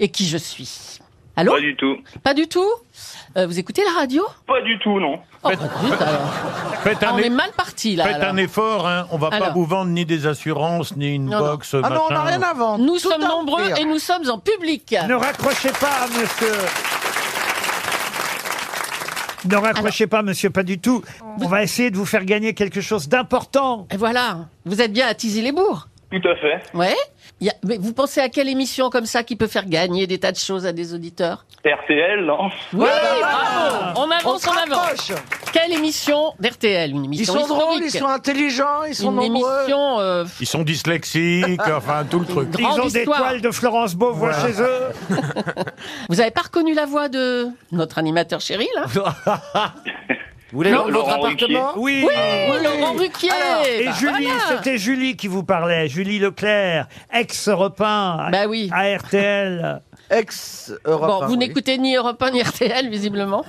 Speaker 3: Et qui je suis Allô
Speaker 20: Pas du tout.
Speaker 3: Pas du tout Euh, Vous écoutez la radio
Speaker 20: Pas du tout, non.
Speaker 3: Oh, bah, zut, alors.
Speaker 8: Faites
Speaker 3: Ah,
Speaker 8: un,
Speaker 3: on
Speaker 8: é-
Speaker 3: est mal parti là.
Speaker 8: faites
Speaker 3: alors.
Speaker 8: un effort, hein. on va pas
Speaker 3: Alors.
Speaker 8: vous vendre ni des assurances, ni une
Speaker 3: Non, non.
Speaker 8: box.
Speaker 2: Ah,
Speaker 8: machin.
Speaker 3: Nous sommes nombreux et nous sommes en public.
Speaker 2: Ne raccrochez pas, monsieur. Ne raccrochez pas, monsieur, pas du tout. On va essayer de vous faire gagner quelque chose d'important.
Speaker 3: Et voilà, vous êtes bien à Tizy-les-Bourgs.
Speaker 20: Tout à fait.
Speaker 3: Ouais. Il y a- Mais vous pensez à quelle émission comme ça qui peut faire gagner des tas de choses à des auditeurs
Speaker 20: RTL, non
Speaker 3: Oui, bravo Ah, On avance, on, avance. Quelle émission d'RTL Une
Speaker 7: Ils
Speaker 3: émission
Speaker 7: sont drôles,
Speaker 3: historique.
Speaker 7: ils sont intelligents, ils sont
Speaker 3: Une
Speaker 7: nombreux.
Speaker 3: émission, euh,
Speaker 8: Ils sont dyslexiques,
Speaker 3: [LAUGHS]
Speaker 8: enfin tout le truc.
Speaker 2: Ils ont
Speaker 8: [LAUGHS]
Speaker 2: des toiles de Florence Beauvois
Speaker 8: Voilà.
Speaker 2: chez eux.
Speaker 3: [LAUGHS] vous avez pas reconnu la voix de notre animateur chéri, là [LAUGHS]
Speaker 5: Vous voulez
Speaker 3: Non,
Speaker 5: votre
Speaker 3: Laurent
Speaker 5: appartement
Speaker 3: Ruquier.
Speaker 2: Oui,
Speaker 3: Oui, Laurent Ruquier.
Speaker 2: Et
Speaker 3: Bah,
Speaker 2: Julie,
Speaker 3: voilà.
Speaker 2: c'était Julie qui vous parlait. Julie Leclerc, ex-Europe 1, à
Speaker 7: [LAUGHS]
Speaker 2: RTL. Ex-Europe
Speaker 3: Bah Bon, vous n'écoutez ni Europe 1 ni RTL, visiblement.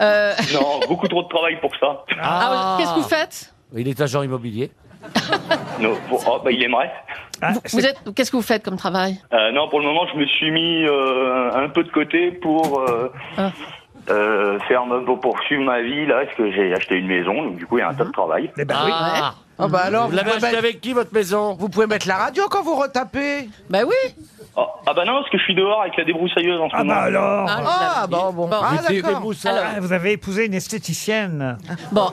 Speaker 3: Euh,
Speaker 20: Non, beaucoup trop de travail pour ça.
Speaker 3: ah, Qu'est-ce que vous faites
Speaker 5: Il est agent immobilier.
Speaker 20: Non, pour- oh, bah, il aimerait.
Speaker 2: Ah,
Speaker 3: Vous êtes- Qu'est-ce que vous faites comme travail
Speaker 20: Euh, non, pour le moment, je me suis mis euh, un peu de côté pour euh,
Speaker 3: Ah.
Speaker 20: euh, faire un peu poursuivre ma vie. Là, parce que j'ai acheté une maison, donc du coup, il y a un tas de travail.
Speaker 2: Eh ben
Speaker 7: Ah, bah alors,
Speaker 5: Vous l'avez
Speaker 7: pouvez
Speaker 5: acheté
Speaker 7: mettre-
Speaker 5: avec qui votre maison
Speaker 7: Vous pouvez mettre la radio quand vous retapez.
Speaker 3: Bah oui.
Speaker 20: Oh, Ah bah non, parce que je suis dehors avec la débroussailleuse en ce
Speaker 2: Ah
Speaker 20: moment.
Speaker 2: bah alors
Speaker 7: Ah, bon, bon. Ah, d'accord.
Speaker 2: Ah, Vous avez épousé une esthéticienne.
Speaker 3: Ah, Bon.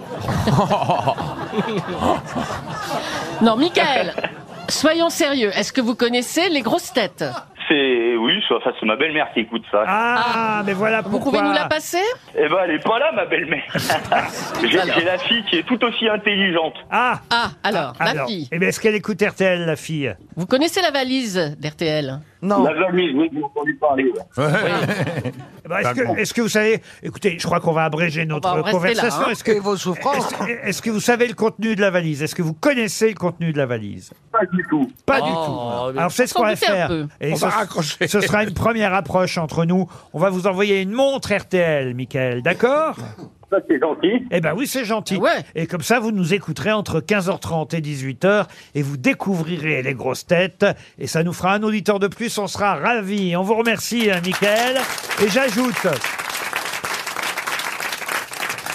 Speaker 3: Non, Michael, soyons sérieux. Est-ce que vous connaissez les grosses têtes
Speaker 20: C'est oui, c'est enfin, c'est ma belle-mère qui écoute ça.
Speaker 2: [LAUGHS] Ah, mais voilà
Speaker 3: Vous pouvez nous la passer
Speaker 20: Eh ben, elle est pas là, ma
Speaker 2: [LAUGHS]
Speaker 20: belle-mère. J'ai j'ai la fille qui est tout aussi intelligente.
Speaker 2: Ah
Speaker 3: Ah, alors, la fille.
Speaker 2: Eh bien, est-ce qu'elle écoute RTL, la fille
Speaker 3: Vous connaissez la valise d'RTL
Speaker 20: La valise, oui, j'ai entendu parler. ouais.
Speaker 2: Eh ben, Est-ce que, est-ce que vous savez Écoutez, je crois qu'on va abréger notre
Speaker 3: en rester
Speaker 2: conversation.
Speaker 3: là, hein.
Speaker 2: Est-ce que
Speaker 3: Et vos souffrances.
Speaker 2: Est-ce est-ce que vous savez le contenu de la valise Est-ce que vous connaissez le contenu de la valise
Speaker 20: Pas du tout.
Speaker 2: Pas
Speaker 20: Oh,
Speaker 2: du tout.
Speaker 20: mais
Speaker 2: Alors, c'est ce
Speaker 20: on
Speaker 2: qu'on va
Speaker 20: s'en doutait un
Speaker 2: faire.
Speaker 20: peu. On
Speaker 2: ce,
Speaker 20: va raccrocher.
Speaker 2: ce sera une première approche entre nous. On va vous envoyer une montre RTL, Michael, d'accord
Speaker 20: Ça, c'est gentil.
Speaker 2: Eh ben oui, c'est
Speaker 20: Ah
Speaker 2: gentil. Et comme ça, vous nous écouterez entre 15h30 et 18h et vous découvrirez les grosses têtes. Et ça nous fera un auditeur de plus. On sera ravis. On vous remercie, hein, Michael. Et j'ajoute.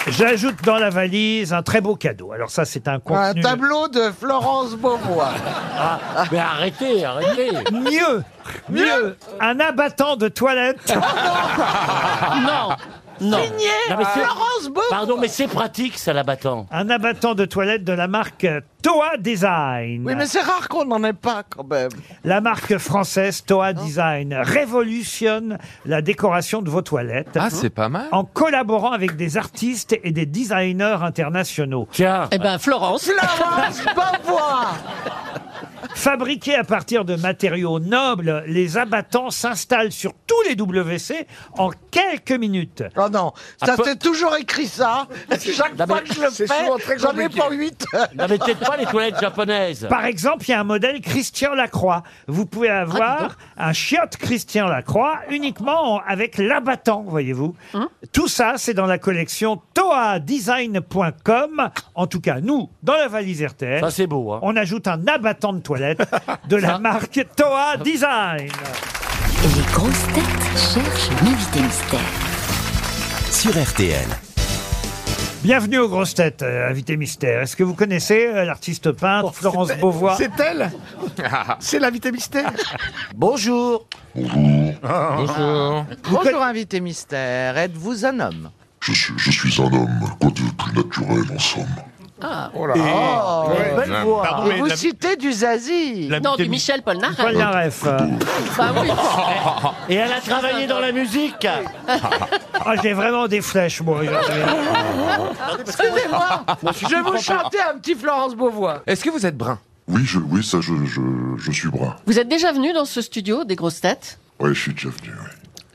Speaker 2: J'ajoute dans la valise un très beau cadeau. Alors ça,
Speaker 20: Ah,
Speaker 2: c'est un
Speaker 9: Un
Speaker 2: contenu
Speaker 9: tableau de Florence Beauvois.
Speaker 2: mais arrêtez, arrêtez. Mieux, mieux, un abattant de toilette.
Speaker 21: [LAUGHS] non, non. Non, mais c'est-
Speaker 9: Florence Beauvois.
Speaker 21: Pardon, mais c'est pratique, ça, l'abattant.
Speaker 2: Un abattant de toilette de la marque Toa Design.
Speaker 9: Oui, mais c'est rare qu'on n'en ait pas quand même.
Speaker 2: La marque française Toa Design révolutionne la décoration de vos toilettes.
Speaker 6: Ah, c'est pas mal.
Speaker 2: En collaborant avec des artistes et des designers internationaux. Tiens.
Speaker 3: Eh ben, Florence. [LAUGHS]
Speaker 9: Florence Beauvois.
Speaker 2: Fabriqués à partir de matériaux nobles, les abattants s'installent sur tous les WC en quelques minutes.
Speaker 9: Oh non, Ça, c'est toujours écrit ça. Chaque
Speaker 2: Non, mais
Speaker 9: fois que je le
Speaker 2: c'est souvent très
Speaker 9: fais, j'en ai
Speaker 2: compliqué.
Speaker 9: pour 8
Speaker 21: Non, mais peut-être pas les toilettes japonaises.
Speaker 2: Par exemple, il y a un modèle Christian Lacroix. Vous pouvez
Speaker 21: Ah, dis donc.
Speaker 2: avoir un chiotte Christian Lacroix uniquement en- avec l'abattant, voyez-vous.
Speaker 21: Hein
Speaker 2: Tout ça, c'est dans la collection toadesign.com. En tout cas, nous, dans la valise RTL,
Speaker 21: Ça, c'est beau, hein.
Speaker 2: on ajoute un abattant de toilette de la marque Toa Design.
Speaker 10: Les grosses têtes cherchent un invité mystère.
Speaker 1: Sur RTL.
Speaker 2: Bienvenue aux grosses têtes, euh, invité mystère. Est-ce que vous connaissez euh, l'artiste peintre Florence Beauvois
Speaker 9: Oh, C'est
Speaker 2: [LAUGHS]
Speaker 9: elle C'est l'invité mystère
Speaker 7: Bonjour. Bonjour.
Speaker 6: Bonjour.
Speaker 7: Bonjour, invité mystère. Êtes-vous un homme
Speaker 22: Je suis, je suis un homme, quoi de plus naturel en somme.
Speaker 3: Ah.
Speaker 9: Oh là là.
Speaker 7: Oh,
Speaker 9: Quelle belle
Speaker 22: Ouais.
Speaker 9: voix.
Speaker 22: Pardon,
Speaker 9: Et
Speaker 22: mais
Speaker 9: vous
Speaker 22: la-
Speaker 9: citez du Zazie.
Speaker 3: Non, du Michel Polnareff.
Speaker 2: Polnareff.
Speaker 3: [LAUGHS] Bah
Speaker 5: [LAUGHS]
Speaker 3: oui.
Speaker 21: Et elle a travaillé dans la
Speaker 3: [LAUGHS]
Speaker 21: musique.
Speaker 2: Ah, J'ai vraiment des flèches, moi. aujourd'hui.
Speaker 9: Excusez-moi,
Speaker 2: Moi, je
Speaker 9: je vous
Speaker 2: comprends pas.
Speaker 9: chantais un petit Florence Beauvois.
Speaker 6: Est-ce que vous êtes brun
Speaker 22: Oui, je, oui, ça, je, je, je suis brun.
Speaker 3: Vous êtes déjà venu dans ce studio des grosses têtes
Speaker 22: Ouais, je suis déjà venu. ouais.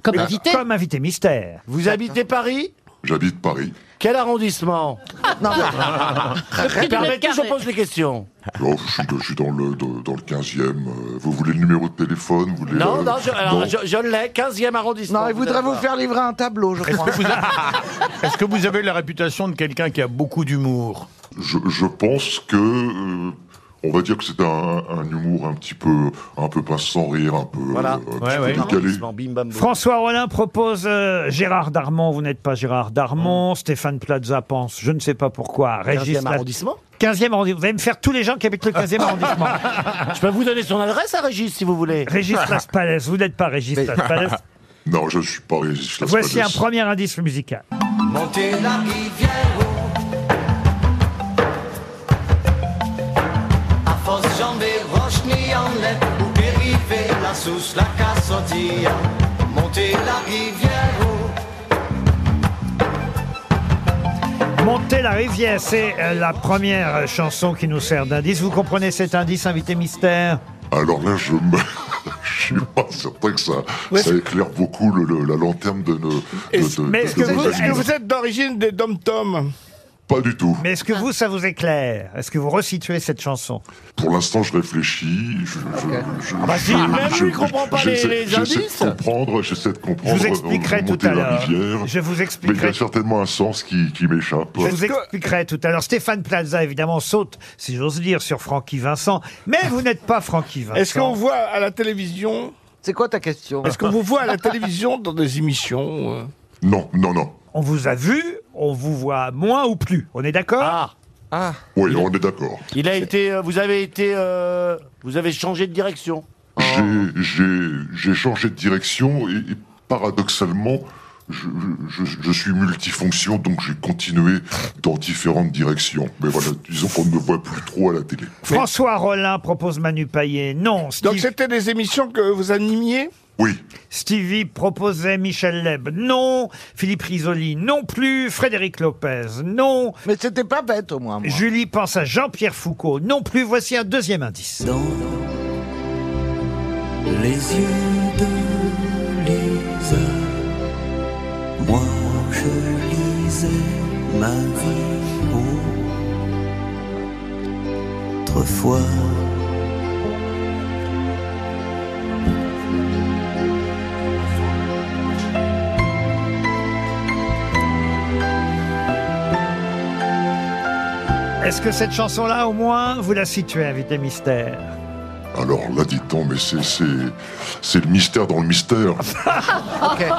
Speaker 3: Comme
Speaker 22: Ah.
Speaker 3: invité
Speaker 2: Comme invité mystère.
Speaker 21: Vous habitez Paris
Speaker 22: J'habite Paris.
Speaker 21: Quel arrondissement Non,
Speaker 2: [LAUGHS]
Speaker 22: Le prix du mètre
Speaker 21: Permettez,
Speaker 22: carré.
Speaker 21: je pose les questions.
Speaker 22: Non, je suis, je suis dans le, dans, dans le 15e. euh, Vous voulez le numéro de téléphone vous voulez
Speaker 21: Non,
Speaker 22: la-
Speaker 21: non, je, alors,
Speaker 22: Non.
Speaker 21: je, je l'ai, 15e arrondissement.
Speaker 9: Non, il voudrait vous faire livrer un tableau, je crois.
Speaker 8: Est-ce que vous avez la réputation de quelqu'un qui a beaucoup d'humour
Speaker 22: Je, je pense que. euh, on va dire que c'est un, un humour un petit peu. un peu pince sans rire, un peu.
Speaker 21: Voilà.
Speaker 22: euh, un
Speaker 21: Ouais,
Speaker 22: petit
Speaker 21: ouais.
Speaker 22: peu décalé.
Speaker 2: François Rollin propose euh, Gérard Darmon. Vous n'êtes pas Gérard Darmon.
Speaker 9: Oh.
Speaker 2: Stéphane Plaza pense, je ne sais pas pourquoi.
Speaker 21: 15e
Speaker 2: Lat-
Speaker 21: arrondissement
Speaker 2: 15e arrondissement. Vous allez me faire tous les gens qui habitent
Speaker 21: [LAUGHS]
Speaker 2: le 15e
Speaker 9: [LAUGHS]
Speaker 2: arrondissement.
Speaker 21: Je peux vous donner son adresse à Régis si vous voulez. [LAUGHS]
Speaker 2: Régis Laspalès, vous n'êtes pas Régis Laspalès.
Speaker 22: Non, je suis pas Régis Las
Speaker 2: Voici un
Speaker 22: Palais.
Speaker 2: premier indice musical.
Speaker 9: Monter la rivière
Speaker 4: À force j'en vais roche ni en l'air Ou dériver la souche, la cassodia Monter la rivière
Speaker 2: Monter la rivière, c'est euh, la première euh, chanson qui nous sert d'indice. Vous comprenez cet indice, invité mystère
Speaker 22: Alors là, je me. [LAUGHS] Je suis pas certain que ça, ça éclaire beaucoup le- le- la lanterne de nos. de- de- de-
Speaker 15: Est-ce que,
Speaker 22: de-
Speaker 15: vous,
Speaker 22: de-
Speaker 15: est-ce que vous êtes d'origine des dom-tom
Speaker 22: Pas du tout.
Speaker 2: Mais est-ce que vous, ça vous éclaire Est-ce que vous resituez cette chanson
Speaker 22: Pour l'instant, je réfléchis. Je, je, je,
Speaker 2: Ah bah si,
Speaker 22: je-
Speaker 2: même
Speaker 22: je-
Speaker 2: lui comprend pas les-
Speaker 22: j'essaie-
Speaker 2: les indices.
Speaker 22: J'essaie de comprendre. J'essaie de
Speaker 2: Je
Speaker 22: comprendre.
Speaker 2: vous
Speaker 22: euh,
Speaker 2: expliquerai tout
Speaker 22: monter
Speaker 2: à
Speaker 22: la
Speaker 2: l'heure.
Speaker 22: rivière.
Speaker 2: Je vous
Speaker 22: Mais il y
Speaker 2: expliquerai
Speaker 22: a certainement un sens qui, qui m'échappe.
Speaker 2: Je vous expliquerai tout à l'heure. Stéphane Plaza, évidemment, saute, si j'ose dire, sur Francky Vincent. Mais vous n'êtes pas Francky
Speaker 15: [LAUGHS]
Speaker 2: Vincent.
Speaker 15: Est-ce qu'on voit à la télévision
Speaker 9: C'est quoi ta question
Speaker 15: Est-ce qu'on vous voit à la
Speaker 2: [LAUGHS]
Speaker 15: télévision dans des émissions euh
Speaker 22: Non, non, non.
Speaker 2: On vous a vu, on vous voit moins ou plus. On est d'accord
Speaker 21: Ah.
Speaker 22: Oui, on est d'accord.
Speaker 21: Il a été, euh, vous avez été, euh, vous avez changé de direction.
Speaker 22: j'ai- j'ai j'ai changé de direction et, et paradoxalement, je, je- je- je suis multifonction, donc j'ai continué dans différentes directions. Mais voilà, disons qu'on ne me voit plus trop à la télé.
Speaker 2: François Rollin propose Manu Payet. Non. Donc
Speaker 15: c'était des émissions que vous animiez
Speaker 22: Oui.
Speaker 2: Stevie proposait Michel Leb. Non. Philippe Risoli. Non plus. Frédéric Lopez. Non.
Speaker 9: Mais c'était pas bête au moins.
Speaker 2: Julie pense à Jean-Pierre Foucault. Non plus. Voici un deuxième indice.
Speaker 4: Les yeux de Lisa, moi je lisais ma vie. Autrefois,
Speaker 2: Est-ce que cette chanson-là, au moins, vous la situez, invité mystère
Speaker 22: Alors là, dit-on, mais c'est c'est- c'est le mystère dans le
Speaker 2: [LAUGHS]
Speaker 22: mystère.
Speaker 2: Vous l'avez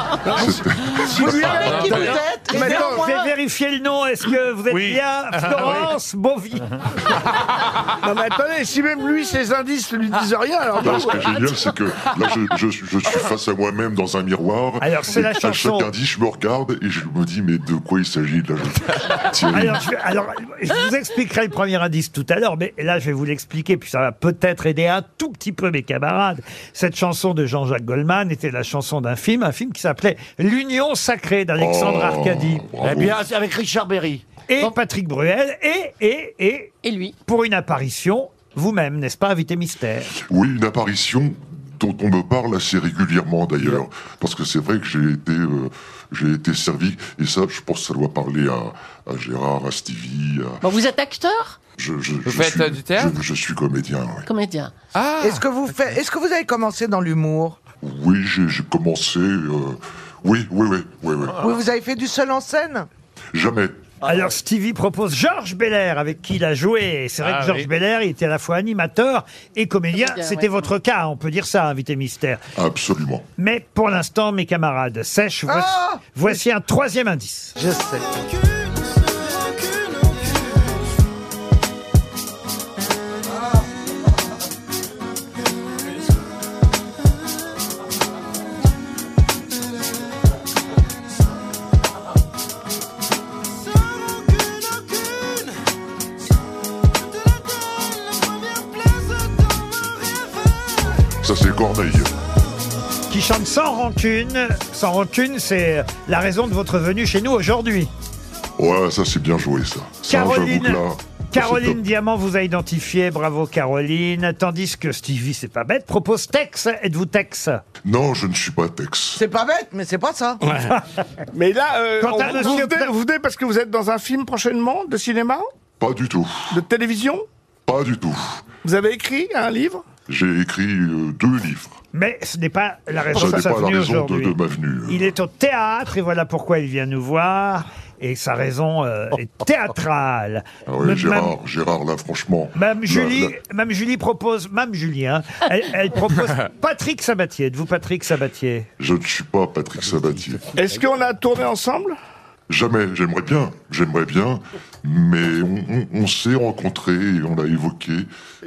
Speaker 4: Ah,
Speaker 2: qui
Speaker 4: ouais.
Speaker 2: peut-être
Speaker 4: Mais
Speaker 2: Maintenant,
Speaker 4: non,
Speaker 2: je
Speaker 4: moi-
Speaker 2: vais vérifier le nom. Est-ce que vous êtes
Speaker 4: Oui.
Speaker 2: bien Florence Bovy
Speaker 15: [LAUGHS] Non mais attendez, si même lui, ses indices ne lui disent rien, alors...
Speaker 22: Là,
Speaker 15: nous,
Speaker 22: ce qui est
Speaker 15: euh,
Speaker 22: génial, c'est que là, je, je- je suis face à moi-même dans un miroir.
Speaker 2: Alors, c'est
Speaker 22: Et
Speaker 2: la
Speaker 22: À
Speaker 2: chanson.
Speaker 22: chaque indice, je me regarde et je me dis, mais de quoi il s'agit là
Speaker 2: [LAUGHS]
Speaker 22: je- Thierry.
Speaker 2: alors je, vais- alors, je vous expliquerai le premier indice tout à l'heure, mais là, je vais vous l'expliquer, puis ça va peut-être aider un tout petit peu mes camarades. Cette chanson de Jean-Jacques Goldman était la chanson d'un film, un film qui s'appelait L'Union sacrée d'Alexandre
Speaker 21: Oh,
Speaker 2: Arcadie.
Speaker 21: bravo. Eh bien, c'est
Speaker 2: avec Richard Berry. Et Patrick Bruel, et, et, et.
Speaker 3: Et lui.
Speaker 2: Pour une apparition, vous-même, n'est-ce pas, invité mystère
Speaker 22: Oui, une apparition dont on me parle assez régulièrement d'ailleurs, parce que c'est vrai que j'ai été, euh, j'ai été servi, et ça, je pense que ça doit parler à, à Gérard, à Stevie. à-
Speaker 3: Bon, vous êtes acteur,
Speaker 22: Je, je,
Speaker 6: Vous
Speaker 22: je
Speaker 6: faites,
Speaker 22: suis,
Speaker 6: euh, du théâtre
Speaker 22: je, je suis comédien, oui.
Speaker 3: comédien.
Speaker 21: Ah.
Speaker 7: Est-ce que vous faites, est-ce que vous avez commencé dans l'humour
Speaker 22: Oui, j'ai j'ai commencé. euh, Oui, oui, oui, oui, oui.
Speaker 21: Ah.
Speaker 7: Oui, vous avez fait du seul en scène
Speaker 22: Jamais.
Speaker 2: Alors Stevie propose Georges Belair avec qui il a joué. Et C'est vrai
Speaker 22: Ah,
Speaker 2: que Georges
Speaker 22: oui.
Speaker 2: Belair, il était à la fois animateur et comédien.
Speaker 22: Comédien,
Speaker 2: C'était
Speaker 22: ouais.
Speaker 2: votre cas, on peut dire ça, invité mystère.
Speaker 22: Absolument.
Speaker 2: Mais pour l'instant, mes camarades sèches, voici, voici un troisième indice.
Speaker 7: Ah Je sais.
Speaker 22: Ça, c'est Corneille.
Speaker 2: Qui chante sans rancune. Sans rancune, c'est la raison de votre venue chez nous aujourd'hui.
Speaker 22: Ouais, ça, c'est bien joué, ça. Ça, j'avoue que là.
Speaker 2: Caroline Diamant vous a identifié, bravo Caroline. Tandis que Stevie, c'est pas bête, propose Tex. Êtes-vous Tex
Speaker 22: Non, je ne suis pas Tex.
Speaker 7: C'est pas bête, mais c'est pas ça.
Speaker 15: Mais là, euh,
Speaker 2: Quant à
Speaker 15: on- vous,
Speaker 2: monsieur
Speaker 15: venez, vous venez parce que vous êtes dans un film prochainement de cinéma
Speaker 22: Pas du tout.
Speaker 15: De télévision
Speaker 22: Pas du tout.
Speaker 15: Vous avez écrit un livre
Speaker 22: J'ai écrit euh, deux livres.
Speaker 2: Mais ce n'est pas la raison
Speaker 22: Ça
Speaker 2: de
Speaker 22: n'est
Speaker 2: sa
Speaker 22: pas la
Speaker 2: venue
Speaker 22: raison de,
Speaker 2: aujourd'hui.
Speaker 22: de ma venue.
Speaker 2: Il est au théâtre et voilà pourquoi il vient nous voir. Et sa raison euh, est théâtrale.
Speaker 22: Ah ouais,
Speaker 2: Même-
Speaker 22: Gérard, Gérard, là, franchement.
Speaker 2: Mme
Speaker 22: là,
Speaker 2: Julie,
Speaker 22: là-
Speaker 2: Mme Julie propose, Mme Julie, hein, elle, elle
Speaker 22: [LAUGHS]
Speaker 2: propose Patrick Sabatier. Êtes-vous Patrick Sabatier
Speaker 22: je ne suis pas Patrick Sabatier.
Speaker 15: Est-ce qu'on a tourné ensemble
Speaker 22: Jamais, j'aimerais bien, j'aimerais bien, mais on, on- on s'est rencontrés et on l'a évoqué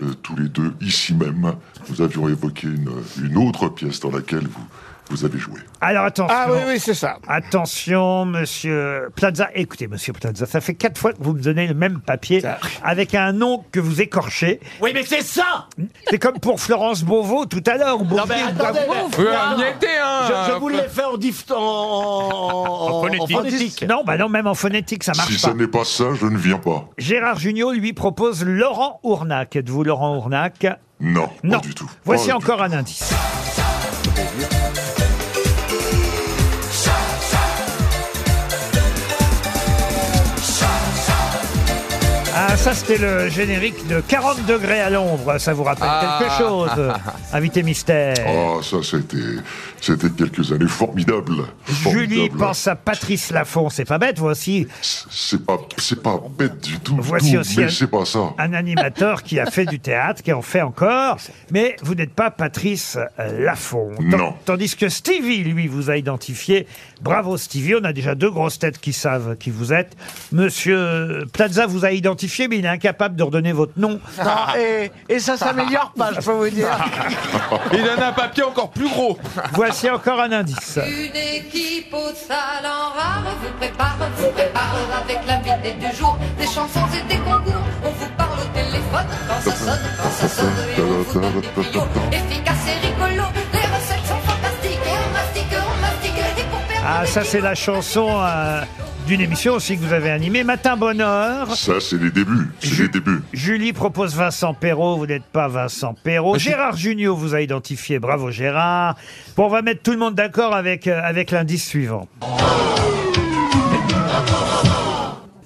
Speaker 22: euh, tous les deux ici même. Nous avions évoqué une, une autre pièce dans laquelle vous, vous avez joué.
Speaker 2: Alors attention.
Speaker 15: Ah oui, oui, c'est ça.
Speaker 2: Attention, monsieur Plaza. Écoutez, monsieur Plaza, ça fait quatre fois que vous me donnez le même papier avec un nom que vous écorchez.
Speaker 21: Oui, mais Eh ben, c'est ça
Speaker 2: C'est comme pour Florence Beauvau tout à l'heure. ou Beauvau,
Speaker 21: mais
Speaker 2: ou Bavou.
Speaker 21: attendez, mais-
Speaker 2: hein.
Speaker 21: Je, je voulais faire en, diff- en, en- en phonétique.
Speaker 2: Non, bah non, même en phonétique, ça marche
Speaker 22: Si
Speaker 2: pas.
Speaker 22: ça n'est pas ça, je ne viens pas.
Speaker 2: Gérard Junior lui propose Laurent Ournac. Êtes-vous Laurent Ournac
Speaker 22: Non,
Speaker 2: Non.
Speaker 22: pas du tout.
Speaker 2: Voici
Speaker 22: Pas du
Speaker 2: encore un indice. Ah, ça c'était le générique de 40 degrés à l'ombre. Ça vous rappelle
Speaker 22: Ah.
Speaker 2: quelque
Speaker 22: [LAUGHS]
Speaker 2: chose, invité mystère
Speaker 22: Ah, ça, c'était, c'était quelques années formidables.
Speaker 2: Julie
Speaker 22: Formidables.
Speaker 2: pense à Patrice Lafont, c'est pas bête, voici
Speaker 22: C'est pas, c'est pas bête du tout,
Speaker 2: Voici
Speaker 22: tout,
Speaker 2: aussi
Speaker 22: mais
Speaker 2: un-
Speaker 22: c'est pas ça.
Speaker 2: un animateur qui a fait du théâtre, qui en fait encore,
Speaker 22: [LAUGHS]
Speaker 2: mais vous n'êtes pas Patrice euh, Lafont. Tan-
Speaker 22: Non.
Speaker 2: Tandis que Stevie, lui, vous a identifié. Bravo Stevie, on a déjà deux grosses têtes qui savent qui vous êtes. Monsieur Plaza vous a identifié chercher, mais il est incapable de redonner votre nom.
Speaker 9: [LAUGHS]
Speaker 21: Ah.
Speaker 9: Non, et, et ça s'améliore pas, je peux vous
Speaker 21: [LAUGHS]
Speaker 9: dire.
Speaker 6: [LAUGHS] Il en a un papier encore plus gros.
Speaker 2: Voici encore un indice.
Speaker 23: Une équipe au salon rare vous prépare, vous prépare avec l'invité du jour, des chansons et des concours. On vous parle au téléphone quand ça sonne, quand ça sonne, et on vous donne des tuyaux efficaces et rigolos. Les recettes sont fantastiques et on mastique, on mastique des pour perdre.
Speaker 2: Ah, ça, c'est la chanson euh, d'une émission aussi que vous avez animée, Matin Bonheur.
Speaker 22: Ça, c'est les débuts. C'est les débuts.
Speaker 2: Julie propose Vincent Perrault, vous n'êtes pas Vincent Perrault. Gérard Junior vous a identifié, bravo Gérard. Bon, on va mettre tout le monde d'accord avec, euh, avec l'indice suivant.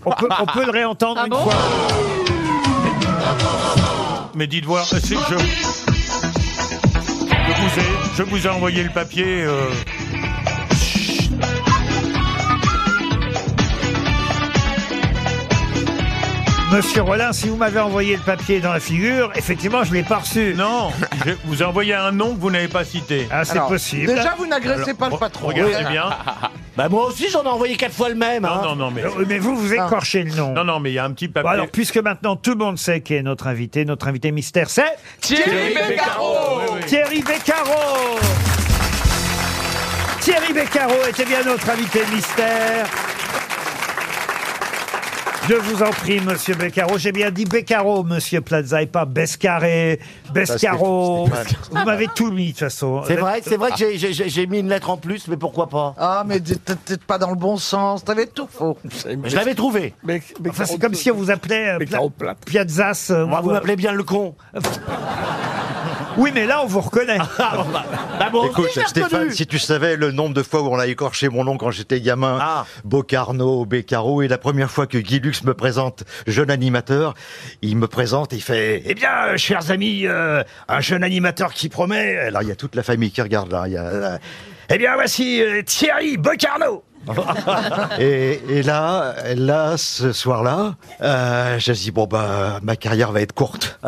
Speaker 2: On peut, on peut le réentendre une fois.
Speaker 8: Mais dites voir, euh, c'est- je... je vous ai, je vous ai envoyé le papier. euh,
Speaker 2: Monsieur Rollin, si vous m'avez envoyé le papier dans la figure, effectivement, je ne l'ai pas reçu.
Speaker 8: Non, je vous ai envoyé un nom que vous n'avez pas cité.
Speaker 2: Ah, c'est Alors, possible. déjà, vous n'agressez pas le
Speaker 8: re-
Speaker 2: patron.
Speaker 8: Regardez
Speaker 2: Oui.
Speaker 8: bien.
Speaker 21: [LAUGHS] Bah moi aussi j'en ai envoyé quatre fois le même.
Speaker 8: Non,
Speaker 21: hein.
Speaker 8: non, non, mais.
Speaker 2: Euh, mais vous, vous écorchez le nom.
Speaker 8: Non, non, mais il y a un petit
Speaker 2: Bon,
Speaker 8: papier.
Speaker 2: alors, puisque maintenant tout le monde sait qui est notre invité, notre invité mystère, c'est
Speaker 8: Thierry Beccaro Oui, oui.
Speaker 2: Thierry Beccaro Thierry Beccaro était bien notre invité mystère. Je vous en prie, monsieur Beccaro. J'ai bien dit Beccaro, monsieur Plaza, et pas Bescaré, Bescaro.
Speaker 21: Parce que c'était
Speaker 2: Vous m'avez tout mis, de toute façon.
Speaker 21: C'est vrai, c'est vrai que j'ai- j'ai- j'ai
Speaker 2: [LAUGHS]
Speaker 21: j'ai mis une lettre en plus, mais pourquoi pas
Speaker 7: Ah, mais t'es peut-être pas dans le bon sens, t'avais tout faux.
Speaker 21: Je l'avais trouvé.
Speaker 15: Mais,
Speaker 2: Enfin, c'est comme si on vous appelait euh, Pla-
Speaker 15: Beccaro Plate.
Speaker 2: Piazzas. euh,
Speaker 21: Moi,
Speaker 2: ou,
Speaker 21: vous
Speaker 2: euh,
Speaker 21: m'appelez bien le con.
Speaker 2: Oui, mais là, on vous reconnaît.
Speaker 21: Bah bon,
Speaker 13: Écoute,
Speaker 21: je l'ai
Speaker 13: Stéphane,
Speaker 21: reconnu.
Speaker 13: si tu savais le nombre de fois où on l'a écorché mon nom quand j'étais gamin,
Speaker 2: Ah.
Speaker 13: Bocarno, Beccaro, et la première fois que Guy Lux me présente, jeune animateur, il me présente, il fait Eh bien, euh, chers amis, euh, un jeune animateur qui promet. Alors, il y a toute la famille qui regarde là. il y a, euh, eh bien, voici euh, Thierry Bocarno [LAUGHS] et, et là, là, ce soir-là, euh, j'ai dit bon bah ma carrière va être courte.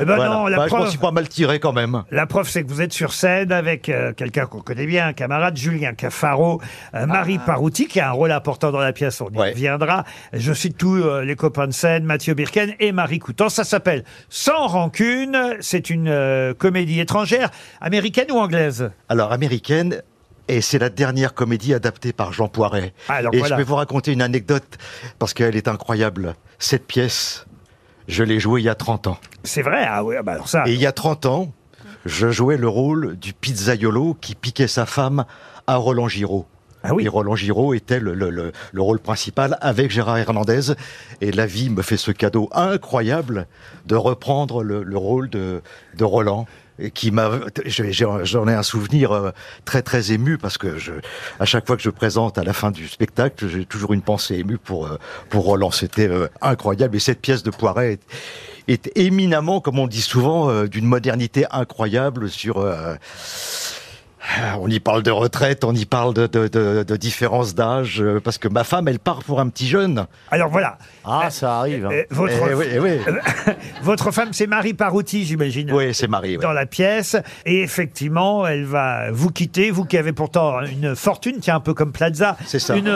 Speaker 2: Eh ben non, la
Speaker 13: Bah, Je m'en
Speaker 2: preuve-
Speaker 13: suis pas mal tiré quand même.
Speaker 2: La preuve, c'est que vous êtes sur scène avec euh, quelqu'un qu'on connaît bien, un camarade, Julien Caffaro, euh, Marie
Speaker 21: Ah.
Speaker 2: Parouti, qui a un rôle important dans la pièce, on y reviendra. Je cite tous euh, les copains de scène, Mathieu Birken et Marie Coutan. Ça s'appelle Sans rancune, c'est une euh, comédie étrangère, américaine ou anglaise
Speaker 13: Alors, américaine. Et c'est la dernière comédie adaptée par Jean Poiret.
Speaker 2: Ah, Alors,
Speaker 13: et
Speaker 2: voilà.
Speaker 13: je vais vous raconter une anecdote, parce qu'elle est incroyable. Cette pièce, je l'ai jouée il y a 30 ans.
Speaker 2: C'est vrai, ah oui, ah bah alors ça.
Speaker 13: Et il y a 30 ans, je jouais le rôle du pizzaiolo qui piquait sa femme à Roland Giraud.
Speaker 2: Ah
Speaker 13: Et Roland Giraud était le, le- le- le rôle principal avec Gérard Hernandez. Et la vie me fait ce cadeau incroyable de reprendre le, le rôle de, de Roland. et Qui m'a, j'ai- j'ai- j'en ai un souvenir euh, très très ému parce que je, à chaque fois que je présente à la fin du spectacle, j'ai toujours une pensée émue pour euh, pour Roland. C'était euh, incroyable et cette pièce de Poiret est, est éminemment, comme on dit souvent, euh, d'une modernité incroyable sur. euh, on y parle de retraite, on y parle de, de, de- de différence d'âge, euh, parce que ma femme, elle part pour un petit jeune.
Speaker 2: Alors voilà.
Speaker 21: Ah, ça arrive. hein.
Speaker 2: Euh, votre,
Speaker 13: Eh oui, eh oui.
Speaker 2: [LAUGHS] votre femme, c'est Marie Parouti, j'imagine.
Speaker 13: Oui, c'est Marie. ouais.
Speaker 2: dans la pièce. Et effectivement, elle va vous quitter, vous qui avez pourtant une fortune, tiens, un peu comme Plaza.
Speaker 13: C'est ça. [LAUGHS]
Speaker 2: Une,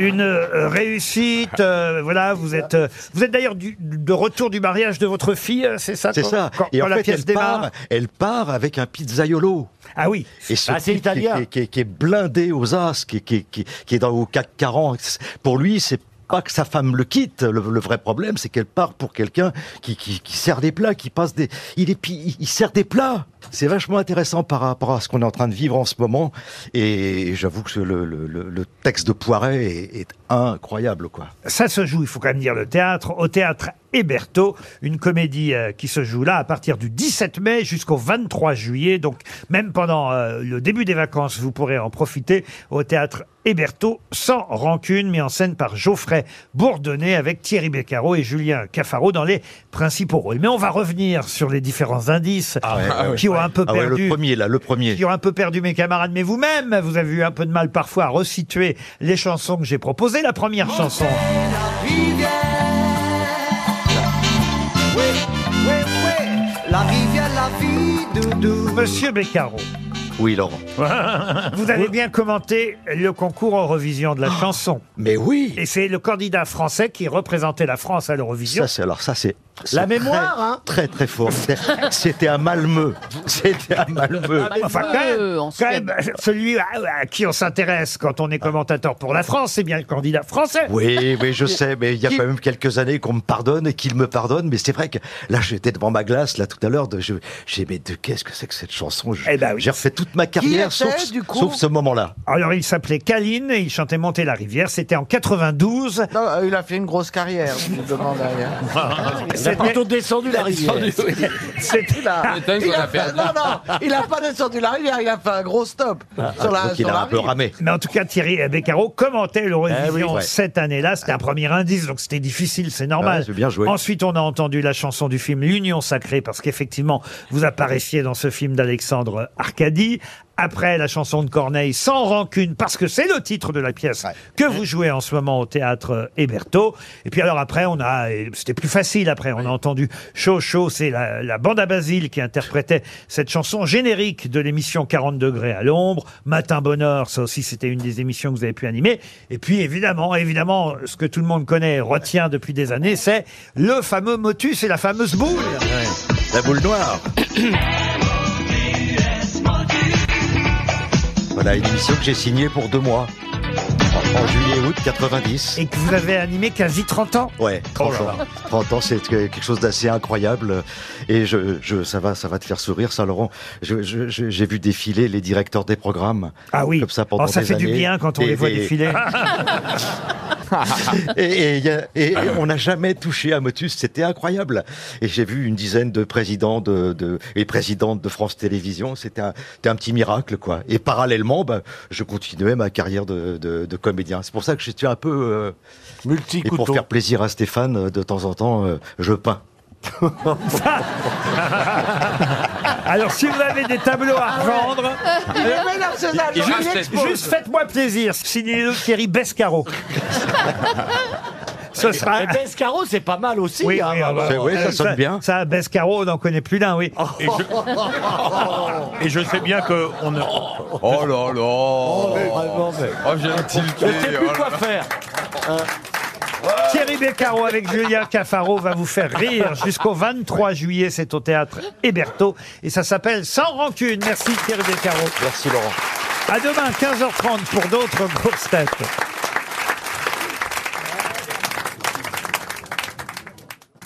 Speaker 2: une euh, réussite. euh, voilà, vous êtes, euh, vous êtes d'ailleurs du- de retour du mariage de votre fille, euh, c'est ça
Speaker 13: C'est
Speaker 2: quand-
Speaker 13: ça.
Speaker 2: Quand,
Speaker 13: et
Speaker 2: quand
Speaker 13: en
Speaker 2: la
Speaker 13: fait,
Speaker 2: pièce
Speaker 13: elle
Speaker 2: démarre.
Speaker 13: part, elle part avec un pizzaiolo.
Speaker 2: Ah oui.
Speaker 13: Et ce
Speaker 21: Ah, c'est
Speaker 13: type qui-
Speaker 21: italien.
Speaker 13: Qui, qui- qui est blindé aux as, qui, qui, qui- qui est dans au CAC 40, pour lui, c'est pas que sa femme le quitte. Le, le vrai problème, c'est qu'elle part pour quelqu'un qui, qui- qui sert des plats, qui passe des, il est, pi- il, il sert des plats. C'est vachement intéressant par rapport à ce qu'on est en train de vivre en ce moment. Et j'avoue que le, le- le- le texte de Poiret est, est incroyable, quoi.
Speaker 2: Ça se joue, il faut quand même dire le théâtre, au théâtre Héberto, une comédie euh, qui se joue là à partir du 17 mai jusqu'au 23 juillet. Donc même pendant euh, le début des vacances, vous pourrez en profiter au théâtre Héberto sans rancune, mis en scène par Geoffrey Bourdonnais avec Thierry Beccaro et Julien Caffaro dans les principaux rôles. Mais on va revenir sur les différents indices qui ont un peu
Speaker 13: Ah ouais,
Speaker 2: perdu
Speaker 13: le premier, là, le premier.
Speaker 2: qui ont un peu perdu mes camarades, mais vous-même, vous avez eu un peu de mal parfois à resituer les chansons que j'ai proposées. La première chanson.
Speaker 4: rivière. Oui, oui, oui, la rivière, la vie de
Speaker 2: Monsieur Beccaro,
Speaker 24: Oui, Laurent.
Speaker 2: [LAUGHS] Vous avez bien commenté le concours Eurovision de la
Speaker 13: Ah,
Speaker 2: chanson.
Speaker 25: Mais oui
Speaker 2: Et c'est le candidat français qui représentait la France à l'Eurovision.
Speaker 13: Ça, c'est alors ça, c'est. c'est
Speaker 2: La mémoire,
Speaker 13: très, Très,
Speaker 2: hein.
Speaker 13: très
Speaker 2: [LAUGHS]
Speaker 13: fort. C'est- C'était à Malmeux. [LAUGHS] C'était à Malmeux.
Speaker 2: Enfin, quand même, quand même, celui à, à qui on s'intéresse quand on est commentateur pour la France, c'est bien le candidat français.
Speaker 13: Ah. Oui, oui, je sais, mais il y a quand même quelques années qu'on me pardonne et qu'il me pardonne, mais c'est vrai que là, j'étais devant ma glace, là, tout à l'heure, de- je- j'ai mais de qu'est-ce que c'est que cette chanson Je-
Speaker 2: Eh
Speaker 13: J'ai refait toute ma carrière,
Speaker 2: ben était,
Speaker 13: sauf,
Speaker 2: du coup
Speaker 13: sauf ce moment-là.
Speaker 2: Alors, il s'appelait Kaline et il chantait Monter la rivière. C'était en 92.
Speaker 7: euh, il a fait une grosse carrière, je me demande rien.
Speaker 2: Il a plutôt descendu la rivière.
Speaker 21: [LAUGHS]
Speaker 7: C'était là.
Speaker 2: Étonne qu'on
Speaker 7: Il a
Speaker 2: a
Speaker 7: fait,
Speaker 2: perdu.
Speaker 7: non, non, il a pas descendu la rivière, il a fait un gros stop
Speaker 13: Ah,
Speaker 7: sur la, sur la rive.
Speaker 2: Mais en tout cas, Thierry Beccaro commentait l'Eurovision
Speaker 13: Eh oui, ouais.
Speaker 2: cette année-là. C'était un premier indice, donc c'était difficile, c'est normal.
Speaker 13: Ouais, Ah, c'est bien joué.
Speaker 2: Ensuite, on a entendu la chanson du film L'Union Sacrée, parce qu'effectivement, vous apparaissiez dans ce film d'Alexandre Arcadie. Après, la chanson de Corneille, Sans rancune, parce que c'est le titre de la pièce que vous jouez en ce moment au théâtre Héberto. Et puis alors après, on a, et c'était plus facile après, on a entendu Chaud Chaud, Oh, c'est la, la bande à Basile qui interprétait cette chanson générique de l'émission 40 degrés à l'ombre. Matin Bonheur, ça aussi c'était une des émissions que vous avez pu animer. Et puis évidemment, évidemment, ce que tout le monde connaît, et retient depuis des années, c'est le fameux motus et la fameuse boule.
Speaker 13: La boule noire. Voilà une émission que j'ai signée pour deux mois. En, en juillet-août 90.
Speaker 2: Et que [COUGHS] vous avez animé quasi 30 ans.
Speaker 13: Ouais, 30
Speaker 2: Oh là
Speaker 13: ans.
Speaker 2: là.
Speaker 13: 30 ans, c'est que- quelque chose d'assez incroyable. Et je, je, ça va, ça va te faire sourire, ça, Laurent. Je- je- je- J'ai vu défiler les directeurs des programmes.
Speaker 2: Ah oui.
Speaker 13: Comme ça pendant
Speaker 2: Oh, ça
Speaker 13: des
Speaker 2: fait du
Speaker 13: années.
Speaker 2: bien quand on
Speaker 13: Et-
Speaker 2: les voit
Speaker 13: et- [LAUGHS]
Speaker 2: défiler.
Speaker 13: et, et il y a- et on n'a jamais touché à Motus, c'était incroyable. Et j'ai vu une dizaine de présidents de, de- et présidentes de France Télévisions, c'était un, c'était un petit miracle, quoi. Et parallèlement, ben, je continuais ma carrière de, de- de comédien. C'est pour ça que je suis un peu euh,
Speaker 24: multi.
Speaker 13: Et pour faire plaisir à Stéphane, euh, de temps en temps, euh, je peins.
Speaker 2: [LAUGHS] Alors si vous avez des tableaux à revendre,
Speaker 4: Eh
Speaker 7: Il est vénère, ce Zaz,
Speaker 2: Eh juste-
Speaker 7: il l'expose.
Speaker 2: juste, faites-moi plaisir, signez-le Thierry Bescaro. [LAUGHS] Ce sera.
Speaker 21: Eh ben,
Speaker 5: Mais Pescaro, c'est pas mal aussi.
Speaker 2: Oui,
Speaker 5: hein,
Speaker 2: oui, ah bah,
Speaker 5: vraiment.
Speaker 2: euh, Ça, Oh, Bescaro, on n'en connaît plus d'un, oui.
Speaker 26: Et
Speaker 9: Oh,
Speaker 26: je, et je sais bien que on a... Oh là là
Speaker 9: Oh, j'ai un tilté. oh là là.
Speaker 2: Euh, Thierry Beccaro avec Julien Caffaro va vous faire rire jusqu'au 23 juillet. C'est au théâtre Héberto et ça s'appelle Sans rancune. Merci Thierry Beccaro.
Speaker 13: Merci Laurent.
Speaker 2: À demain 15h30 pour d'autres grosses têtes.